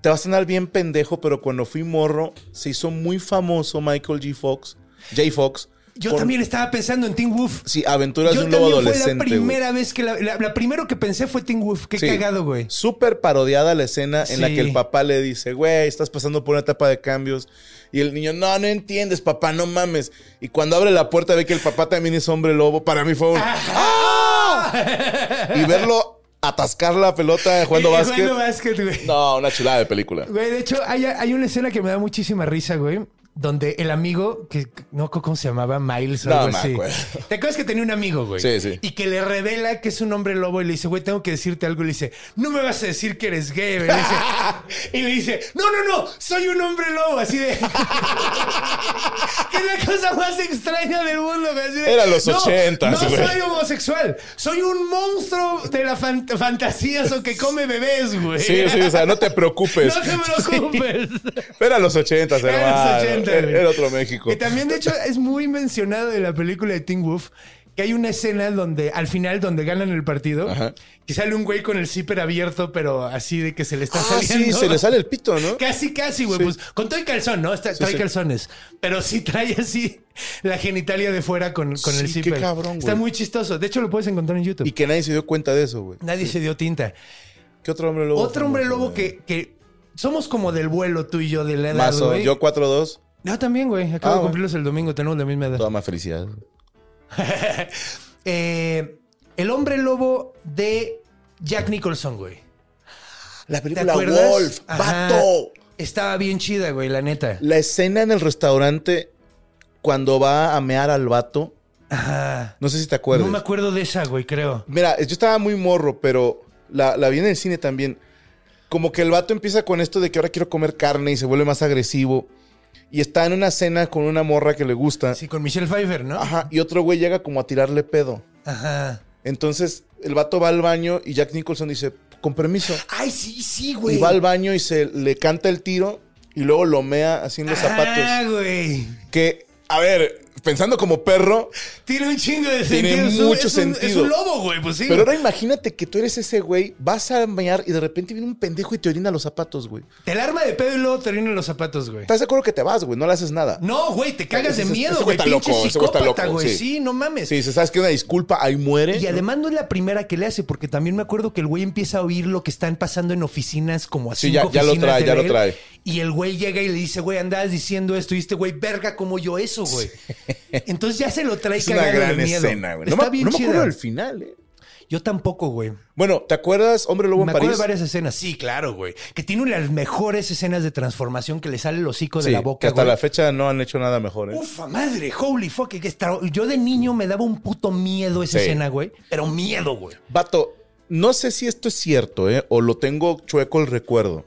[SPEAKER 3] Te va a sonar bien pendejo, pero cuando fui morro se hizo muy famoso Michael G. Fox. J. Fox.
[SPEAKER 1] Yo
[SPEAKER 3] por-
[SPEAKER 1] también estaba pensando en Teen Wolf.
[SPEAKER 3] Sí, aventuras
[SPEAKER 1] Yo
[SPEAKER 3] de un lobo
[SPEAKER 1] también fue
[SPEAKER 3] adolescente.
[SPEAKER 1] la
[SPEAKER 3] güey.
[SPEAKER 1] primera vez que la, la, la primero que pensé fue Teen Wolf. Qué
[SPEAKER 3] Sí.
[SPEAKER 1] cagado, güey.
[SPEAKER 3] Súper parodiada la escena en la
[SPEAKER 1] Sí.
[SPEAKER 3] que el papá le dice, güey, estás pasando por una etapa de cambios. Y el niño, no, no entiendes, papá, no mames. Y cuando abre la puerta ve que el papá también es hombre lobo. Para mí fue un... ¡Ah! Y verlo atascar la pelota jugando
[SPEAKER 1] Eh,
[SPEAKER 3] básquet.
[SPEAKER 1] jugando básquet, güey.
[SPEAKER 3] No, una chulada de película.
[SPEAKER 1] Güey, de hecho, hay, hay una escena que me da muchísima risa, güey. Donde el amigo, que no cómo se llamaba, Miles o
[SPEAKER 3] No
[SPEAKER 1] algo
[SPEAKER 3] me
[SPEAKER 1] así.
[SPEAKER 3] acuerdo.
[SPEAKER 1] ¿Te acuerdas que tenía un amigo, güey?
[SPEAKER 3] Sí, sí.
[SPEAKER 1] Y que le revela que es un hombre lobo y le dice, güey, tengo que decirte algo. Y le dice, no me vas a decir que eres gay, güey. Y le dice, y le dice, no, no, no, soy un hombre lobo. Así de. que es la cosa más extraña del mundo, güey. Así de,
[SPEAKER 3] Era los
[SPEAKER 1] "No,
[SPEAKER 3] ochentas,
[SPEAKER 1] No,
[SPEAKER 3] güey.
[SPEAKER 1] soy homosexual. Soy un monstruo de las fantasías o que come bebés, güey.
[SPEAKER 3] Sí, sí, o sea, no te preocupes.
[SPEAKER 1] No te preocupes.
[SPEAKER 3] Era los ochentas,
[SPEAKER 1] Era los
[SPEAKER 3] hermano. Era,
[SPEAKER 1] 80, güey.
[SPEAKER 3] era otro México.
[SPEAKER 1] Y también, de hecho, es muy mencionado de la película de Teen Wolf que hay una escena donde, al final, donde ganan el partido,
[SPEAKER 3] Ajá.
[SPEAKER 1] que sale un güey con el zipper abierto, pero así de que se le está
[SPEAKER 3] Ah, sí,
[SPEAKER 1] saliendo.
[SPEAKER 3] se le sale el pito, ¿no?
[SPEAKER 1] Casi, casi, güey.
[SPEAKER 3] Sí.
[SPEAKER 1] Pues con todo el calzón, ¿no? Está, trae
[SPEAKER 3] sí.
[SPEAKER 1] calzones. Pero sí trae así la genitalia de fuera con, con el
[SPEAKER 3] Sí,
[SPEAKER 1] zipper.
[SPEAKER 3] qué cabrón,
[SPEAKER 1] Está
[SPEAKER 3] güey.
[SPEAKER 1] muy chistoso. De hecho, lo puedes encontrar en YouTube.
[SPEAKER 3] Y que nadie se dio cuenta de eso, güey.
[SPEAKER 1] Nadie se dio tinta.
[SPEAKER 3] ¿Qué otro hombre lobo?
[SPEAKER 1] Otro hombre
[SPEAKER 3] famoso,
[SPEAKER 1] lobo
[SPEAKER 3] güey?
[SPEAKER 1] que, que somos como del vuelo tú y yo de la edad,
[SPEAKER 3] Mazo,
[SPEAKER 1] güey.
[SPEAKER 3] yo 4-2.
[SPEAKER 1] Yo también, güey. Acabo
[SPEAKER 3] Ah,
[SPEAKER 1] de
[SPEAKER 3] güey.
[SPEAKER 1] cumplirlos el domingo, tenemos la misma edad.
[SPEAKER 3] Toda más felicidad.
[SPEAKER 1] Eh, el hombre lobo de Jack Nicholson, güey.
[SPEAKER 3] La
[SPEAKER 1] ¿Te
[SPEAKER 3] película
[SPEAKER 1] acuerdas?
[SPEAKER 3] Wolf,
[SPEAKER 1] Ajá.
[SPEAKER 3] vato.
[SPEAKER 1] Estaba bien chida, güey, la neta.
[SPEAKER 3] La escena en el restaurante cuando va a mear al vato.
[SPEAKER 1] Ajá.
[SPEAKER 3] No sé si te acuerdas.
[SPEAKER 1] No me acuerdo de esa, güey, creo.
[SPEAKER 3] Mira, yo estaba muy morro, pero la, la vi en el cine también. Como que el vato empieza con esto de que ahora quiero comer carne y se vuelve más agresivo. Y está en una cena con una morra que le gusta.
[SPEAKER 1] Sí, con Michelle Pfeiffer, ¿no?
[SPEAKER 3] Ah. Ajá. Y otro güey llega como a tirarle pedo.
[SPEAKER 1] Ajá.
[SPEAKER 3] Entonces el vato va al baño y Jack Nicholson dice, con permiso.
[SPEAKER 1] Ay, sí, sí,
[SPEAKER 3] Y
[SPEAKER 1] Ah, güey.
[SPEAKER 3] va al baño y se le canta el tiro y luego lo mea así en los
[SPEAKER 1] Ah,
[SPEAKER 3] zapatos.
[SPEAKER 1] güey.
[SPEAKER 3] Que, a ver, pensando como perro,
[SPEAKER 1] Tiene un chingo de
[SPEAKER 3] Tiene
[SPEAKER 1] sentido. Es un-
[SPEAKER 3] mucho
[SPEAKER 1] es un- Es
[SPEAKER 3] sentido.
[SPEAKER 1] un lobo, güey, pues sí.
[SPEAKER 3] Pero ahora imagínate que tú eres ese güey, vas a bañar y de repente viene un pendejo y te orina los zapatos, güey.
[SPEAKER 1] Te la arma de pedo y luego te orinan los zapatos, güey.
[SPEAKER 3] ¿Estás de acuerdo que te vas, güey? No le haces nada.
[SPEAKER 1] No, güey, te cagas de
[SPEAKER 3] Ese- ese
[SPEAKER 1] miedo,
[SPEAKER 3] güey
[SPEAKER 1] güey.
[SPEAKER 3] está
[SPEAKER 1] Pinche
[SPEAKER 3] loco, ese güey está
[SPEAKER 1] psicópata,
[SPEAKER 3] loco,
[SPEAKER 1] güey.
[SPEAKER 3] sí.
[SPEAKER 1] Sí, no mames.
[SPEAKER 3] Sí, dices, sabes que una disculpa, ahí muere.
[SPEAKER 1] Y además no es la primera que le hace, porque también me acuerdo que el güey empieza a oír lo que están pasando en oficinas como así.
[SPEAKER 3] Sí, ya- ya lo trae, ya lo trae.
[SPEAKER 1] Y el güey llega y le dice, güey, andabas diciendo esto, y este güey, verga, como yo eso, güey. Entonces ya se lo trae
[SPEAKER 3] es una
[SPEAKER 1] cagado de
[SPEAKER 3] gran
[SPEAKER 1] miedo.
[SPEAKER 3] escena, güey. No,
[SPEAKER 1] Está
[SPEAKER 3] me-
[SPEAKER 1] bien
[SPEAKER 3] no me
[SPEAKER 1] chida.
[SPEAKER 3] acuerdo del final, eh.
[SPEAKER 1] Yo tampoco, güey.
[SPEAKER 3] Bueno, ¿te acuerdas Hombre Lobo
[SPEAKER 1] Me
[SPEAKER 3] en París?
[SPEAKER 1] acuerdo de varias escenas. Sí, claro, güey. Que tiene una de las mejores escenas de transformación que le sale el hocico de
[SPEAKER 3] Sí,
[SPEAKER 1] la boca,
[SPEAKER 3] que hasta
[SPEAKER 1] güey.
[SPEAKER 3] la fecha no han hecho nada mejor, eh.
[SPEAKER 1] Ufa madre, holy fuck. que estra- Yo de niño me daba un puto miedo esa
[SPEAKER 3] Sí.
[SPEAKER 1] escena, güey. Pero miedo, güey.
[SPEAKER 3] Vato, no sé si esto es cierto, ¿eh? O lo tengo chueco el recuerdo.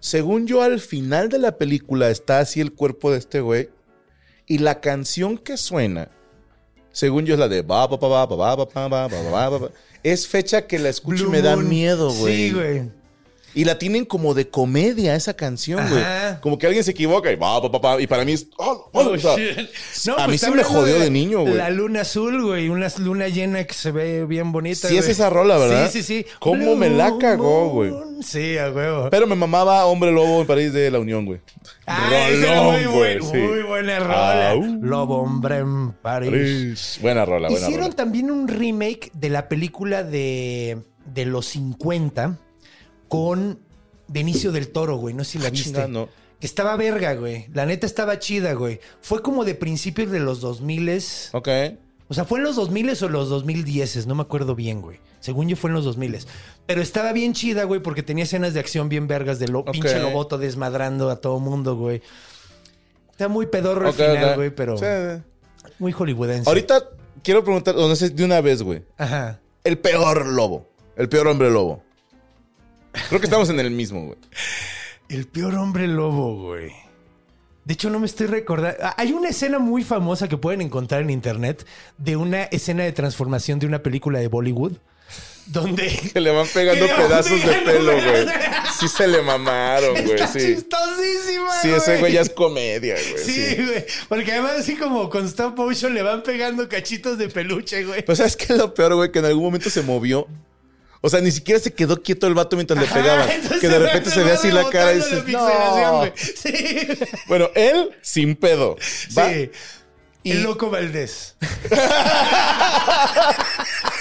[SPEAKER 3] Según yo, al final de la película está así el cuerpo de este güey. Y la canción que suena, según yo, es la de. ba, ba, ba, ba, ba, ba, ba, ba, ba, ba, ba, ba, ba, ba. Es fecha que la escucho y
[SPEAKER 1] Blue
[SPEAKER 3] me da
[SPEAKER 1] Moon.
[SPEAKER 3] miedo, güey.
[SPEAKER 1] Sí, güey.
[SPEAKER 3] Y la tienen como de comedia esa canción, güey.
[SPEAKER 5] Ajá.
[SPEAKER 3] Como que alguien se equivoca y va, pa, pa, pa, y para mí es. oh, oh, o sea, a
[SPEAKER 5] No,
[SPEAKER 3] mí
[SPEAKER 5] pues
[SPEAKER 3] sí
[SPEAKER 5] está
[SPEAKER 3] me
[SPEAKER 5] hablando
[SPEAKER 3] jodió de, niño, güey.
[SPEAKER 5] La luna azul, güey. Una luna llena que se ve bien bonita.
[SPEAKER 3] Sí, es
[SPEAKER 5] güey.
[SPEAKER 3] esa rola, ¿verdad?
[SPEAKER 5] Sí, sí, sí.
[SPEAKER 3] ¿Cómo me la cagó, güey?
[SPEAKER 5] Sí, a huevo.
[SPEAKER 3] Pero me mamaba Hombre Lobo en París de la Unión, güey.
[SPEAKER 5] Ah, esa era muy,
[SPEAKER 3] güey,
[SPEAKER 5] buen-
[SPEAKER 3] sí.
[SPEAKER 5] muy buena rola.
[SPEAKER 3] Au.
[SPEAKER 5] Lobo hombre en París.
[SPEAKER 3] París. Buena rola, buena
[SPEAKER 1] Hicieron
[SPEAKER 3] rola.
[SPEAKER 1] también un remake de la película de, de los 50 con Benicio del Toro, güey. No sé si la viste.
[SPEAKER 3] Chinga, Ah, no.
[SPEAKER 1] Que estaba verga, güey. La neta estaba chida, güey. Fue como de principios de los 2000
[SPEAKER 3] Ok.
[SPEAKER 1] O sea, fue en los 2000 o los 2010, no me acuerdo bien, güey. Según yo fue en los 2000. Pero estaba bien chida, güey, porque tenía escenas de acción bien vergas de lo pinche loboto desmadrando a todo mundo, güey. Está muy pedorro
[SPEAKER 3] ok,
[SPEAKER 1] al final,
[SPEAKER 3] ok.
[SPEAKER 1] güey, pero
[SPEAKER 3] Sí.
[SPEAKER 1] muy hollywoodense.
[SPEAKER 3] Ahorita quiero preguntar, o no sé, de una vez, güey.
[SPEAKER 1] Ajá.
[SPEAKER 3] El peor lobo. El peor hombre lobo. Creo que estamos en el mismo, güey.
[SPEAKER 1] El peor hombre lobo, güey. De hecho, no me estoy recordando. Ah, Hay una escena muy famosa que pueden encontrar en internet de una escena de transformación de una película de Bollywood. Donde
[SPEAKER 3] Que le van pegando
[SPEAKER 1] Que le van
[SPEAKER 3] pedazos de
[SPEAKER 1] pegando
[SPEAKER 3] pelo, güey.
[SPEAKER 1] pedazos.
[SPEAKER 3] Sí se le mamaron, güey.
[SPEAKER 1] está
[SPEAKER 3] Sí.
[SPEAKER 1] chistosísima,
[SPEAKER 3] Sí, ese güey ya es comedia, güey.
[SPEAKER 1] Sí,
[SPEAKER 3] Sí.
[SPEAKER 1] güey. Porque además, así como con stop motion le van pegando cachitos de peluche, güey.
[SPEAKER 3] Pues sabes que lo peor, güey, que en algún momento se movió. O sea, ni siquiera se quedó quieto el vato mientras le pegaban.
[SPEAKER 1] Ah, entonces
[SPEAKER 3] Que de repente se ve así la cara y
[SPEAKER 1] rebotando
[SPEAKER 3] dices,
[SPEAKER 1] la pixelación,
[SPEAKER 3] "No".
[SPEAKER 1] güey. Sí.
[SPEAKER 3] Bueno, él sin pedo. Va
[SPEAKER 1] Sí. El loco Valdés.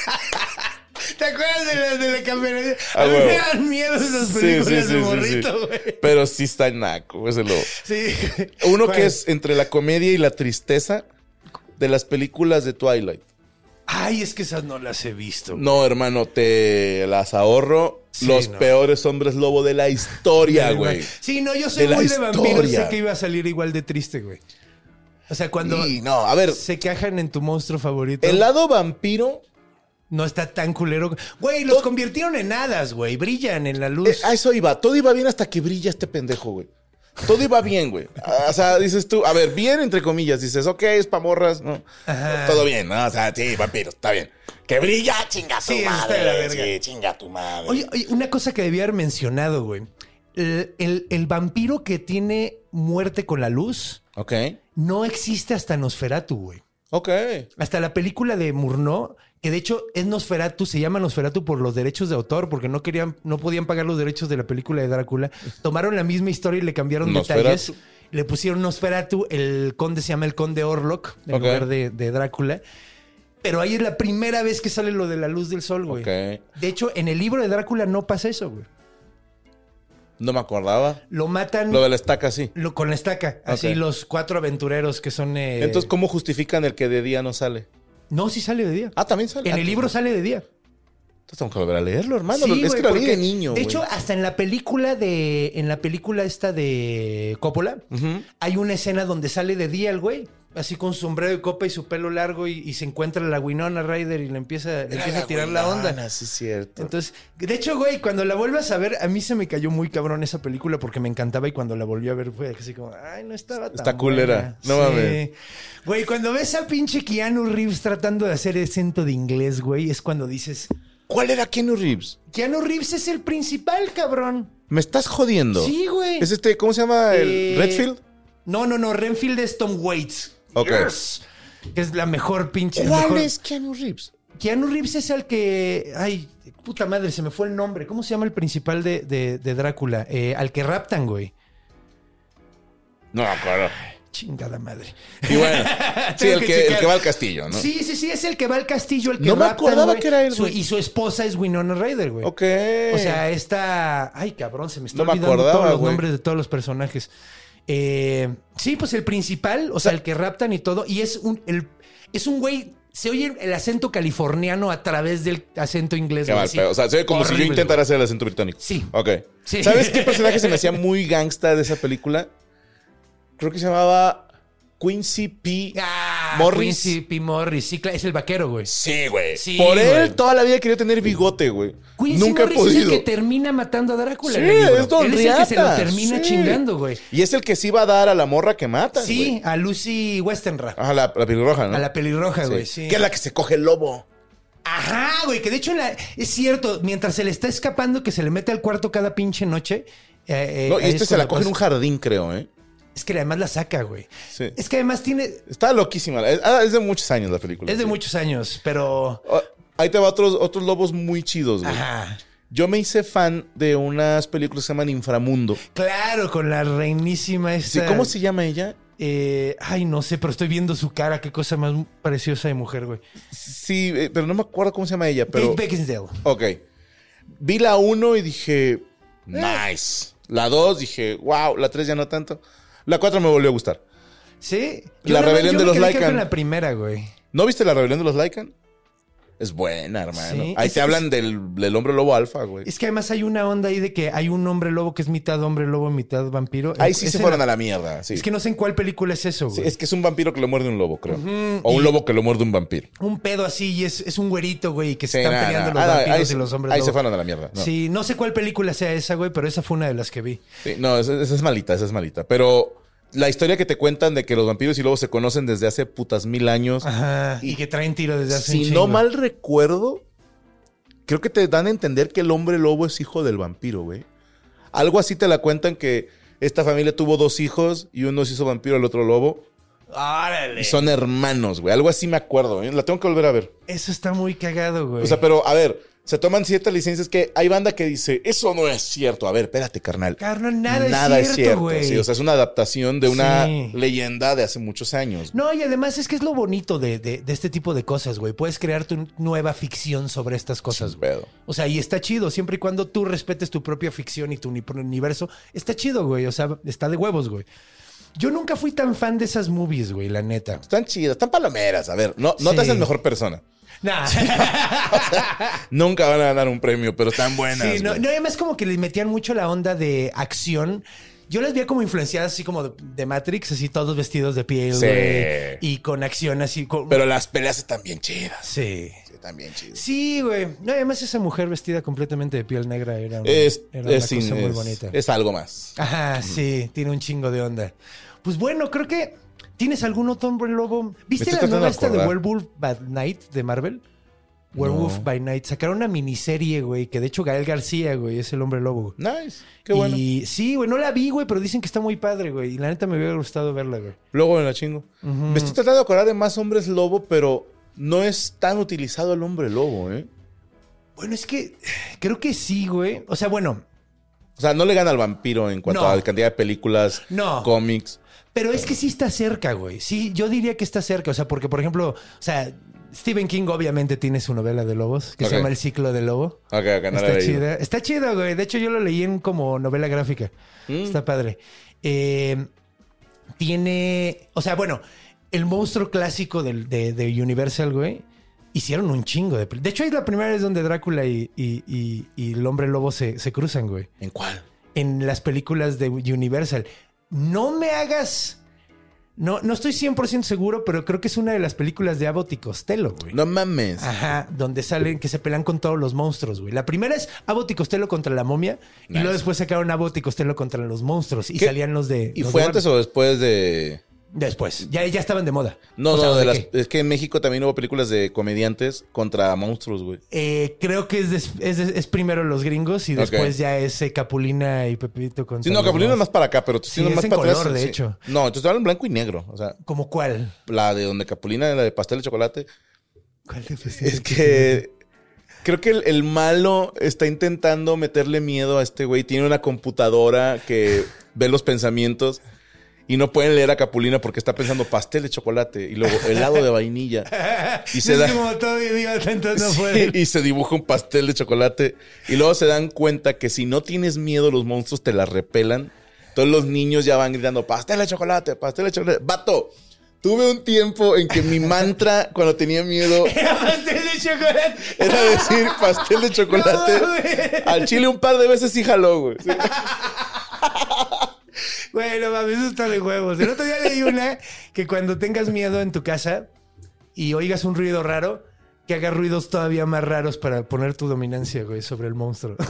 [SPEAKER 1] ¿Te acuerdas de la, de la camioneta?
[SPEAKER 3] Ah,
[SPEAKER 1] A mí
[SPEAKER 3] huevo.
[SPEAKER 1] me dan miedo esas
[SPEAKER 3] Sí,
[SPEAKER 1] películas
[SPEAKER 3] sí, sí,
[SPEAKER 1] de
[SPEAKER 3] sí, sí.
[SPEAKER 1] morrito, güey.
[SPEAKER 3] Pero sí está naco, ese lobo.
[SPEAKER 1] Sí.
[SPEAKER 3] Uno
[SPEAKER 1] ¿Cuál?
[SPEAKER 3] que es entre la comedia y la tristeza de las películas de Twilight.
[SPEAKER 1] Ay, es que esas no las he visto. güey.
[SPEAKER 3] No, hermano, te las ahorro.
[SPEAKER 1] Sí,
[SPEAKER 3] Los
[SPEAKER 1] no.
[SPEAKER 3] peores hombres lobo de la historia, güey.
[SPEAKER 1] Sí, no, yo soy
[SPEAKER 3] De la
[SPEAKER 1] muy de vampiros.
[SPEAKER 3] historia.
[SPEAKER 1] Sé que iba a salir igual de triste, güey. O sea, cuando
[SPEAKER 3] Y no, a ver,
[SPEAKER 1] se quejan en tu monstruo favorito.
[SPEAKER 3] el lado vampiro, eh,
[SPEAKER 1] No está tan culero. Güey, los
[SPEAKER 3] Todo-
[SPEAKER 1] convirtieron en hadas, güey. Brillan en la luz.
[SPEAKER 3] eh, a eso iba. Todo iba bien hasta que brilla este pendejo, güey. Todo iba bien, güey. Ah, O sea, dices tú, a ver, bien entre comillas, dices, ok, es pamorras, ¿no? Todo bien, ¿no? O sea, sí, vampiro, está bien. Que brilla, chinga tu
[SPEAKER 1] Sí, eso está
[SPEAKER 3] madre.
[SPEAKER 1] de la verga.
[SPEAKER 3] Sí, chinga tu madre.
[SPEAKER 1] Oye, oye, una cosa que debía haber mencionado, güey. El, el- el vampiro que tiene muerte con la luz
[SPEAKER 3] Ok,
[SPEAKER 1] no existe hasta Nosferatu, güey.
[SPEAKER 3] ok.
[SPEAKER 1] Hasta la película de Murnau, que de hecho es Nosferatu, se llama Nosferatu por los derechos de autor, porque no querían, no podían pagar los derechos de la película de Drácula. Tomaron la misma historia y le cambiaron
[SPEAKER 3] Nosferatu.
[SPEAKER 1] detalles. Le pusieron Nosferatu, el conde se llama el conde Orlok, en
[SPEAKER 3] Ok.
[SPEAKER 1] lugar de, de Drácula. Pero ahí es la primera vez que sale lo de la luz del sol, güey.
[SPEAKER 3] Ok.
[SPEAKER 1] De hecho, en el libro de Drácula no pasa eso, güey.
[SPEAKER 3] No me acordaba.
[SPEAKER 1] Lo matan
[SPEAKER 3] Lo de la estaca, sí.
[SPEAKER 1] lo- con la estaca, así
[SPEAKER 3] Ok.
[SPEAKER 1] los cuatro aventureros que son... eh,
[SPEAKER 3] Entonces, ¿cómo justifican el que de día no sale?
[SPEAKER 1] No, sí sale de día.
[SPEAKER 3] Ah, también sale.
[SPEAKER 1] en
[SPEAKER 3] Ah,
[SPEAKER 1] el libro sale de día.
[SPEAKER 3] Entonces tengo que volver a leerlo, hermano.
[SPEAKER 1] Sí,
[SPEAKER 3] es
[SPEAKER 1] güey,
[SPEAKER 3] que lo leí
[SPEAKER 1] porque,
[SPEAKER 3] de niño.
[SPEAKER 1] De
[SPEAKER 3] güey.
[SPEAKER 1] hecho, hasta en la película de. En la película esta de Coppola,
[SPEAKER 3] Ujú.
[SPEAKER 1] hay una escena donde sale de día el güey. Así con su sombrero de copa y su pelo largo y, y se encuentra la Winona Ryder y le empieza, le
[SPEAKER 3] Era
[SPEAKER 1] empieza a tirar la
[SPEAKER 3] güey,
[SPEAKER 1] onda.
[SPEAKER 3] nana, Sí, es cierto.
[SPEAKER 1] Entonces, de hecho, güey, cuando la vuelvas a ver, a mí se me cayó muy cabrón esa película porque me encantaba y cuando la volví a ver fue así como, ay, no estaba tan
[SPEAKER 3] Está culera.
[SPEAKER 1] buena".
[SPEAKER 3] No mames.
[SPEAKER 1] Güey, cuando ves a pinche Keanu Reeves tratando de hacer acento de inglés, güey, es cuando dices,
[SPEAKER 3] ¿Cuál era Keanu Reeves?
[SPEAKER 1] Keanu Reeves es el principal, cabrón.
[SPEAKER 3] ¿Me estás jodiendo?
[SPEAKER 1] Sí, güey.
[SPEAKER 3] ¿Es este, cómo se llama? ¿El
[SPEAKER 1] Eh,
[SPEAKER 3] Redfield?
[SPEAKER 1] No, no, no. Renfield es Tom Waits.
[SPEAKER 3] Ok.
[SPEAKER 1] Yes. Que es la mejor pinche. el mejor-
[SPEAKER 3] Keanu Reeves?
[SPEAKER 1] Keanu Reeves es el que. Ay, puta madre, se me fue el nombre. ¿Cómo se llama el principal de, de- de Drácula? Eh, al que raptan, güey.
[SPEAKER 3] No me acuerdo.
[SPEAKER 1] Chingada madre.
[SPEAKER 3] Y bueno, sí,
[SPEAKER 1] Tengo
[SPEAKER 3] el
[SPEAKER 1] que
[SPEAKER 3] que, el
[SPEAKER 1] checar.
[SPEAKER 3] que va al castillo, ¿no?
[SPEAKER 1] Sí, sí, sí, es el que va al castillo, el que
[SPEAKER 3] No me
[SPEAKER 1] raptan,
[SPEAKER 3] acordaba
[SPEAKER 1] güey.
[SPEAKER 3] que era él,
[SPEAKER 1] Su-
[SPEAKER 3] güey.
[SPEAKER 1] y su esposa es Winona Ryder, güey.
[SPEAKER 3] Ok.
[SPEAKER 1] O sea, esta. Ay, cabrón, se me está
[SPEAKER 3] No me
[SPEAKER 1] olvidando
[SPEAKER 3] acordaba,
[SPEAKER 1] todos los
[SPEAKER 3] güey.
[SPEAKER 1] nombres de todos los personajes. Eh, sí, pues el principal, o sea, el que raptan y todo. Y es un. el- es un güey. Se oye el acento californiano a través del acento inglés.
[SPEAKER 3] Qué
[SPEAKER 1] güey,
[SPEAKER 3] mal
[SPEAKER 1] así.
[SPEAKER 3] pedo. O sea, se ve como si
[SPEAKER 1] Horrible,
[SPEAKER 3] yo intentara hacer el acento británico.
[SPEAKER 1] Sí.
[SPEAKER 3] Ok.
[SPEAKER 1] Sí.
[SPEAKER 3] ¿Sabes qué personaje se me hacía muy gangsta de esa película? Creo que se llamaba Quincy P.
[SPEAKER 1] güey. Ah,
[SPEAKER 3] Morris.
[SPEAKER 1] Quincy P. Morris. Sí, claro, es el vaquero, güey.
[SPEAKER 3] Sí, güey.
[SPEAKER 1] Sí,
[SPEAKER 3] Por él
[SPEAKER 1] güey.
[SPEAKER 3] toda la vida quería tener bigote, güey.
[SPEAKER 1] Quincy
[SPEAKER 3] Nunca
[SPEAKER 1] Morris
[SPEAKER 3] he podido.
[SPEAKER 1] es el que termina matando a Drácula.
[SPEAKER 3] Sí,
[SPEAKER 1] en el libro.
[SPEAKER 3] es Don
[SPEAKER 1] Él es el que se lo
[SPEAKER 3] Riata,
[SPEAKER 1] termina
[SPEAKER 3] sí.
[SPEAKER 1] chingando, güey.
[SPEAKER 3] Y es el que sí va a dar a la morra que mata.
[SPEAKER 1] Sí, a Lucy Westenra.
[SPEAKER 3] Ajá, la, la pelirroja, Ah, ¿no?
[SPEAKER 1] A la pelirroja, güey. Sí.
[SPEAKER 3] Que es la que se coge el lobo.
[SPEAKER 1] Ajá, güey, que de hecho la- es cierto, mientras se le está escapando que se le mete al cuarto cada pinche noche. eh, eh,
[SPEAKER 3] No, y
[SPEAKER 1] ahí
[SPEAKER 3] este
[SPEAKER 1] es
[SPEAKER 3] se la
[SPEAKER 1] cuando
[SPEAKER 3] coge en un
[SPEAKER 1] pasa.
[SPEAKER 3] jardín, creo, ¿eh?
[SPEAKER 1] Es que además la saca, güey.
[SPEAKER 3] Sí.
[SPEAKER 1] Es que además tiene.
[SPEAKER 3] Está loquísima. Es, ah, es de muchos años la película.
[SPEAKER 1] Es de
[SPEAKER 3] Sí.
[SPEAKER 1] muchos años, pero.
[SPEAKER 3] Ah, Ahí te va otros, otros lobos muy chidos, güey.
[SPEAKER 1] Ajá.
[SPEAKER 3] Yo me hice fan de unas películas que se llaman Inframundo.
[SPEAKER 1] Claro, con la reinísima
[SPEAKER 3] Sí,
[SPEAKER 1] esta.
[SPEAKER 3] ¿Cómo se llama ella?
[SPEAKER 1] eh, ay, no sé, pero estoy viendo su cara. Qué cosa más preciosa de mujer, güey.
[SPEAKER 3] Sí, eh, pero no me acuerdo cómo se llama ella, pero...
[SPEAKER 1] Kate Beckinsale.
[SPEAKER 3] Ok. Vi la 1 y dije, nice. La 2 dije, wow. La 3 ya no tanto. La 4 me volvió a gustar.
[SPEAKER 1] Sí.
[SPEAKER 3] La
[SPEAKER 1] nada más-
[SPEAKER 3] rebelión
[SPEAKER 1] yo
[SPEAKER 3] de
[SPEAKER 1] me
[SPEAKER 3] los
[SPEAKER 1] quedé
[SPEAKER 3] Lycan.
[SPEAKER 1] con la primera, güey.
[SPEAKER 3] ¿No viste la rebelión de los Lycan? Es buena, hermano.
[SPEAKER 1] Sí,
[SPEAKER 3] Ahí
[SPEAKER 1] es-
[SPEAKER 3] te hablan
[SPEAKER 1] es-
[SPEAKER 3] del, del hombre lobo alfa, güey.
[SPEAKER 1] Es que además hay una onda ahí de que hay un hombre lobo que es mitad hombre lobo, mitad vampiro.
[SPEAKER 3] Ahí sí
[SPEAKER 1] Es
[SPEAKER 3] se
[SPEAKER 1] en-
[SPEAKER 3] fueron a la mierda. Sí.
[SPEAKER 1] Es que no sé en cuál película es eso,
[SPEAKER 3] Sí,
[SPEAKER 1] güey.
[SPEAKER 3] es que es un vampiro que lo muerde un lobo, creo.
[SPEAKER 1] Ujú,
[SPEAKER 3] O un
[SPEAKER 1] y-
[SPEAKER 3] lobo que lo muerde un vampiro.
[SPEAKER 1] Un pedo así y es, es un güerito, güey, que se
[SPEAKER 3] Sí,
[SPEAKER 1] están
[SPEAKER 3] nada,
[SPEAKER 1] peleando
[SPEAKER 3] nada.
[SPEAKER 1] los
[SPEAKER 3] Ah,
[SPEAKER 1] vampiros
[SPEAKER 3] ahí
[SPEAKER 1] y
[SPEAKER 3] se-
[SPEAKER 1] los hombres
[SPEAKER 3] Ahí
[SPEAKER 1] lobo.
[SPEAKER 3] se fueron a la mierda. No, sí.
[SPEAKER 1] Sí, no sé cuál película sea esa, güey, pero esa fue una de las que vi.
[SPEAKER 3] no esa, esa es malita, esa es malita. Pero la historia que te cuentan de que los vampiros y lobos se conocen desde hace putas mil años.
[SPEAKER 1] Ajá. Y, que traen tiro desde hace un
[SPEAKER 3] Si
[SPEAKER 1] chingo.
[SPEAKER 3] no mal recuerdo, creo que te dan a entender que el hombre lobo es hijo del vampiro, güey. Algo así te la cuentan que esta familia tuvo dos hijos y uno se hizo vampiro, el otro lobo.
[SPEAKER 1] Órale.
[SPEAKER 3] Y son hermanos, güey. Algo así me acuerdo, güey. La tengo que volver a ver.
[SPEAKER 1] Eso está muy cagado, güey.
[SPEAKER 3] O sea, pero a ver, se toman ciertas licencias que hay banda que dice, eso no es cierto. A ver, espérate, carnal.
[SPEAKER 1] Carnal, nada, es cierto, güey.
[SPEAKER 3] sí, o sea, es una adaptación de una
[SPEAKER 1] Sí.
[SPEAKER 3] leyenda de hace muchos años.
[SPEAKER 1] No, y además es que es lo bonito de, de- de este tipo de cosas, güey. Puedes crear tu nueva ficción sobre estas cosas,
[SPEAKER 3] Sin
[SPEAKER 1] güey.
[SPEAKER 3] pedo.
[SPEAKER 1] O sea, y está chido, siempre y cuando tú respetes tu propia ficción y tu uni- universo, está chido, güey. O sea, está de huevos, güey. Yo nunca fui tan fan de esas movies, güey, la neta.
[SPEAKER 3] Están chidas, están palomeras. A ver, no, no
[SPEAKER 1] Sí.
[SPEAKER 3] te haces mejor persona.
[SPEAKER 1] Nah.
[SPEAKER 3] Nunca van a ganar un premio, pero están buenas.
[SPEAKER 1] Sí, no,
[SPEAKER 3] güey.
[SPEAKER 1] no, además como que les metían mucho la onda de acción. Yo las veía como influenciadas así como de, de Matrix, así todos vestidos de piel,
[SPEAKER 3] Sí.
[SPEAKER 1] güey. Y con acción así. con-
[SPEAKER 3] Pero las peleas están bien chidas.
[SPEAKER 1] Sí.
[SPEAKER 3] Sí, están bien chidas.
[SPEAKER 1] Sí, güey. No, además esa mujer vestida completamente de piel negra era una,
[SPEAKER 3] Es,
[SPEAKER 1] era una
[SPEAKER 3] es sin-
[SPEAKER 1] cosa muy
[SPEAKER 3] es-
[SPEAKER 1] bonita.
[SPEAKER 3] es algo más.
[SPEAKER 1] Ajá, sí, tiene un chingo de onda. Pues bueno, creo que tienes algún otro hombre lobo. ¿Viste la
[SPEAKER 3] estoy tratando
[SPEAKER 1] nueva
[SPEAKER 3] de
[SPEAKER 1] esta de
[SPEAKER 3] acordar.
[SPEAKER 1] Werewolf by Night de Marvel? Werewolf by Night. Sacaron una miniserie, güey, que de hecho Gael García, güey, es el hombre lobo.
[SPEAKER 3] Nice. Mm, Qué bueno.
[SPEAKER 1] Y sí, güey, no la vi, güey, pero dicen que está muy padre, güey. Y la neta me hubiera gustado verla, güey.
[SPEAKER 3] Luego me la chingo. Me estoy tratando de acordar de más hombres lobo, pero no es tan utilizado el hombre lobo, ¿eh?
[SPEAKER 1] Bueno, es que creo que sí, güey. O sea, bueno,
[SPEAKER 3] O sea, no le gana al vampiro en cuanto
[SPEAKER 1] No.
[SPEAKER 3] a cantidad de películas,
[SPEAKER 1] No.
[SPEAKER 3] cómics.
[SPEAKER 1] Pero es que sí está cerca, güey. Sí, yo diría que está cerca. O sea, porque, por ejemplo, o sea, Stephen King obviamente tiene su novela de lobos, que
[SPEAKER 3] Ok.
[SPEAKER 1] se llama El ciclo del lobo.
[SPEAKER 3] Ok, ok, no la he
[SPEAKER 1] está
[SPEAKER 3] leído.
[SPEAKER 1] chida. Está chida, güey. De hecho, yo lo leí en como novela gráfica.
[SPEAKER 3] Mm.
[SPEAKER 1] Está padre. Eh, tiene. O sea, bueno, el monstruo clásico del- de, de Universal, güey. Hicieron un chingo de. pel- De hecho, es la primera vez donde Drácula y, y- y- y el hombre lobo se- se cruzan, güey
[SPEAKER 3] ¿En cuál?
[SPEAKER 1] en las películas de Universal. No me hagas. No, no estoy 100% seguro, pero creo que es una de las películas de Abbott y Costello, güey.
[SPEAKER 3] No mames.
[SPEAKER 1] Ajá, donde salen que se pelean con todos los monstruos, güey. La primera es Abbott y Costello contra la momia. Y
[SPEAKER 3] Nice.
[SPEAKER 1] luego después sacaron Abbott y Costello contra los monstruos. Y
[SPEAKER 3] ¿Qué?
[SPEAKER 1] salían los de.
[SPEAKER 3] ¿Y
[SPEAKER 1] los
[SPEAKER 3] fue
[SPEAKER 1] de
[SPEAKER 3] antes o después de.?
[SPEAKER 1] Después. Ya, ya estaban de moda.
[SPEAKER 3] No,
[SPEAKER 1] O sea,
[SPEAKER 3] no, de las-
[SPEAKER 1] que,
[SPEAKER 3] es que en México también hubo películas de comediantes contra monstruos, güey.
[SPEAKER 1] eh, creo que es, des- es, es primero los gringos y
[SPEAKER 3] Ok.
[SPEAKER 1] después ya es eh, Capulina y Pepito contra.
[SPEAKER 3] Sí, no,
[SPEAKER 1] los
[SPEAKER 3] Capulina es más
[SPEAKER 1] monstruos.
[SPEAKER 3] para acá, pero tú
[SPEAKER 1] Sí,
[SPEAKER 3] tienes
[SPEAKER 1] es
[SPEAKER 3] más
[SPEAKER 1] en
[SPEAKER 3] para
[SPEAKER 1] color,
[SPEAKER 3] atrás.
[SPEAKER 1] de
[SPEAKER 3] sí.
[SPEAKER 1] hecho.
[SPEAKER 3] No, entonces hablan blanco y negro. O sea,
[SPEAKER 1] ¿Cómo cuál?
[SPEAKER 3] la de donde Capulina, la de pastel de chocolate.
[SPEAKER 1] ¿Cuál de
[SPEAKER 3] Es que creo que el, el malo está intentando meterle miedo a este güey. Tiene una computadora que ve los pensamientos y no pueden leer a Capulina porque está pensando pastel de chocolate y luego helado de vainilla. Y se
[SPEAKER 1] es
[SPEAKER 3] da.
[SPEAKER 1] como todo idiota, entonces no
[SPEAKER 3] Sí,
[SPEAKER 1] puede.
[SPEAKER 3] y se dibuja un pastel de chocolate. Y luego se dan cuenta que si no tienes miedo, los monstruos te la repelan. Todos los niños ya van gritando: pastel de chocolate, pastel de chocolate. ¡Vato! Tuve un tiempo en que mi mantra cuando tenía miedo
[SPEAKER 1] Era pastel de chocolate.
[SPEAKER 3] era decir pastel de chocolate.
[SPEAKER 1] No mames.
[SPEAKER 3] Al chile un par de veces sí jaló, güey. Sí.
[SPEAKER 1] Bueno, mami, eso está de huevos. El otro día leí una que cuando tengas miedo en tu casa y oigas un ruido raro, que hagas ruidos todavía más raros para poner tu dominancia, güey, sobre el monstruo.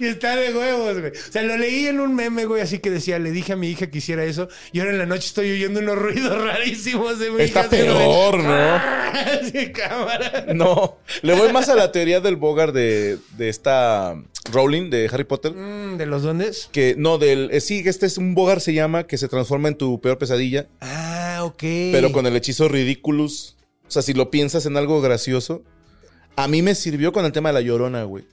[SPEAKER 1] y está de huevos, güey. O sea, lo leí en un meme, güey, así que decía, le dije a mi hija que hiciera eso y ahora en la noche estoy oyendo unos ruidos rarísimos de mi
[SPEAKER 3] Está
[SPEAKER 1] hija haciendo el-
[SPEAKER 3] peor, ¿no?
[SPEAKER 1] Sí, cámara.
[SPEAKER 3] No, le voy más a la teoría del Bogart de, de esta um, Rowling de Harry Potter.
[SPEAKER 1] Mm, ¿De los duendes?
[SPEAKER 3] Que no, del. eh, sí, este es un Bogart se llama que se transforma en tu peor pesadilla,
[SPEAKER 1] Ah, ok.
[SPEAKER 3] pero con el hechizo Ridiculous. O sea, si lo piensas en algo gracioso. A mí me sirvió con el tema de la llorona, güey.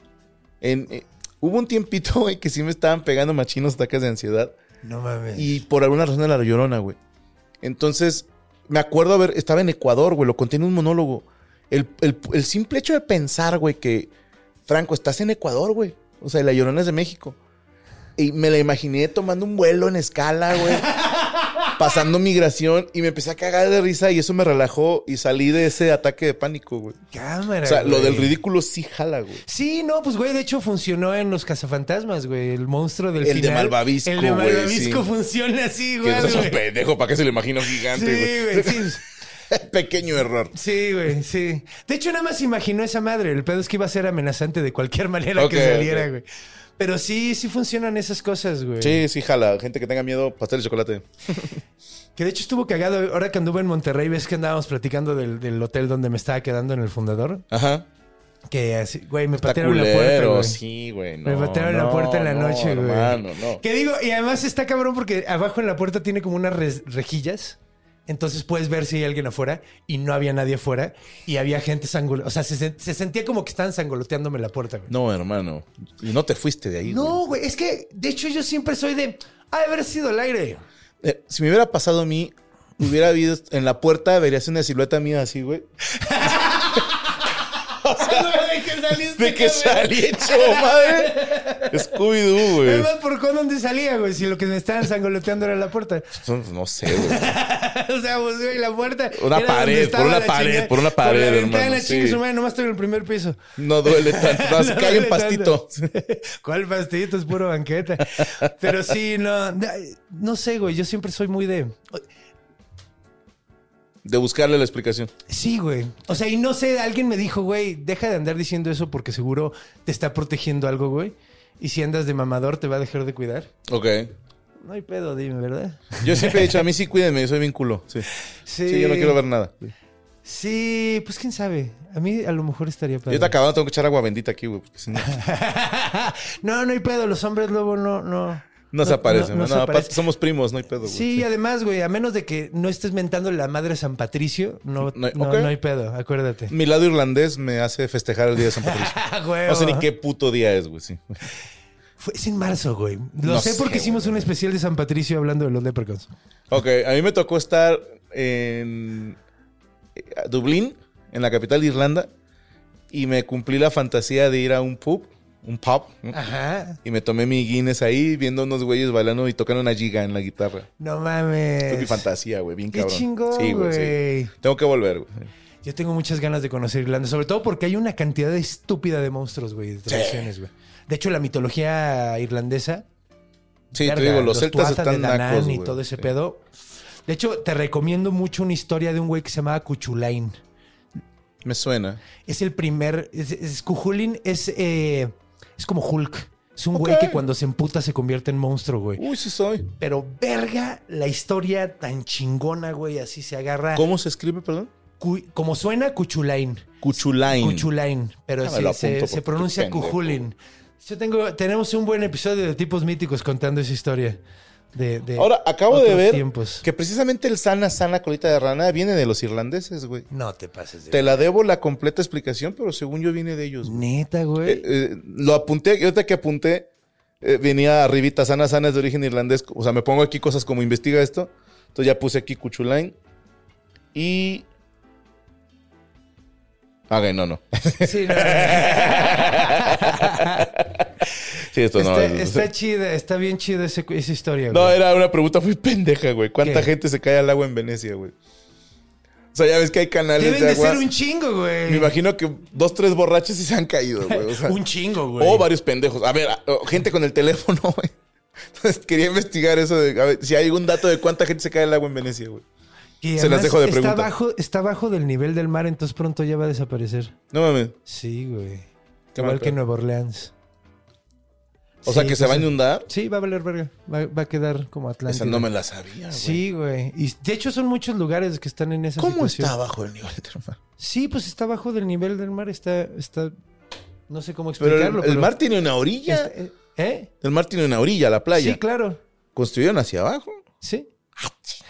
[SPEAKER 3] En, eh, hubo un tiempito, güey, que sí me estaban pegando machinos ataques de ansiedad.
[SPEAKER 1] No mames.
[SPEAKER 3] Y por alguna razón era la llorona, güey. Entonces, me acuerdo haber, estaba en Ecuador, güey, lo conté en un monólogo. El, el- el simple hecho de pensar, güey, que, Franco, estás en Ecuador, güey. O sea, y la llorona es de México. Y me la imaginé tomando un vuelo en escala, güey. pasando migración y me empecé a cagar de risa y eso me relajó y salí de ese ataque de pánico, güey.
[SPEAKER 1] cámara.
[SPEAKER 3] O sea, lo
[SPEAKER 1] güey.
[SPEAKER 3] del ridículo sí jala, güey.
[SPEAKER 1] Sí, no, pues güey, de hecho funcionó en los cazafantasmas, güey. El monstruo del
[SPEAKER 3] El de
[SPEAKER 1] final.
[SPEAKER 3] Malvavisco,
[SPEAKER 1] El de
[SPEAKER 3] güey,
[SPEAKER 1] Malvavisco
[SPEAKER 3] sí.
[SPEAKER 1] funciona así,
[SPEAKER 3] Que
[SPEAKER 1] güey.
[SPEAKER 3] es un
[SPEAKER 1] güey.
[SPEAKER 3] pendejo, ¿para qué se lo imagino gigante,
[SPEAKER 1] Sí,
[SPEAKER 3] güey?
[SPEAKER 1] güey, sí.
[SPEAKER 3] Pequeño error.
[SPEAKER 1] Sí, güey, sí. De hecho, nada más imaginó esa madre. El pedo es que iba a ser amenazante de cualquier manera
[SPEAKER 3] Ok,
[SPEAKER 1] que saliera,
[SPEAKER 3] ok.
[SPEAKER 1] güey. Pero sí, sí funcionan esas cosas, güey.
[SPEAKER 3] Sí, sí, jala. Gente que tenga miedo, pastel de chocolate.
[SPEAKER 1] Que de hecho estuvo cagado. Ahora que anduve en Monterrey, ves que andábamos platicando del, del hotel donde me estaba quedando en el fundador.
[SPEAKER 3] Ajá.
[SPEAKER 1] Que así, güey, me
[SPEAKER 3] Está
[SPEAKER 1] patearon la puerta,
[SPEAKER 3] culero,
[SPEAKER 1] güey.
[SPEAKER 3] sí, güey.
[SPEAKER 1] Me
[SPEAKER 3] no,
[SPEAKER 1] patearon
[SPEAKER 3] no,
[SPEAKER 1] la puerta en la
[SPEAKER 3] no,
[SPEAKER 1] noche, güey.
[SPEAKER 3] Hermano, no.
[SPEAKER 1] Que digo, y además está cabrón porque abajo en la puerta tiene como unas res- rejillas. Entonces puedes ver si hay alguien afuera y no había nadie afuera y había gente sangoloteando. O sea, se, sen- se sentía como que estaban sangoloteándome la puerta, güey.
[SPEAKER 3] No, hermano. Y no te fuiste de ahí, güey.
[SPEAKER 1] No, güey, es que de hecho yo siempre soy de. Ha de haber sido el aire.
[SPEAKER 3] Eh, si me hubiera pasado a mí, hubiera habido en la puerta, verías una silueta mía así, güey.
[SPEAKER 1] de que saliste.
[SPEAKER 3] De que salí hecho, madre. Scooby-Doo, güey.
[SPEAKER 1] Además, ¿por cuándo dónde salía, güey? Si lo que me estaban sangoloteando era la puerta.
[SPEAKER 3] No, No sé, güey.
[SPEAKER 1] o sea, pues, güey, la puerta.
[SPEAKER 3] Una
[SPEAKER 1] era donde
[SPEAKER 3] pared,
[SPEAKER 1] estaba
[SPEAKER 3] por una
[SPEAKER 1] la
[SPEAKER 3] pared,
[SPEAKER 1] chinga-
[SPEAKER 3] por una
[SPEAKER 1] Por
[SPEAKER 3] pared,
[SPEAKER 1] la
[SPEAKER 3] hermano,
[SPEAKER 1] ventana, chingue
[SPEAKER 3] sí.
[SPEAKER 1] su madre, nomás estoy en el primer piso.
[SPEAKER 3] No duele tanto. No, se
[SPEAKER 1] No
[SPEAKER 3] cae un
[SPEAKER 1] duele
[SPEAKER 3] pastito.
[SPEAKER 1] tanto. ¿Cuál pastito? Es puro banqueta. Pero sí, no, no, no sé, güey. Yo siempre soy muy de.
[SPEAKER 3] De buscarle la explicación.
[SPEAKER 1] Sí, güey. O sea, y no sé, alguien me dijo, güey, deja de andar diciendo eso porque seguro te está protegiendo algo, güey. Y si andas de mamador, te va a dejar de cuidar.
[SPEAKER 3] Ok.
[SPEAKER 1] No hay pedo, dime, ¿verdad?
[SPEAKER 3] Yo siempre he dicho, a mí sí cuídenme, yo soy bien culo. Sí.
[SPEAKER 1] Sí,
[SPEAKER 3] Sí, yo no quiero ver nada.
[SPEAKER 1] Sí, pues quién sabe. A mí a lo mejor estaría
[SPEAKER 3] Yo
[SPEAKER 1] padre.
[SPEAKER 3] te acabando, tengo que echar agua bendita aquí, güey. porque si no-
[SPEAKER 1] no, no hay pedo. Los hombres lobo no, no.
[SPEAKER 3] No se aparece,
[SPEAKER 1] no-
[SPEAKER 3] no,
[SPEAKER 1] no se aparece.
[SPEAKER 3] somos primos, no hay pedo, güey.
[SPEAKER 1] Sí, y además, güey, a menos de que no estés mentando la madre a San Patricio, no,
[SPEAKER 3] No
[SPEAKER 1] no,
[SPEAKER 3] hay- ok. Mm.
[SPEAKER 1] no hay pedo, acuérdate.
[SPEAKER 3] Mi lado irlandés me hace festejar el día de San Patricio.
[SPEAKER 1] Ah, güey.
[SPEAKER 3] No sé ni qué puto día es, güey. Sí.
[SPEAKER 1] Fue, es en marzo, güey. Lo
[SPEAKER 3] No
[SPEAKER 1] sé
[SPEAKER 3] sé,
[SPEAKER 1] porque
[SPEAKER 3] güey.
[SPEAKER 1] hicimos un especial de San Patricio hablando de los leprechauns.
[SPEAKER 3] Ok, a mí me tocó estar en eh, Dublín, en la capital de Irlanda, y me cumplí la fantasía de ir a un pub, un pub,
[SPEAKER 1] Ah.
[SPEAKER 3] ¿no?
[SPEAKER 1] Ajá.
[SPEAKER 3] y me tomé mi Guinness ahí viendo unos güeyes bailando y tocando una giga en la guitarra.
[SPEAKER 1] No
[SPEAKER 3] Fue mi
[SPEAKER 1] mames.
[SPEAKER 3] fantasía, güey, bien
[SPEAKER 1] Qué
[SPEAKER 3] cabrón.
[SPEAKER 1] chingón,
[SPEAKER 3] Sí, güey, sí.
[SPEAKER 1] güey.
[SPEAKER 3] Tengo que volver, güey.
[SPEAKER 1] Yo tengo muchas ganas de conocer Irlanda, sobre todo porque hay una cantidad estúpida de monstruos, güey, de tradiciones, güey. De hecho, la mitología irlandesa,
[SPEAKER 3] Sí,
[SPEAKER 1] verga,
[SPEAKER 3] te digo, los, celtas
[SPEAKER 1] Tuatha
[SPEAKER 3] están
[SPEAKER 1] de Danann
[SPEAKER 3] nacos,
[SPEAKER 1] y
[SPEAKER 3] güey.
[SPEAKER 1] todo ese
[SPEAKER 3] Sí.
[SPEAKER 1] pedo. De hecho, te recomiendo mucho una historia de un güey que se llamaba Cuchulain.
[SPEAKER 3] Me suena.
[SPEAKER 1] Es el primer. Es, es- Cujulin es, eh, es como Hulk. Es un güey
[SPEAKER 3] Ok.
[SPEAKER 1] que cuando se emputa se convierte en monstruo, güey.
[SPEAKER 3] Uy, sí soy.
[SPEAKER 1] Pero verga la historia tan chingona, güey. Así se agarra.
[SPEAKER 3] ¿Cómo se escribe, perdón?
[SPEAKER 1] Cu- como suena, Cuchulain.
[SPEAKER 3] Cuchulain.
[SPEAKER 1] Cuchulain. Pero
[SPEAKER 3] Ya me
[SPEAKER 1] sí,
[SPEAKER 3] lo apunto
[SPEAKER 1] se, se
[SPEAKER 3] porque
[SPEAKER 1] pronuncia
[SPEAKER 3] qué pendejo.
[SPEAKER 1] Cujulin. Yo tengo, tenemos un buen episodio de tipos míticos contando esa historia. De, de
[SPEAKER 3] Ahora, acabo de
[SPEAKER 1] otros
[SPEAKER 3] ver
[SPEAKER 1] tiempos.
[SPEAKER 3] que precisamente el sana, sana colita de rana viene de los irlandeses, güey.
[SPEAKER 1] No te pases de.
[SPEAKER 3] Te la debo la completa explicación, pero según yo viene de ellos. güey.
[SPEAKER 1] Neta, güey.
[SPEAKER 3] Eh, eh, lo apunté, y ahorita que apunté, eh, venía arribita, sana, sana es de origen irlandés. O sea, me pongo aquí cosas como investiga esto. Entonces ya puse aquí Cuchulain y... Ah, ok, no, no.
[SPEAKER 1] Sí, no, no.
[SPEAKER 3] Sí, esto no.
[SPEAKER 1] está,
[SPEAKER 3] es-
[SPEAKER 1] está chida, está bien chida ese- esa historia.
[SPEAKER 3] No,
[SPEAKER 1] güey.
[SPEAKER 3] era una pregunta muy pendeja, güey. ¿Cuánta
[SPEAKER 1] ¿Qué?
[SPEAKER 3] gente se cae al agua en Venecia, güey? O sea, ya ves que hay canales
[SPEAKER 1] Deben
[SPEAKER 3] de
[SPEAKER 1] de
[SPEAKER 3] agua.
[SPEAKER 1] ser un chingo, güey.
[SPEAKER 3] Me imagino que dos, tres borrachos sí se han caído, güey. O, sea,
[SPEAKER 1] un chingo, güey.
[SPEAKER 3] o varios pendejos. A ver, a- o gente con el teléfono, güey. Entonces quería investigar eso de a ver, si hay algún dato de cuánta gente se cae al agua en Venecia, güey.
[SPEAKER 1] Y
[SPEAKER 3] se las dejo de pregunta.
[SPEAKER 1] Está bajo, está bajo del nivel del mar, entonces pronto ya va a desaparecer.
[SPEAKER 3] No mames.
[SPEAKER 1] Sí, güey.
[SPEAKER 3] Qué mal
[SPEAKER 1] Igual que
[SPEAKER 3] pedo.
[SPEAKER 1] Nueva Orleans.
[SPEAKER 3] O sea,
[SPEAKER 1] Sí,
[SPEAKER 3] que se va a
[SPEAKER 1] entonces-
[SPEAKER 3] inundar.
[SPEAKER 1] Sí, va a valer verga. Va, va a quedar como Atlántida.
[SPEAKER 3] Esa no me la sabía, güey.
[SPEAKER 1] Sí, güey. Y de hecho son muchos lugares que están en esa
[SPEAKER 3] ¿Cómo
[SPEAKER 1] situación.
[SPEAKER 3] está bajo el nivel del mar?
[SPEAKER 1] Sí, pues está abajo del nivel del mar, está, está, no sé cómo
[SPEAKER 3] Pero el,
[SPEAKER 1] explicarlo.
[SPEAKER 3] el mar tiene una orilla.
[SPEAKER 1] está- eh, ¿Eh?
[SPEAKER 3] El mar tiene una orilla, la playa.
[SPEAKER 1] Sí, claro.
[SPEAKER 3] Construyeron hacia abajo.
[SPEAKER 1] Sí.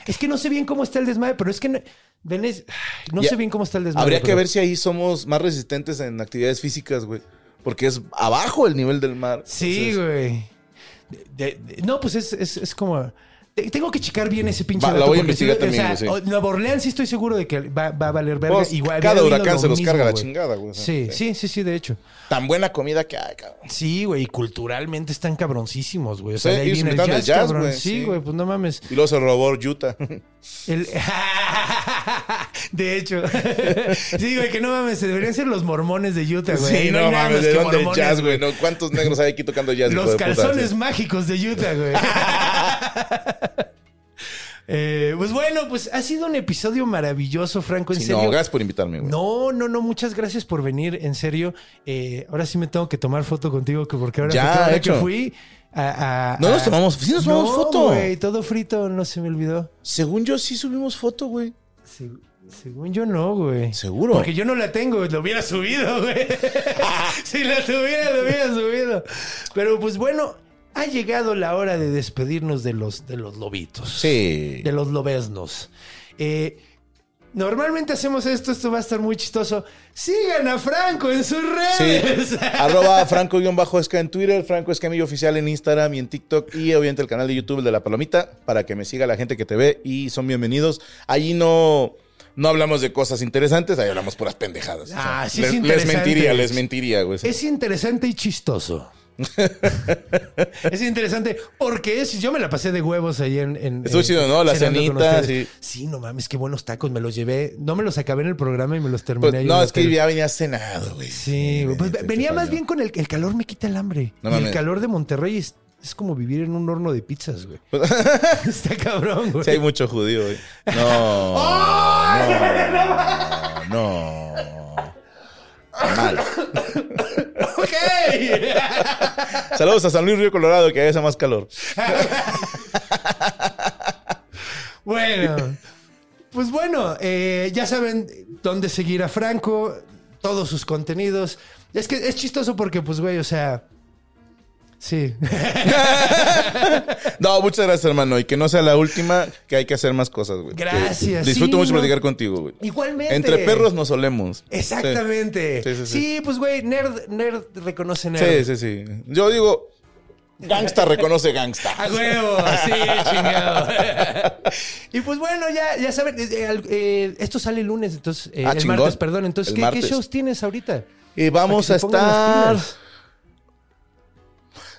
[SPEAKER 1] Es que no sé bien cómo está el desmadre, pero es que no, Venes- ay, no
[SPEAKER 3] Ya.
[SPEAKER 1] sé bien cómo está el desmadre.
[SPEAKER 3] Habría que
[SPEAKER 1] pero-
[SPEAKER 3] ver si ahí somos más resistentes en actividades físicas, güey. Porque es abajo el nivel del mar.
[SPEAKER 1] Sí,
[SPEAKER 3] Entonces,
[SPEAKER 1] güey. De- de- no, pues es, es- es como. te- Tengo que checar bien ese pinche.
[SPEAKER 3] Va, la
[SPEAKER 1] dato
[SPEAKER 3] voy a
[SPEAKER 1] porque
[SPEAKER 3] investigar
[SPEAKER 1] sí,
[SPEAKER 3] también,
[SPEAKER 1] o sea,
[SPEAKER 3] güey, sí.
[SPEAKER 1] o- Nueva Orleans sí estoy seguro de que va, va a valer verga.
[SPEAKER 3] Pues,
[SPEAKER 1] Igual,
[SPEAKER 3] cada
[SPEAKER 1] hubiera habido
[SPEAKER 3] huracán
[SPEAKER 1] lo
[SPEAKER 3] se los
[SPEAKER 1] mismo,
[SPEAKER 3] carga la
[SPEAKER 1] güey.
[SPEAKER 3] chingada, güey. eh,
[SPEAKER 1] Sí, sí, sí, sí, de hecho.
[SPEAKER 3] Tan buena comida que hay, cabrón.
[SPEAKER 1] Sí, güey, y culturalmente están cabroncísimos, güey. O sea,
[SPEAKER 3] Sí,
[SPEAKER 1] de ahí
[SPEAKER 3] ellos
[SPEAKER 1] viene el
[SPEAKER 3] inventaron
[SPEAKER 1] jazz,
[SPEAKER 3] el jazz,
[SPEAKER 1] cabrón.
[SPEAKER 3] güey,
[SPEAKER 1] Sí,
[SPEAKER 3] sí.
[SPEAKER 1] güey, pues no mames.
[SPEAKER 3] Y luego se robó Utah.
[SPEAKER 1] El- De hecho, sí, güey, que no mames, deberían ser los mormones de Utah, güey. Ahí
[SPEAKER 3] sí, no,
[SPEAKER 1] hay nada
[SPEAKER 3] mames,
[SPEAKER 1] más
[SPEAKER 3] ¿de
[SPEAKER 1] que
[SPEAKER 3] dónde el
[SPEAKER 1] mormones,
[SPEAKER 3] jazz, güey? No, ¿Cuántos negros hay aquí tocando jazz? hijo
[SPEAKER 1] Los
[SPEAKER 3] de puta?
[SPEAKER 1] calzones
[SPEAKER 3] Sí.
[SPEAKER 1] mágicos de Utah, güey. Eh, pues bueno, pues ha sido un episodio maravilloso, Franco. En
[SPEAKER 3] Sí, no,
[SPEAKER 1] serio.
[SPEAKER 3] gracias por invitarme, güey.
[SPEAKER 1] No, no, no, muchas gracias por venir, en serio. Eh, ahora sí me tengo que tomar foto contigo, que- porque ahora,
[SPEAKER 3] Ya,
[SPEAKER 1] porque ahora
[SPEAKER 3] hecho.
[SPEAKER 1] que fui a, a-
[SPEAKER 3] No nos
[SPEAKER 1] a-
[SPEAKER 3] tomamos- sí nos tomamos
[SPEAKER 1] No,
[SPEAKER 3] foto.
[SPEAKER 1] güey, todo frito, no se me olvidó.
[SPEAKER 3] Según yo, sí subimos foto, güey.
[SPEAKER 1] Se- según yo no, güey.
[SPEAKER 3] ¿Seguro?
[SPEAKER 1] Porque yo no la tengo, lo hubiera subido, güey. si la tuviera, lo hubiera subido. Pero pues bueno, ha llegado la hora de despedirnos de los, de los lobitos,
[SPEAKER 3] Sí.
[SPEAKER 1] de los lobesnos. Eh, normalmente hacemos esto, esto va a estar muy chistoso. Sigan a Franco en sus
[SPEAKER 3] Sí.
[SPEAKER 1] redes.
[SPEAKER 3] Arroba Franco-Esca en Twitter, Franco Escamillo Oficial en Instagram y en TikTok y obviamente el canal de YouTube el de La Palomita para que me siga la gente que te ve y son bienvenidos. Allí no, no hablamos de cosas interesantes, ahí hablamos puras pendejadas.
[SPEAKER 1] Ah, sí es
[SPEAKER 3] les, les
[SPEAKER 1] interesante.
[SPEAKER 3] mentiría, les mentiría, güey. sí.
[SPEAKER 1] Es interesante y chistoso. es interesante porque es, yo me la pasé de huevos ahí en... en
[SPEAKER 3] Estuvo
[SPEAKER 1] eh,
[SPEAKER 3] chido, ¿no? La
[SPEAKER 1] cenando con
[SPEAKER 3] cenita,
[SPEAKER 1] ustedes. Sí, no mames, qué buenos tacos. Me los llevé. No me los acabé en el programa y me los terminé.
[SPEAKER 3] Pues,
[SPEAKER 1] ahí en
[SPEAKER 3] no,
[SPEAKER 1] el
[SPEAKER 3] es que
[SPEAKER 1] hotel.
[SPEAKER 3] ya venía cenado, güey. Este,
[SPEAKER 1] Sí, güey, pues
[SPEAKER 3] Te- te
[SPEAKER 1] venía más
[SPEAKER 3] falló.
[SPEAKER 1] bien con el, el calor me quita el hambre.
[SPEAKER 3] No
[SPEAKER 1] y el
[SPEAKER 3] mames.
[SPEAKER 1] calor de Monterrey es, es como vivir en un horno de pizzas, güey. Está cabrón, güey.
[SPEAKER 3] este, Sí, Pues, hay mucho judío, güey. No. no, no. Mal.
[SPEAKER 1] Ok.
[SPEAKER 3] Saludos a San Luis Río Colorado, que hace más calor.
[SPEAKER 1] Bueno, pues bueno, eh, ya saben dónde seguir a Franco, todos sus contenidos. Es que es chistoso porque, pues, güey, o sea. Sí.
[SPEAKER 3] No, muchas gracias, hermano. Y que no sea la última, que hay que hacer más cosas, güey.
[SPEAKER 1] Gracias,
[SPEAKER 3] Que Disfruto
[SPEAKER 1] sí,
[SPEAKER 3] mucho
[SPEAKER 1] no.
[SPEAKER 3] platicar contigo, güey.
[SPEAKER 1] Igualmente.
[SPEAKER 3] Entre perros nos solemos.
[SPEAKER 1] Exactamente. Sí,
[SPEAKER 3] Sí, sí, sí.
[SPEAKER 1] pues, güey, nerd, nerd reconoce nerd.
[SPEAKER 3] Sí, sí, sí. Yo digo, gangsta reconoce gangsta.
[SPEAKER 1] A huevo, sí, chingado. y pues bueno, ya, ya saben, eh, eh, al- eh, esto sale el lunes, entonces, eh,
[SPEAKER 3] Ah,
[SPEAKER 1] el
[SPEAKER 3] chingón.
[SPEAKER 1] martes, perdón. Entonces,
[SPEAKER 3] El
[SPEAKER 1] ¿qué, qué
[SPEAKER 3] martes.
[SPEAKER 1] shows tienes ahorita?
[SPEAKER 3] Y vamos a
[SPEAKER 1] Para que se pongan las
[SPEAKER 3] estar.
[SPEAKER 1] pilas.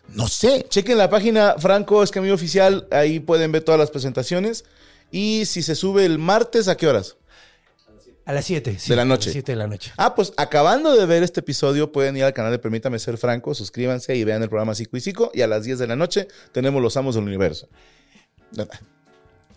[SPEAKER 3] No sé. Chequen la página Franco es Camino Oficial. Ahí pueden ver todas las presentaciones. Y si se sube el martes, ¿a qué horas?
[SPEAKER 1] A las 7.
[SPEAKER 3] De la
[SPEAKER 1] A
[SPEAKER 3] noche.
[SPEAKER 1] las 7 de la noche.
[SPEAKER 3] Ah, pues acabando de ver este episodio, pueden ir al canal de Permítame Ser Franco, suscríbanse y vean el programa Psico y Psico. Y a las 10 de la noche tenemos Los Amos del Universo.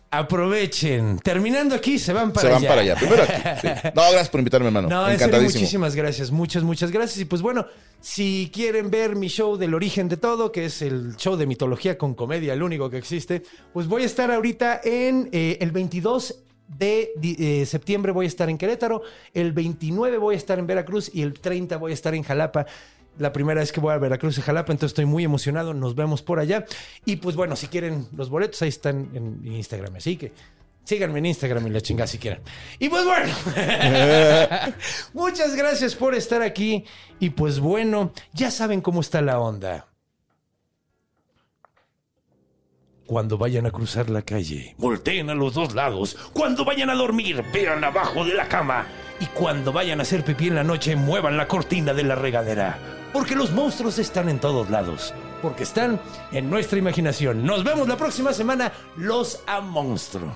[SPEAKER 1] Aprovechen. Terminando aquí, se van para
[SPEAKER 3] Se van
[SPEAKER 1] allá.
[SPEAKER 3] para allá. Primero aquí. sí. No, gracias por invitarme, hermano.
[SPEAKER 1] No, en serio,
[SPEAKER 3] Encantadísimo.
[SPEAKER 1] muchísimas gracias, muchas, muchas gracias. Y pues bueno, si quieren ver mi show del origen de todo, que es el show de mitología con comedia, el único que existe, pues voy a estar ahorita en eh, el 22 de di- eh, septiembre voy a estar en Querétaro, el 29 voy a estar en Veracruz y el 30 voy a estar en Jalapa. La primera vez que voy a Veracruz y Jalapa, entonces estoy muy emocionado, nos vemos por allá. Y pues bueno, si quieren los boletos, ahí están en mi Instagram, así que síganme en Instagram y la chingada si quieren. Y pues bueno. Muchas gracias por estar aquí y pues bueno, ya saben cómo está la onda. Cuando vayan a cruzar la calle, volteen a los dos lados. Cuando vayan a dormir, vean abajo de la cama. Y cuando vayan a hacer pipí en la noche, muevan la cortina de la regadera. Porque los monstruos están en todos lados. Porque están en nuestra imaginación. Nos vemos la próxima semana, los a monstruo.